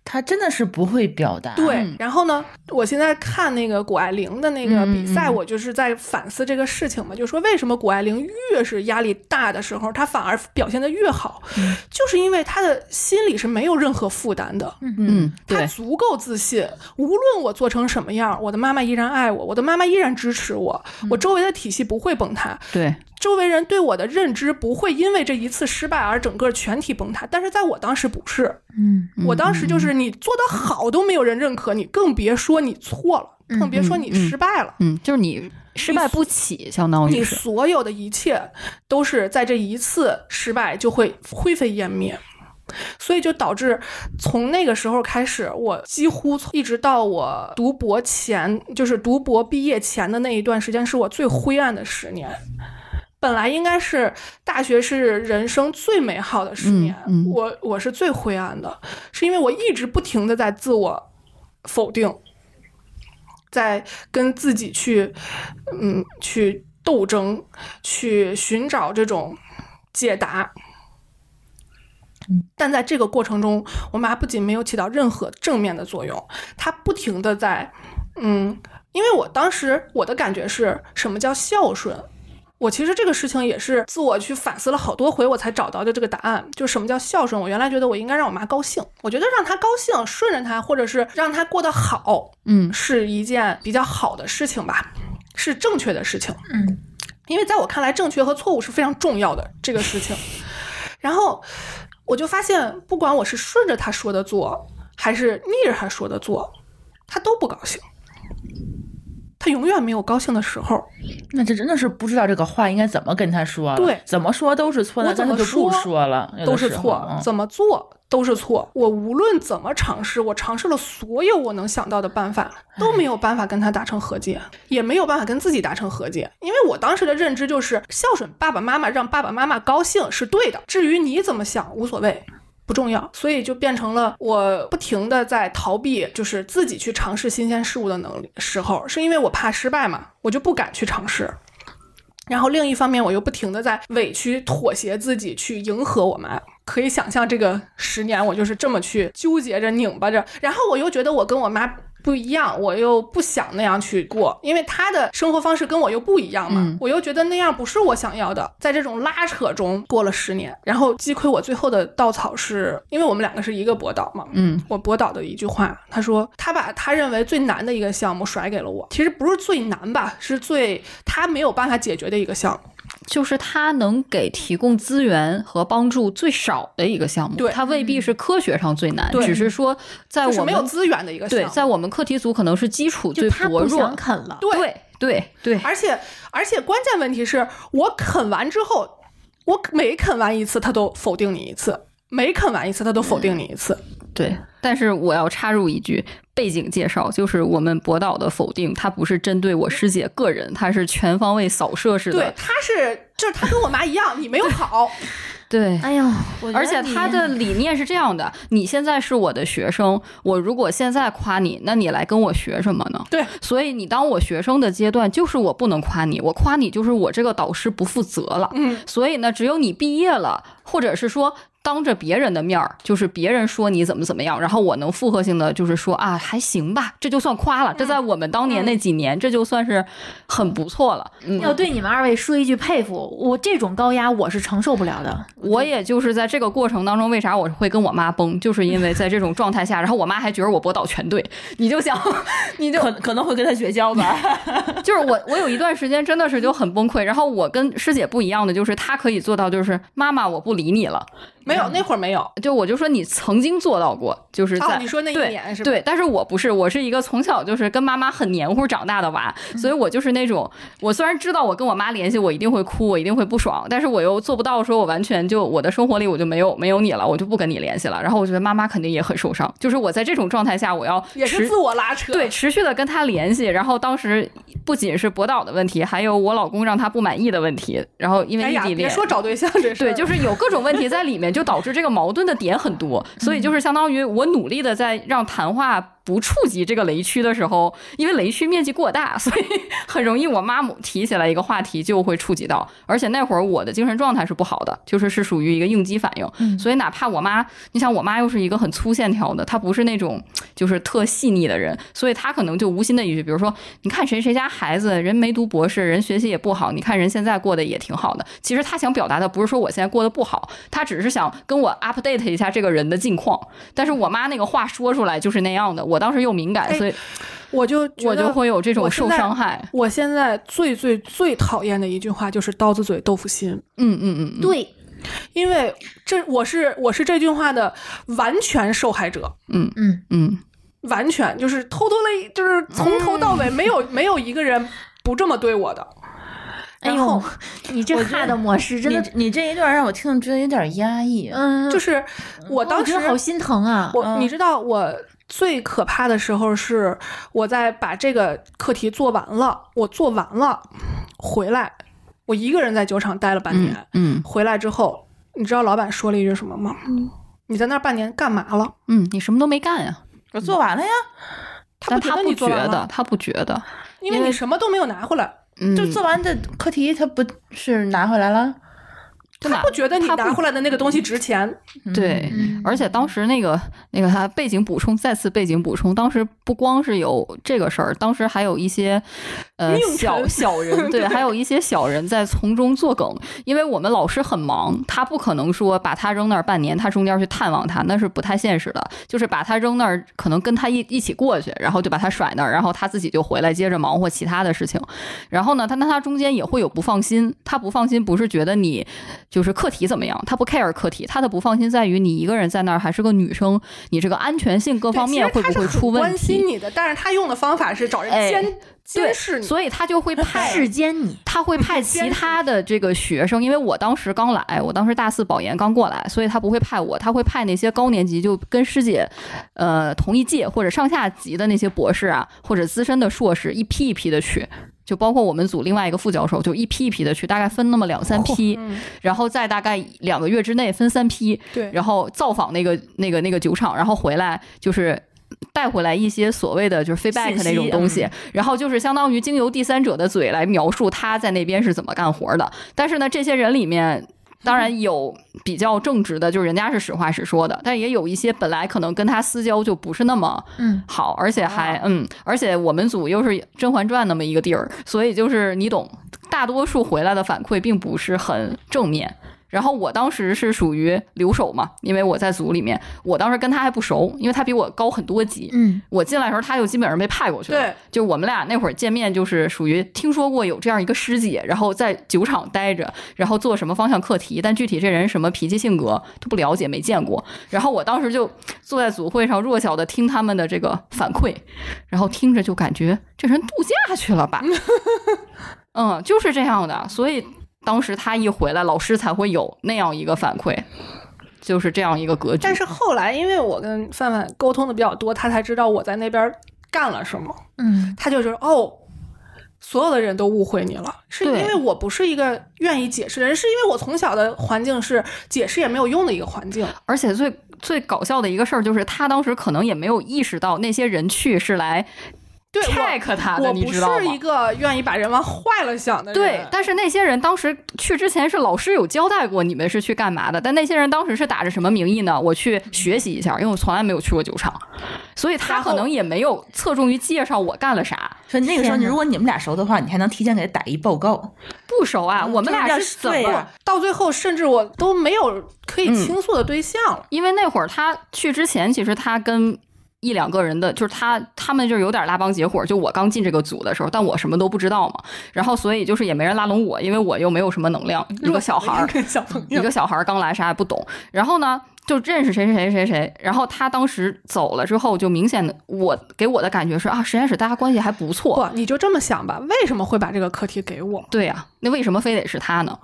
Speaker 4: 他真的是不会表达，嗯
Speaker 5: 对，
Speaker 3: 嗯
Speaker 5: 然后呢，我现在看那个谷爱凌的那个比
Speaker 3: 嗯
Speaker 5: 赛，我就是在反思这个事情嘛，就说为什么谷爱凌越是压力大的时候，她反而表现的越好，
Speaker 3: 嗯
Speaker 5: 就是因为她的心里是没有任何负担的。
Speaker 3: 嗯，
Speaker 5: 她
Speaker 3: 对，
Speaker 5: 足够自信，无论我做成什么样，我的妈妈依然爱我，我的妈妈依然支持我，
Speaker 3: 嗯
Speaker 5: 我周围的体系不会崩塌，
Speaker 3: 对，
Speaker 5: 周围人对我的认知不会因为这一次失败而整个全体崩塌。但是在我当时不是，
Speaker 2: 嗯，
Speaker 5: 我当时就是你做的好都没有人认可你，更别说你错了，更别说你失败了。
Speaker 3: 嗯，就是你失败不起，相当于
Speaker 5: 你
Speaker 3: 是，
Speaker 5: 所有的一切都是在这一次失败就会灰飞烟灭，所以就导致从那个时候开始，我几乎从一直到我读博前，就是读博毕业前的那一段时间，是我最灰暗的十年。本来应该是大学是人生最美好的十年，
Speaker 3: 嗯嗯
Speaker 5: 我我是最灰暗的，是因为我一直不停的在自我否定，在跟自己去，嗯，去斗争，去寻找这种解答。但在这个过程中，我妈不仅没有起到任何正面的作用，她不停的在，嗯，因为我当时我的感觉是什么叫孝顺？我其实这个事情也是自我去反思了好多回，我才找到的这个答案，就什么叫孝顺。我原来觉得我应该让我妈高兴，我觉得让她高兴，顺着她，或者是让她过得好，
Speaker 3: 嗯
Speaker 5: 是一件比较好的事情吧，是正确的事情。
Speaker 2: 嗯，
Speaker 5: 因为在我看来，正确和错误是非常重要的这个事情。 <laughs> 然后我就发现，不管我是顺着他说的做，还是逆着他说的做，他都不高兴。他永远没有高兴的时候。
Speaker 4: 那这真的是不知道这个话应该怎么跟他说了，
Speaker 5: 对
Speaker 4: 怎么说都是错的，
Speaker 5: 我怎
Speaker 4: 那
Speaker 5: 么
Speaker 4: 他就不
Speaker 5: 说
Speaker 4: 说了，有的
Speaker 5: 都是
Speaker 4: 时候嗯啊
Speaker 5: 错，怎么做都是错。我无论怎么尝试，我尝试了所有我能想到的办法，都没有办法跟他达成和解，也没有办法跟自己达成和解。因为我当时的认知就是，孝顺爸爸妈妈，让爸爸妈妈高兴是对的。至于你怎么想，无所谓。不重要，所以就变成了我不停的在逃避，就是自己去尝试新鲜事物的能力时候，是因为我怕失败嘛，我就不敢去尝试。然后另一方面，我又不停的在委屈、妥协自己，去迎合我妈。可以想象，这个十年我就是这么去纠结着、拧巴着，然后我又觉得我跟我妈不一样，我又不想那样去过，因为她的生活方式跟我又不一样嘛，
Speaker 3: 嗯
Speaker 5: 我又觉得那样不是我想要的。在这种拉扯中过了十年，然后击溃我最后的稻草是，因为我们两个是一个博导嘛，
Speaker 3: 嗯
Speaker 5: 我博导的一句话，他说他把他认为最难的一个项目甩给了我，其实不是最难吧，是最他没有办法解决的一个项目。
Speaker 3: 就是它能给提供资源和帮助最少的一个项目。
Speaker 5: 对嗯
Speaker 3: 它未必是科学上最难，
Speaker 5: 对嗯
Speaker 3: 只是说在
Speaker 5: 就
Speaker 3: 我
Speaker 5: 是
Speaker 3: 们
Speaker 5: 没有资源的一个项
Speaker 3: 对，
Speaker 5: 目。
Speaker 3: 在我们课题组可能是基础
Speaker 2: 就
Speaker 3: 最
Speaker 2: 他
Speaker 3: 薄
Speaker 2: 不
Speaker 3: 弱
Speaker 2: 想。啃了，
Speaker 5: 对
Speaker 3: 对对对，
Speaker 5: 而且而且关键问题是我啃完之后，我每啃完一次，他都否定你一次。每啃完一次，他都否定你一
Speaker 3: 嗯
Speaker 5: 次。
Speaker 3: 对，但是我要插入一句背景介绍，就是我们博导的否定，它不是针对我师姐个人，它是全方位扫射式
Speaker 5: 对
Speaker 3: 的，。
Speaker 5: 他是就是他跟我妈一样，你没有好，
Speaker 3: 对，
Speaker 2: 哎呦，
Speaker 3: 而且他的理念是这样的：你现在是我的学生，我如果现在夸你，那你来跟我学什么呢？
Speaker 5: 对，
Speaker 3: 所以你当我学生的阶段，就是我不能夸你，我夸你就是我这个导师不负责了。
Speaker 5: 嗯，
Speaker 3: 所以呢，只有你毕业了，或者是说。当着别人的面儿，就是别人说你怎么怎么样，然后我能附和性的就是说啊，还行吧，这就算夸了。
Speaker 5: 嗯
Speaker 3: 这在我们当年那几年，这就算是很不错了。嗯，
Speaker 2: 要对你们二位说一句佩服，我这种高压我是承受不了的。
Speaker 3: 我也就是在这个过程当中，为啥我会跟我妈崩，就是因为在这种状
Speaker 4: <laughs>
Speaker 3: 态下，然后我妈还觉得我博导全对，你就想， <laughs> 你就
Speaker 4: 可可能会跟他绝交吧。 <laughs>
Speaker 3: 就是我，我有一段时间真的是就很崩溃。然后我跟师姐不一样的就是，她可以做到，就是妈妈我不理你了，
Speaker 5: 没有那会儿没有。
Speaker 3: 就我就说你曾经做到过，就是在、
Speaker 5: 哦，你说那一
Speaker 3: 对
Speaker 5: 年是吧？
Speaker 3: 对，但是我不是，我是一个从小就是跟妈妈很黏糊长大的娃，所以我就是那种，我虽然知道我跟我妈联系，我一定会哭，我一定会不爽，但是我又做不到说我完全就我的生活里我就没有没有你了，我就不跟你联系了。然后我觉得妈妈肯定也很受伤，就是我在这种状态下，我要
Speaker 5: 也是
Speaker 3: 持
Speaker 5: 自我拉扯。
Speaker 3: 对，持续的跟他联系，然后当时不仅是博导的问题，还有我老公让他不满意的问题，然后因为
Speaker 5: 哎
Speaker 3: 异
Speaker 5: 呀，
Speaker 3: 地
Speaker 5: 别
Speaker 3: 恋，
Speaker 5: 说找对象这事
Speaker 3: 对，
Speaker 5: 儿了，
Speaker 3: 就是有各种问题在里面，就导致这个矛盾的点很多，所以就是相当于我努力的在让谈话不触及这个雷区的时候，因为雷区面积过大，所以很容易我妈母提起来一个话题就会触及到，而且那会儿我的精神状态是不好的，就是是属于一个应激反
Speaker 5: 嗯
Speaker 3: 应，所以哪怕我妈，你想我妈又是一个很粗线条的，她不是那种就是特细腻的人，所以她可能就无心的一句，比如说你看谁谁家孩子人没读博士，人学习也不好，你看人现在过得也挺好的。其实他想表达的不是说我现在过得不好，他只是想跟我 update 一下这个人的近况。但是我妈那个话说出来就是那样的，我当时又敏感，
Speaker 5: 哎
Speaker 3: 所以
Speaker 5: 我就觉
Speaker 3: 我
Speaker 5: 得
Speaker 3: 就会有这种
Speaker 5: 我现
Speaker 3: 受
Speaker 5: 在
Speaker 3: 伤害。
Speaker 5: 我现在最最最讨厌的一句话就是“刀子嘴豆腐心
Speaker 3: 嗯嗯嗯，嗯，
Speaker 2: 对，”，
Speaker 5: 因为这我是我是这句话的完全受害者，
Speaker 3: 嗯
Speaker 2: 嗯
Speaker 3: 嗯，
Speaker 5: 完全就是偷偷的，就是从头到尾没有、没有一个人不这么对我的。
Speaker 2: 哎
Speaker 5: 然
Speaker 2: 呦
Speaker 5: 后，
Speaker 2: 你这
Speaker 4: 我觉
Speaker 2: 哈
Speaker 4: 得
Speaker 2: 的模式真的，
Speaker 4: 你你这一段让我听着觉得有点压抑。
Speaker 2: 嗯，哦
Speaker 5: 就是是我当时
Speaker 2: 觉得好心疼啊。
Speaker 5: 我
Speaker 4: 嗯
Speaker 5: 你知道我最可怕的时候是我在把这个课题做完了，我做完了回来，我一个人在酒厂待了半年。
Speaker 3: 嗯
Speaker 5: 回来之后，你知道老板说了一句什么吗？你在那儿半年干嘛了？
Speaker 3: 嗯，你什么都没干呀、
Speaker 4: 我做完了呀，
Speaker 5: 他
Speaker 3: 但
Speaker 5: 不觉
Speaker 3: 他
Speaker 5: 得
Speaker 3: 不
Speaker 5: 你
Speaker 3: 觉
Speaker 5: 做完
Speaker 3: 得
Speaker 5: 了，，
Speaker 3: 他不觉得，
Speaker 5: 因为你什么都没有拿回来，
Speaker 3: 嗯，
Speaker 4: 就做完的课题，他不是拿回来了？
Speaker 3: 他
Speaker 5: 他不觉得你
Speaker 3: 他不
Speaker 5: 拿回来的那个东西值钱。
Speaker 3: 对，
Speaker 2: 嗯
Speaker 3: 而且当时那个那个他背景补充，再次背景补充，当时不光是有这个事儿，当时还有一些呃
Speaker 5: 命沉
Speaker 3: 小小
Speaker 5: <laughs>
Speaker 3: 人，对，还有一些小人在从中作梗，因为我们老师很忙，他不可能说把他扔那儿半年，他中间去探望他，那是不太现实的，就是把他扔那儿，可能跟他一一起过去，然后就把他甩那儿，然后他自己就回来接着忙活其他的事情，然后呢，他那他中间也会有不放心，他不放心不是觉得你就是课题怎么样，他不 care 课题，他的不放心在于你一个人在那儿还是个女生，你这个安全性各
Speaker 5: 各
Speaker 3: 方面会不会出问
Speaker 5: 关心
Speaker 3: 题？
Speaker 5: 你的，但是他用的方法是找人
Speaker 3: 哎
Speaker 5: 监、监
Speaker 3: 对
Speaker 5: 视你。
Speaker 3: 所以他就
Speaker 5: <laughs>
Speaker 3: 会派
Speaker 2: 世间你，
Speaker 3: 他会派其他的这个学生，因为我当时刚来，我当时大四保研刚过来，所以他不会派我，他会派那些高年级就跟师姐，呃，同一届或者上下级的那些博士啊，或者资深的硕士，一批一批的去。就包括我们组另外一个副教授，就一批一批的去，大概分那么两三批，
Speaker 5: 嗯，
Speaker 3: 然后在大概两个月之内分三批，
Speaker 5: 对，
Speaker 3: 然后造访那个那个那个酒厂，然后回来就是。带回来一些所谓的就是 feedback
Speaker 4: 信息嗯
Speaker 3: 那种东西，然后就是相当于经由第三者的嘴来描述他在那边是怎么干活的。但是呢，这些人里面当然有比较正直的，就是人家是实话实说的，但也有一些本来可能跟他私交就不是那么
Speaker 2: 嗯，
Speaker 3: 好，而且还、嗯，而且我们组又是《甄嬛传》那么一个地儿，所以就是你懂，大多数回来的反馈并不是很正面。然后我当时是属于留守嘛，因为我在组里面，我当时跟他还不熟，因为他比我高很多级。
Speaker 2: 嗯，
Speaker 3: 我进来的时候，他就基本上被派过去了。
Speaker 5: 对，
Speaker 3: 就我们俩那会儿见面，就是属于听说过有这样一个师姐，然后在酒厂待着，然后做什么方向课题，但具体这人什么脾气性格都不了解，没见过。然后我当时就坐在组会上，弱小的听他们的这个反馈，然后听着就感觉这人度假去了吧？嗯，就是这样的。所以当时他一回来，老师才会有那样一个反馈，就是这样一个格局。
Speaker 5: 但是后来，因为我跟范范沟通的比较多，他才知道我在那边干了什么。
Speaker 2: 嗯，
Speaker 5: 他就觉得哦，所有的人都误会你了，是因
Speaker 3: 对
Speaker 5: 为我不是一个愿意解释的人，是因为我从小的环境是解释也没有用的一个环境。
Speaker 3: 而且最最搞笑的一个事儿就是，他当时可能也没有意识到那些人去是来
Speaker 5: 对我
Speaker 3: check 他的，
Speaker 5: 我
Speaker 3: 你
Speaker 5: 不
Speaker 3: 知道
Speaker 5: 是一
Speaker 3: 吗？
Speaker 5: 个愿意把人往坏了想的人。
Speaker 3: 对，但是那些人当时去之前是老师有交代过你们是去干嘛的，但那些人当时是打着什么名义呢？我去学习一下，因为我从来没有去过酒厂，所以他
Speaker 5: 然后
Speaker 3: 可能也没有侧重于介绍我干了啥，
Speaker 4: 所以那个时候，
Speaker 2: 天哪
Speaker 4: 如果你们俩熟的话，你还能提前给他打一报告。
Speaker 3: 不熟啊。
Speaker 4: 嗯
Speaker 3: 我们俩
Speaker 4: 就是
Speaker 3: 怎
Speaker 4: 是这
Speaker 3: 么
Speaker 4: 样
Speaker 5: 到最后，甚至我都没有可
Speaker 3: 嗯
Speaker 5: 以倾诉的对象了。
Speaker 3: 因为那会儿他去之前，其实他跟一两个人的，就是他他们就是有点拉帮结伙。就我刚进这个组的时候，但我什么都不知道嘛，然后所以就是也没人拉拢我，因为我又没有什么能量，一个小孩儿，
Speaker 5: 跟小朋
Speaker 3: 一
Speaker 5: 友
Speaker 3: 个小孩儿刚来啥也不懂。然后呢，就认识谁谁谁谁谁。然后他当时走了之后，就明显的我给我的感觉是啊，实验室大家关系还不错。
Speaker 5: 不，你就这么想吧？为什么会把这个课题给我？
Speaker 3: 对呀、那为什么非得是他呢？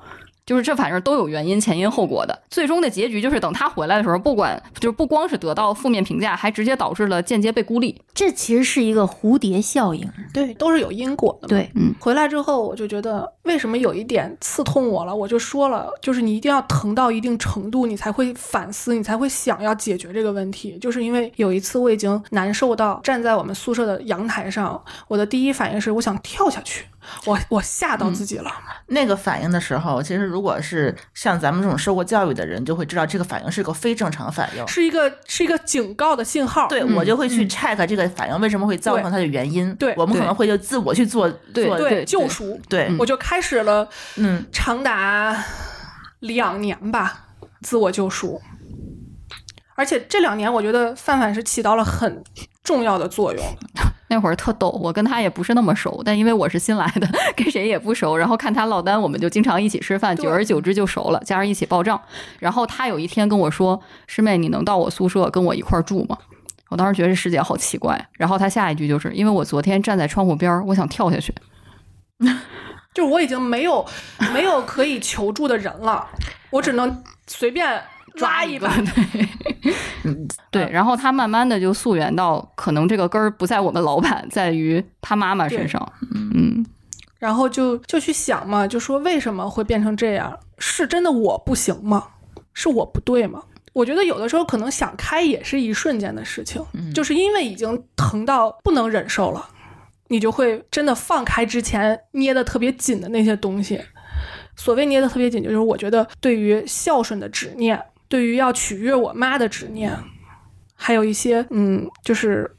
Speaker 3: 就是这反正都有原因、前因后果的。最终的结局就是，等他回来的时候，不管就是不光是得到负面评价，还直接导致了间接被孤立。
Speaker 2: 这其实是一个蝴蝶效应。
Speaker 5: 对，都是有因果的嘛。
Speaker 2: 对，
Speaker 5: 回来之后，我就觉得为什么有一点刺痛我了，我就说了，就是你一定要疼到一定程度，你才会反思，你才会想要解决这个问题。就是因为有一次我已经难受到站在我们宿舍的阳台上，我的第一反应是我想跳下去，我我吓
Speaker 3: 嗯
Speaker 5: 到自己了。
Speaker 4: 那个反应的时候，其实如果是像咱们这种受过教育的人，就会知道这个反应是个非正常反应。
Speaker 5: 是一个是一个警告的信号，
Speaker 4: 对，我就会去 check 这个反应为什么会造成它的原因。
Speaker 5: 对
Speaker 4: 我们可
Speaker 3: 对
Speaker 4: 能会就自我去做
Speaker 3: 对
Speaker 4: 做
Speaker 5: 对
Speaker 3: 对
Speaker 5: 救赎，
Speaker 4: 对，
Speaker 5: 我就开始了
Speaker 4: 嗯，
Speaker 5: 长达两年吧，自我救赎。而且这两年，我觉得范范是起到了很重要的作用。
Speaker 3: 那会儿特逗，我跟他也不是那么熟，但因为我是新来的， <laughs> 跟谁也不熟。然后看他落单，我们就经常一起吃饭，
Speaker 5: 对
Speaker 3: 久而久之就熟了，加上一起报账。然后他有一天跟我说：“师妹，你能到我宿舍跟我一块儿住吗？”我当时觉得这师姐好奇怪。然后他下一句就是：“因为我昨天站在窗户边儿，我想跳下去。”
Speaker 5: 就是我已经没有没有可以求助的人了，我只能随便抓一把。
Speaker 3: 对，对，然后他慢慢的就溯源到，可能这个根儿不在我们老板，在于他妈妈身上。嗯，
Speaker 5: 然后就就去想嘛，就说为什么会变成这样？是真的我不行吗？是我不对吗？我觉得有的时候可能想开也是一瞬间的事情，就是因为已经疼到不能忍受了，你就会真的放开之前捏的特别紧的那些东西。所谓捏的特别紧，就是我觉得对于孝顺的执念，对于要取悦我妈的执念，还有一些嗯，就是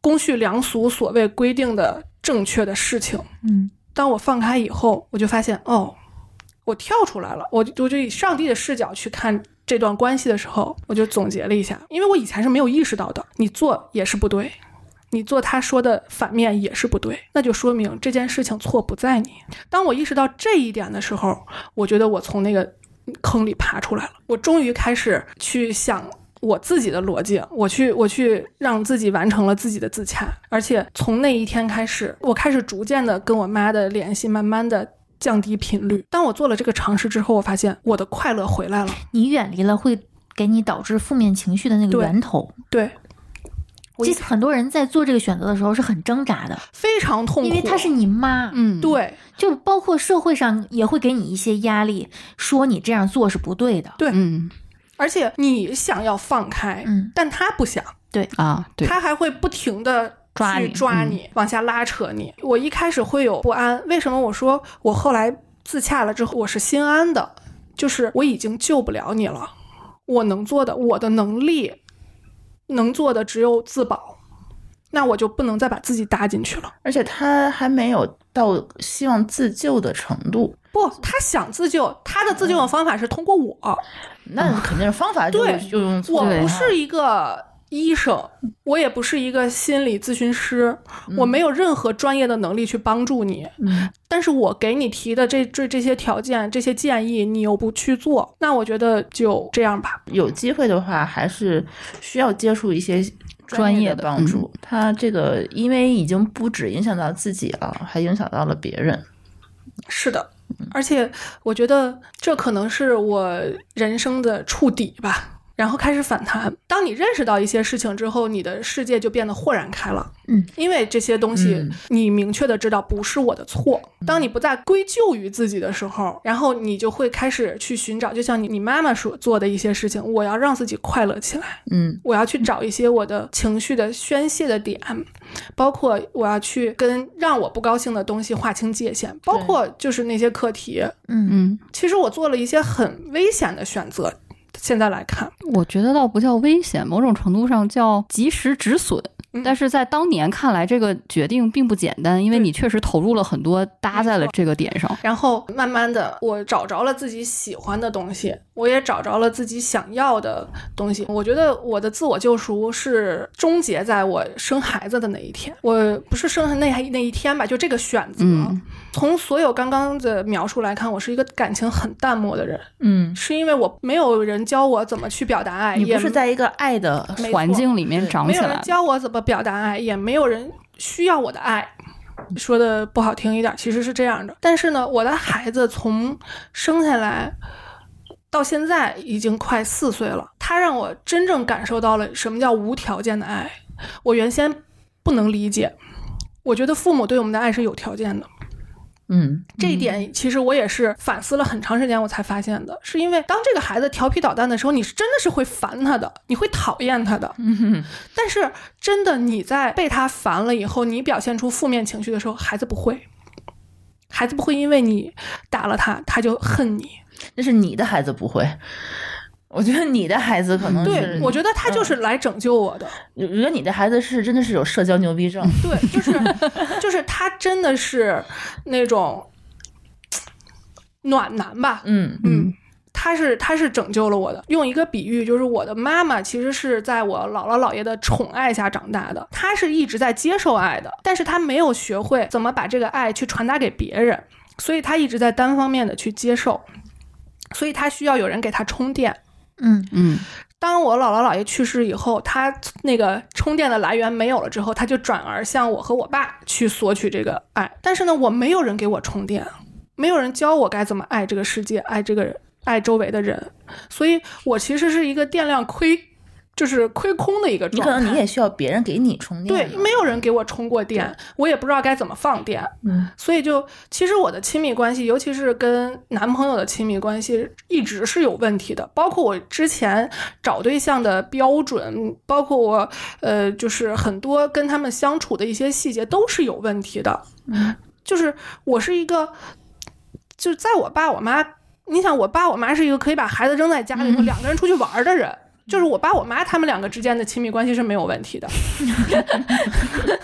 Speaker 5: 公序良俗所谓规定的正确的事情，
Speaker 2: 嗯，
Speaker 5: 当我放开以后，我就发现哦，我跳出来了，我就我就以上帝的视角去看这段关系的时候，我就总结了一下，因为我以前是没有意识到的，你做也是不对。你做他说的反面也是不对，那就说明这件事情错不在你。当我意识到这一点的时候，我觉得我从那个坑里爬出来了。我终于开始去想我自己的逻辑，我去我去让自己完成了自己的自洽，而且从那一天开始，我开始逐渐的跟我妈的联系，慢慢的。降低频率。当我做了这个尝试之后，我发现我的快乐回来了。
Speaker 2: 你远离了会给你导致负面情绪的那个
Speaker 5: 对
Speaker 2: 源头。
Speaker 5: 对，我
Speaker 2: 其
Speaker 5: 一
Speaker 2: 实很多人在做这个选择的时候是很挣扎的，
Speaker 5: 非常痛苦，
Speaker 2: 因为她是你妈，
Speaker 3: 嗯，
Speaker 5: 对
Speaker 2: 就包括社会上也会给你一些压力，说你这样做是不对的。
Speaker 3: 嗯
Speaker 5: 而且你想要放开，
Speaker 2: 嗯
Speaker 5: 但他不想，
Speaker 3: 啊，对，
Speaker 5: 他还会不停的。
Speaker 3: 抓
Speaker 5: 去
Speaker 3: 你
Speaker 5: 抓
Speaker 3: 嗯
Speaker 5: 你，往下拉扯你。我一开始会有不安，为什么我说我后来自洽了之后，我是心安的，就是我已经救不了你了，我能做的，我的能力能做的只有自保，那我就不能再把自己搭进去了。
Speaker 4: 而且他还没有到希望自救的程度，
Speaker 5: 不，他想自救，他的自救的方法是通过我。
Speaker 4: 那肯定是方法就
Speaker 5: 嗯 <laughs> 对
Speaker 4: 就用错啊
Speaker 5: 我
Speaker 4: 了
Speaker 5: 不
Speaker 4: 哈
Speaker 5: 是一个医生，我也不是一个心理咨询师，我没有任何专业的能力去帮助你。
Speaker 4: 嗯
Speaker 5: 但是我给你提的这这这些条件、这些建议，你又不去做，那我觉得就这样吧。
Speaker 4: 有机会的话，还是需要接触一些
Speaker 3: 专业
Speaker 4: 的
Speaker 3: 的
Speaker 4: 帮
Speaker 5: 嗯
Speaker 4: 助。他这个因为已经不只影响到自己了，还影响到了别人。
Speaker 5: 是的，而且我觉得这可能是我人生的触底吧。然后开始反弹。当你认识到一些事情之后，你的世界就变得豁然开朗。
Speaker 2: 嗯，
Speaker 5: 因为这些东西
Speaker 4: 嗯
Speaker 5: 你明确的知道不是我的错。当你不再归咎于自己的时候，然后你就会开始去寻找，就像你你妈妈所做的一些事情，我要让自己快乐起来。
Speaker 4: 嗯
Speaker 5: 我要去找一些我的情绪的宣泄的点，包括我要去跟让我不高兴的东西划清界限，包括就是那些课题。
Speaker 2: 嗯
Speaker 3: 嗯，
Speaker 5: 其实我做了一些很危险的选择，现在来看，
Speaker 3: 我觉得倒不叫危险，某种程度上叫及时止损。
Speaker 5: 嗯
Speaker 3: 但是在当年看来，这个决定并不简单，因为
Speaker 5: 对
Speaker 3: 你确实投入了很多，搭在了这个点上。
Speaker 5: 然后慢慢的我找着了自己喜欢的东西，我也找着了自己想要的东西。我觉得我的自我救赎是终结在我生孩子的那一天，我不是生那那一天吧，就这个选择。
Speaker 3: 嗯
Speaker 5: 从所有刚刚的描述来看，我是一个感情很淡漠的人，
Speaker 4: 嗯，
Speaker 5: 是因为我没有人教我怎么去表达爱，
Speaker 4: 你
Speaker 5: 也
Speaker 4: 不是在一个爱的
Speaker 5: 没错
Speaker 3: 环境里面长
Speaker 5: 没
Speaker 3: 起
Speaker 5: 有
Speaker 3: 来
Speaker 5: 人
Speaker 3: 了，
Speaker 5: 教我怎么表达爱，也没有人需要我的爱。说的不好听一点，其实是这样的。但是呢，我的孩子从生下来到现在已经快四岁了，他让我真正感受到了什么叫无条件的爱。我原先不能理解，我觉得父母对我们的爱是有条件的。
Speaker 4: 嗯
Speaker 5: 这一点其实我也是反思了很长时间，我才发现的，是因为当这个孩子调皮捣蛋的时候，你是真的是会烦他的，你会讨厌他的。
Speaker 4: 嗯哼
Speaker 5: 但是真的你在被他烦了以后，你表现出负面情绪的时候，孩子不会，孩子不会因为你打了他，他就恨你。
Speaker 4: 那是你的孩子不会。我觉得你的孩子可能
Speaker 5: 对
Speaker 4: 嗯是，嗯
Speaker 5: 我觉得他就是来拯救我的。
Speaker 4: 我觉得你的孩子是真的是有社交牛逼症。
Speaker 5: 对，就是就是他真的是那种暖男吧，
Speaker 4: 嗯
Speaker 5: 嗯，他是他是拯救了我的。用一个比喻，就是我的妈妈其实是在我姥姥姥爷的宠爱下长大的，她是一直在接受爱的，但是她没有学会怎么把这个爱去传达给别人，所以她一直在单方面的去接受，所以她需要有人给她充电。
Speaker 2: 嗯
Speaker 3: 嗯，
Speaker 5: 当我姥姥姥爷去世以后，他那个充电的来源没有了之后，他就转而向我和我爸去索取这个爱。但是呢，我没有人给我充电，没有人教我该怎么爱这个世界，爱这个人，爱周围的人，所以我其实是一个电量亏，就是亏空的一个
Speaker 4: 你
Speaker 5: 状
Speaker 4: 可
Speaker 5: 态。
Speaker 4: 能你也需要别人给你充
Speaker 5: 对
Speaker 4: 电。，
Speaker 5: 没有人给我充过电，我也不知道该怎么放电。
Speaker 4: 嗯，
Speaker 5: 所以就其实我的亲密关系，尤其是跟男朋友的亲密关系，一直是有问题的。包括我之前找对象的标准，包括我呃，就是很多跟他们相处的一些细节都是有问题的。就是我是一个，就在我爸我妈，你想我爸我妈是一个可以把孩子扔在家里头，两个人出去玩儿的人。就是我爸我妈他们两个之间的亲密关系是没有问题的，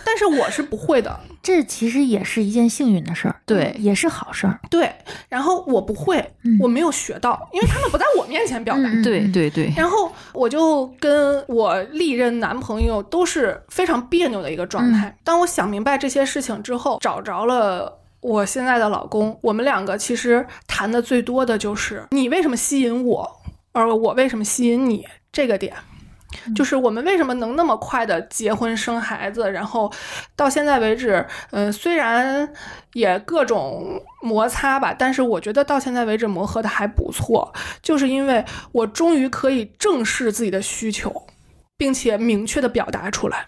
Speaker 5: 但是我是不会的，
Speaker 2: 这其实也是一件幸运的事儿，
Speaker 3: 对
Speaker 2: 也是好事儿。
Speaker 5: 对，然后我不会，
Speaker 2: 嗯
Speaker 5: 我没有学到，因为他们不在我面前表达。
Speaker 2: 嗯嗯
Speaker 3: 对对对，
Speaker 5: 然后我就跟我历任男朋友都是非常别扭的一个状态。当我想明白这些事情之后，找着了。我现在的老公，我们两个其实谈的最多的就是你为什么吸引我，而我为什么吸引你这个点，就是我们为什么能那么快的结婚生孩子，然后到现在为止，嗯、虽然也各种摩擦吧，但是我觉得到现在为止磨合的还不错，就是因为我终于可以正视自己的需求，并且明确的表达出来。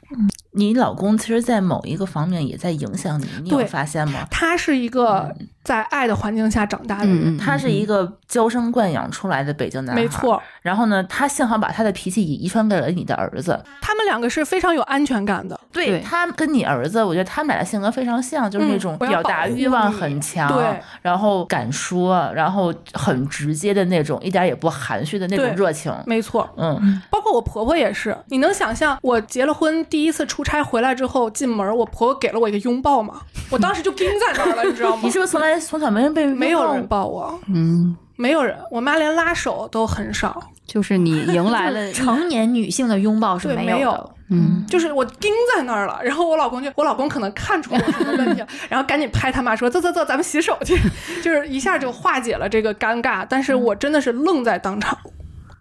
Speaker 4: 你老公其实，在某一个方面也在影响你，你有
Speaker 5: 对
Speaker 4: 发现吗？
Speaker 5: 他是一个在爱的环境下长大的
Speaker 3: 嗯嗯，
Speaker 5: 人，
Speaker 4: 他是一个娇生惯养出来的北京男孩，
Speaker 5: 没。错，
Speaker 4: 然后呢，他幸好把他的脾气也遗传给了你的儿子，
Speaker 5: 他们两个是非常有安全感的。
Speaker 4: 对
Speaker 3: 对
Speaker 4: 他跟你儿子，我觉得他们俩的性格非常像，就是那
Speaker 5: 嗯
Speaker 4: 种
Speaker 5: 我要
Speaker 4: 表达
Speaker 5: 保护
Speaker 4: 欲望
Speaker 5: 你
Speaker 4: 很强，
Speaker 5: 对
Speaker 4: 然后敢说，然后很直接的那种，一点也不含蓄的那种
Speaker 5: 对
Speaker 4: 热情。
Speaker 5: 没错，
Speaker 4: 嗯，
Speaker 5: 包括我婆婆也是。你能想象我结了婚第一次出差回来之后进门，我婆婆给了我一个拥抱吗？我当时就钉在那儿了，你知道吗？
Speaker 4: 你是不是从来从小没人被人
Speaker 5: 没有
Speaker 4: 抱
Speaker 5: 人抱我，
Speaker 3: 嗯，
Speaker 5: 没有人，我妈连拉手都很少，
Speaker 3: 就是你迎来
Speaker 5: <laughs>
Speaker 3: 了
Speaker 2: 就是成年女性的拥抱是
Speaker 5: 对，
Speaker 2: 没
Speaker 5: 没
Speaker 2: 有
Speaker 5: 有
Speaker 2: 的。。
Speaker 3: 嗯，
Speaker 5: 就是我钉在那儿了，然后我老公就，我老公可能看出我有什么问题了，然后赶紧拍他妈说：“走走走，咱们洗手去。”就是一下就化解了这个尴尬，但是我真的是愣在当场，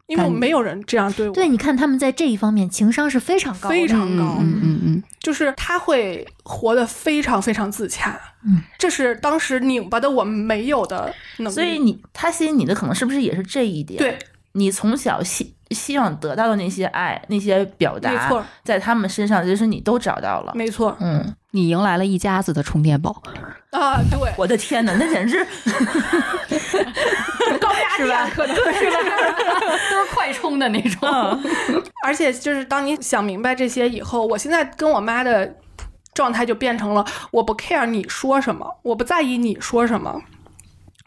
Speaker 5: 因为我
Speaker 4: 感
Speaker 5: 没有人这样对我，
Speaker 2: 对，你看他们在这一方面情商是非常高的，
Speaker 5: 非常高，
Speaker 3: 嗯嗯嗯
Speaker 5: 就是他会活得非常非常自洽，
Speaker 2: 嗯，
Speaker 5: 这是当时拧巴的我没有的能力，
Speaker 4: 所以你他吸引你的可能是不是也是这一点？
Speaker 5: 嗯对，
Speaker 4: 你从小希希望得到的那些爱、那些表
Speaker 5: 没
Speaker 4: 达
Speaker 5: 错，
Speaker 4: 在他们身上其实你都找到了。
Speaker 5: 没错
Speaker 4: 嗯，
Speaker 3: 你迎来了一家子的充电宝，
Speaker 5: 啊，对，
Speaker 4: 我的天哪，那简
Speaker 5: <laughs>
Speaker 4: 直
Speaker 5: 高压电可能是吧。
Speaker 3: 都是快充的那种。
Speaker 5: 嗯 <laughs> 而且就是当你想明白这些以后，我现在跟我妈的状态就变成了我不 care 你说什么，我不在意你说什么。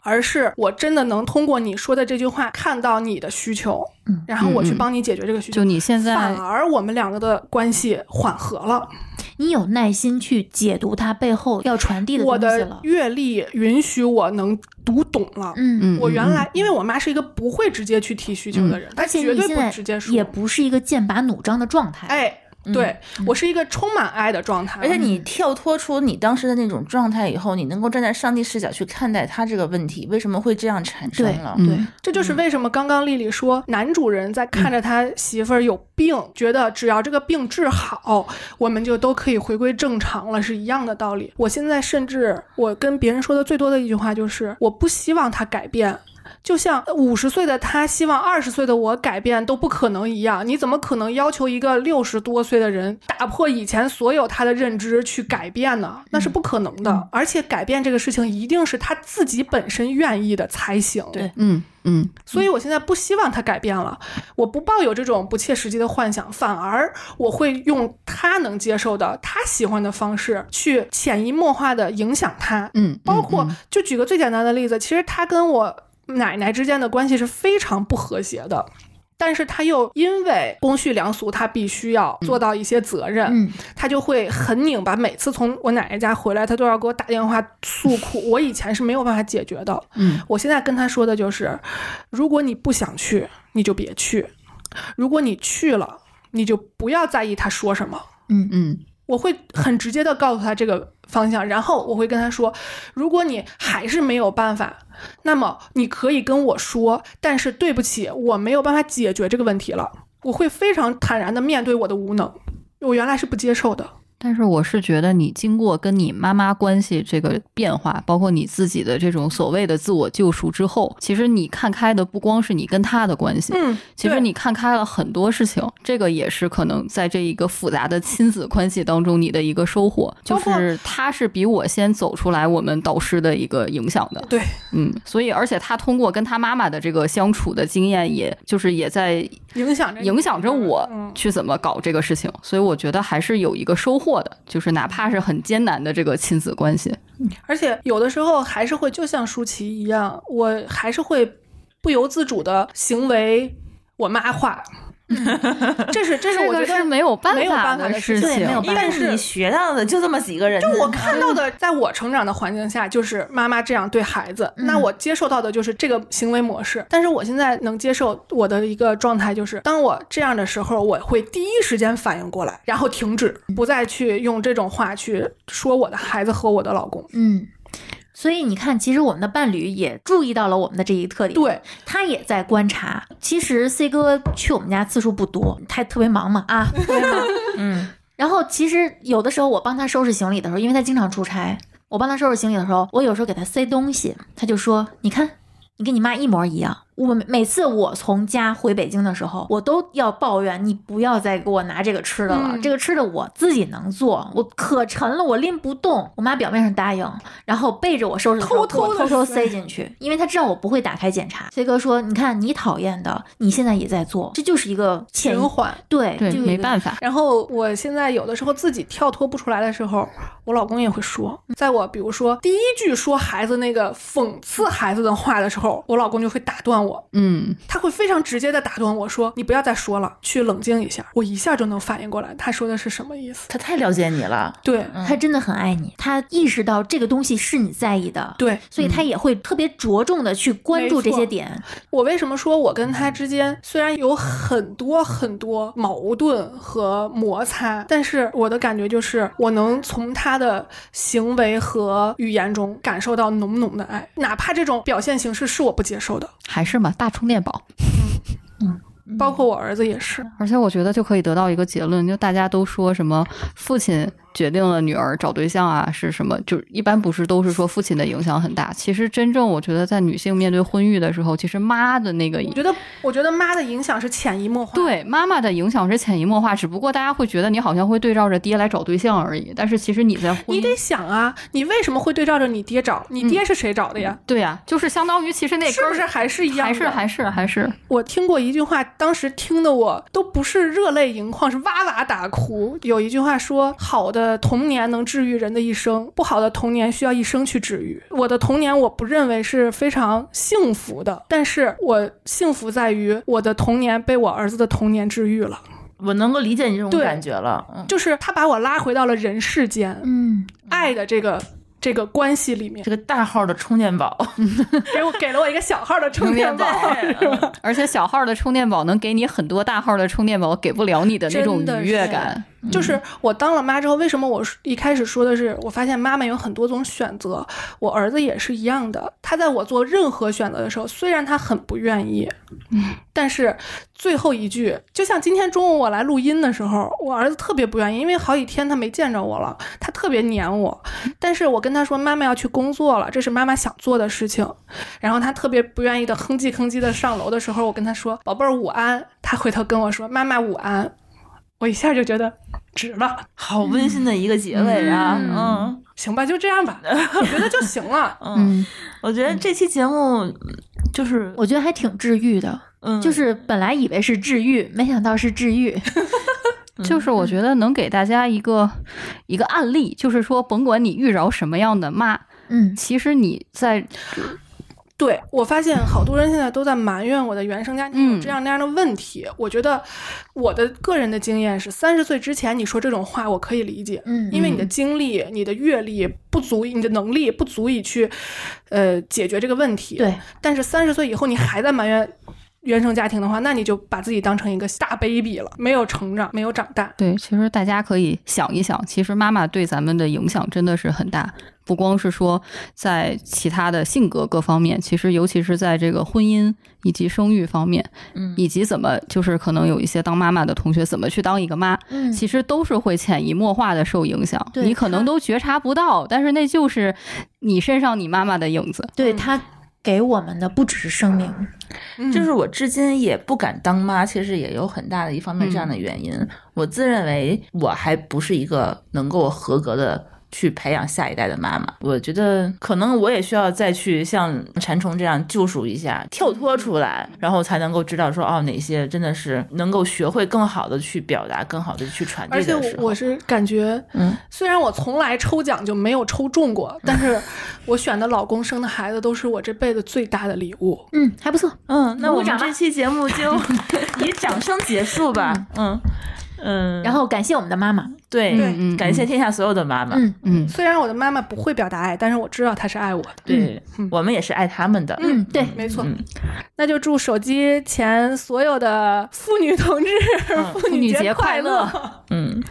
Speaker 5: 而是我真的能通过你说的这句话看到你的需求，
Speaker 2: 嗯
Speaker 5: 然后我去
Speaker 3: 嗯嗯
Speaker 5: 帮你解决这个需求。
Speaker 3: 就你现在
Speaker 5: 反而我们两个的关系缓和了。
Speaker 2: 你有耐心去解读它背后要传递的
Speaker 5: 我
Speaker 2: 东西
Speaker 5: 的
Speaker 2: 了。
Speaker 5: 阅历允许我能读懂了。
Speaker 2: 嗯，嗯
Speaker 3: 嗯，
Speaker 5: 我原
Speaker 3: 嗯
Speaker 5: 来因为我妈是一个不会直接去提需求的人，她
Speaker 2: 而且
Speaker 5: 绝
Speaker 2: 你
Speaker 5: 对
Speaker 2: 现
Speaker 5: 不
Speaker 2: 在
Speaker 5: 直接说。
Speaker 2: 也不是一个剑拔弩张的状态。，
Speaker 5: 哎，对、我是一个充满爱的状态，
Speaker 4: 嗯而且你跳脱出你当时的那种状态以后，你能够站在上帝视角去看待他这个问题，为什么会这样产生
Speaker 2: 对
Speaker 4: 了？
Speaker 3: 嗯
Speaker 2: 对，
Speaker 5: 这就是为什么刚刚丽丽说男主人在看着他媳妇儿有病，觉得只要这个病治好，我们就都可以回归正常了，是一样的道理。我现在甚至我跟别人说的最多的一句话就是，我不希望他改变。就像五十岁的他希望二十岁的我改变都不可能一样，你怎么可能要求一个六十多岁的人打破以前所有他的认知去改变呢？那是不可能的，而且改变这个事情一定是他自己本身愿意的才行。
Speaker 4: 对
Speaker 3: 嗯嗯
Speaker 5: 所以我现在不希望他改变了，我不抱有这种不切实际的幻想，反而我会用他能接受的、他喜欢的方式去潜移默化的影响他。
Speaker 3: 嗯，
Speaker 5: 包括
Speaker 3: 嗯
Speaker 5: 就举个最简单的例子，其实他跟我奶奶之间的关系是非常不和谐的。但是他又因为公序良俗，他必须要
Speaker 3: 嗯
Speaker 5: 做到一些责任，
Speaker 2: 嗯，
Speaker 5: 他就会很拧巴。每次从我奶奶家回来，他都要给我打电话诉苦，我以前是没有办法解决的。
Speaker 3: 嗯
Speaker 5: 我现在跟他说的就是，如果你不想去，你就别去；如果你去了，你就不要在意他说什么。
Speaker 3: 嗯 <laughs>
Speaker 5: 我会很直接的告诉他这个方向，然后我会跟他说，如果你还是没有办法，那么你可以跟我说，但是对不起，我没有办法解决这个问题了。我会非常坦然的面对我的无能，我原来是不接受的。
Speaker 3: 但是我是觉得，你经过跟你妈妈关系这个变化，包括你自己的这种所谓的自我救赎之后，其实你看开的不光是你跟她的关系，
Speaker 5: 嗯，
Speaker 3: 其实
Speaker 5: 对
Speaker 3: 你看开了很多事情。这个也是可能在这一个复杂的亲子关系当中你的一个收获，就
Speaker 5: 包括
Speaker 3: 是她是比我先走出来我们导师的一个影响的。
Speaker 5: 对，
Speaker 3: 嗯，所以而且她通过跟她妈妈的这个相处的经验也，就是也在
Speaker 5: 影响着你
Speaker 3: 影响着我
Speaker 5: 嗯
Speaker 3: 去怎么搞这个事情，所以我觉得还是有一个收获的，就是哪怕是很艰难的这个亲子关系，
Speaker 5: 而且有的时候还是会，就像舒淇一样，我还是会不由自主的行为我妈化， <laughs> 这是这是我
Speaker 3: 嗯这
Speaker 5: 觉
Speaker 3: 个是
Speaker 5: 得。
Speaker 3: 没有办
Speaker 5: 没有
Speaker 3: 法
Speaker 5: 办法的
Speaker 3: 事情，
Speaker 5: 事
Speaker 4: 对，没有办法。
Speaker 5: 但是
Speaker 4: 你学到的就这么几个人，就
Speaker 3: 嗯
Speaker 5: 我看到的，在我成长的环境下，就是妈妈这样对孩子，
Speaker 2: 嗯
Speaker 5: 那我接受到的就是这个行为模式。但是我现在能接受我的一个状态，就是当我这样的时候，我会第一时间反应过来，然后停止，不再去用这种话去说我的孩子和我的老公。
Speaker 2: 嗯，所以你看，其实我们的伴侣也注意到了我们的这一特点，
Speaker 5: 对，
Speaker 2: 他也在观察。其实 C 哥去我们家次数不多，他特别忙嘛啊，特别忙。
Speaker 4: 嗯，
Speaker 2: 然后其实有的时候我帮他收拾行李的时候，因为他经常出差，我帮他收拾行李的时候，我有时候给他塞东西，他就说：“你看，你跟你妈一模一样。”我每次我从家回北京的时候，我都要抱怨你不要再给我拿这个吃的了，
Speaker 5: 嗯
Speaker 2: 这个吃的我自己能做，我可沉了，我拎不动。我妈表面上答应，然后背着我收拾的时候
Speaker 5: 偷偷
Speaker 2: 给我
Speaker 5: 地
Speaker 2: 偷偷
Speaker 5: 塞
Speaker 2: 塞进去，因为她知道我不会打开检查。崔哥说：“你看你讨厌的，你现在也在做，这就是一个潜
Speaker 5: 循环。
Speaker 2: 对
Speaker 3: 对，
Speaker 2: 就
Speaker 3: 没
Speaker 2: 法。
Speaker 3: 办法，
Speaker 5: 然后我现在有的时候自己跳脱不出来的时候，我老公也会说，在我比如说第一句说孩子那个讽刺孩子的话的时候，我老公就会打断我，
Speaker 3: 嗯，
Speaker 5: 他会非常直接的打断我说：“你不要再说了，去冷静一下。”我一下就能反应过来他说的是什么意思。
Speaker 4: 他太了解你了，
Speaker 5: 对
Speaker 2: 嗯他真的很爱你，他意识到这个东西是你在意的，
Speaker 5: 对，
Speaker 2: 所以他也会特别着重的去关注这
Speaker 5: 没错
Speaker 2: 些点。嗯
Speaker 5: 我为什么说我跟
Speaker 3: 嗯
Speaker 5: 他之间虽然有很多很多矛盾和摩擦，但是我的感觉就是我能从他的行为和语言中感受到浓浓的爱，哪怕这种表现形式是我不接受的，
Speaker 3: 还是嘛，大充电宝。嗯
Speaker 5: 包括我儿子也是。
Speaker 3: 而且我觉得就可以得到一个结论，就大家都说什么父亲决定了女儿找对象啊，是什么？就一般不是都是说父亲的影响很大。其实真正我觉得在女性面对婚育的时候，其实妈的那个
Speaker 5: 我觉得，我觉得妈的影响是潜移默化。，
Speaker 3: 对妈妈的影响是潜移默化，只不过大家会觉得你好像会对照着爹来找对象而已。但是其实你在婚
Speaker 5: 你
Speaker 3: 姻
Speaker 5: 得想啊，你为什么会对照着你爹找？你
Speaker 3: 嗯
Speaker 5: 爹是谁找的呀？
Speaker 3: 对呀、就是相当于其实那根
Speaker 5: 是
Speaker 3: 儿
Speaker 5: 不是还是一样
Speaker 3: 还
Speaker 5: 的？
Speaker 3: 是还是还是
Speaker 5: 我听过一句话，当时听的我都不是热泪盈眶，是哇哇大哭。有一句话说：“好的童年能治愈人的一生，不好的童年需要一生去治愈。”我的童年我不认为是非常幸福的，但是我幸福在于我的童年被我儿子的童年治愈了，
Speaker 4: 我能够理解你这种
Speaker 5: 对
Speaker 4: 感觉了。嗯，
Speaker 5: 就是他把我拉回到了人世间，
Speaker 2: 嗯，
Speaker 5: 爱的这个。这个关系里面
Speaker 4: 这，个大号的充电宝，
Speaker 5: 给我给了我一个小号的充电宝，
Speaker 3: 而且小号的充电宝能给你很多大号的充电宝给不了你的那种
Speaker 5: 真的
Speaker 3: 愉悦
Speaker 5: 是
Speaker 3: 感。
Speaker 5: 就是我当了妈之后，为什么我一开始说的是，我发现妈妈有很多种选择，我儿子也是一样的。他在我做任何选择的时候，虽然他很不愿意，但是最后一句，就像今天中午我来录音的时候，我儿子特别不愿意，因为好几天他没见着我了，他特别黏我。但是我跟他说，妈妈要去工作了，这是妈妈想做的事情。然后他特别不愿意的哼唧哼唧的上楼的时候，我跟他说，宝贝儿午安。他回头跟我说，妈妈午安。我一下就觉得值了，
Speaker 4: <laughs> 好温馨的一个结尾啊！
Speaker 2: 嗯
Speaker 4: 嗯，
Speaker 5: 行吧，就这样吧，我觉得就行了。 <laughs>
Speaker 3: 嗯，
Speaker 4: 我觉得这期节目嗯就是，
Speaker 2: 我觉得还挺治愈的，
Speaker 4: 嗯，
Speaker 2: 就是本来以为是治愈，没想到是治 <laughs> 愈。
Speaker 5: 嗯
Speaker 3: 就是我觉得能给大家一个一个案例，就是说，甭管你遇着什么样的骂，
Speaker 2: 嗯，
Speaker 3: 其实你在
Speaker 5: 对我发现好多人现在都在埋怨我的原生家庭有
Speaker 2: 嗯
Speaker 5: 这样那样的问题。我觉得我的个人的经验是，三十岁之前你说这种话我可以理解，
Speaker 2: 嗯
Speaker 5: 因为你的经历、你的阅历不足以，你的能力不足以去呃解决这个问题。，
Speaker 2: 对，
Speaker 5: 但是三十岁以后你还在埋怨。原生家庭的话，那你就把自己当成一个大 baby 了，没有成长，没有长大。
Speaker 3: 对，其实大家可以想一想，其实妈妈对咱们的影响真的是很大，不光是说在其他的性格各方面，其实尤其是在这个婚姻以及生育方面，
Speaker 4: 嗯
Speaker 3: 以及怎么就是可能有一些当妈妈的同学怎么去当一个妈，
Speaker 2: 嗯
Speaker 3: 其实都是会潜移默化的受影响，
Speaker 2: 对
Speaker 3: 你可能
Speaker 2: 她
Speaker 3: 都觉察不到，但是那就是你身上你妈妈的影子。
Speaker 2: 对他给我们的不只是生命，
Speaker 5: 嗯
Speaker 4: 就是我至今也不敢当妈，其实也有很大的一方面
Speaker 3: 嗯
Speaker 4: 这样的原因。我自认为我还不是一个能够合格的。去培养下一代的妈妈，我觉得可能我也需要再去像馋虫这样救赎一下，跳脱出来，然后才能够知道说哦，哪些真的是能够学会更好的去表达，更好的去传递
Speaker 5: 而且
Speaker 4: 的
Speaker 5: 我
Speaker 4: 时候。
Speaker 5: 我是感觉，
Speaker 4: 嗯，
Speaker 5: 虽然我从来抽奖就没有抽中过，但是我选的老公生的孩子都是我这辈子最大的礼物。
Speaker 2: 嗯，还不错。
Speaker 4: 嗯，那我
Speaker 2: 鼓掌
Speaker 4: 们
Speaker 2: 吧
Speaker 4: 这期节目 <laughs> 就以掌声结束吧。嗯嗯，
Speaker 2: 然后感谢我们的妈妈，
Speaker 4: 对，
Speaker 3: 嗯嗯
Speaker 4: 感谢天下所有的妈妈。
Speaker 2: 嗯，
Speaker 3: 嗯，
Speaker 5: 虽然我的妈妈不会表达爱，但是我知道她是爱我的。
Speaker 4: 对、
Speaker 5: 嗯
Speaker 4: 我们也是爱他们的。
Speaker 2: 嗯，对，
Speaker 5: 没错，
Speaker 4: 嗯
Speaker 5: 那就祝手机前所有的妇女同志、妇
Speaker 3: 妇女节
Speaker 5: 节
Speaker 3: 快
Speaker 5: 乐！
Speaker 4: 嗯，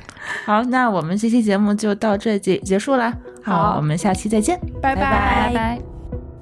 Speaker 4: 好，那我们这期节目就到这结结束啦。
Speaker 5: 好
Speaker 4: 我们下期再见。
Speaker 5: 拜
Speaker 4: 拜
Speaker 3: 拜拜。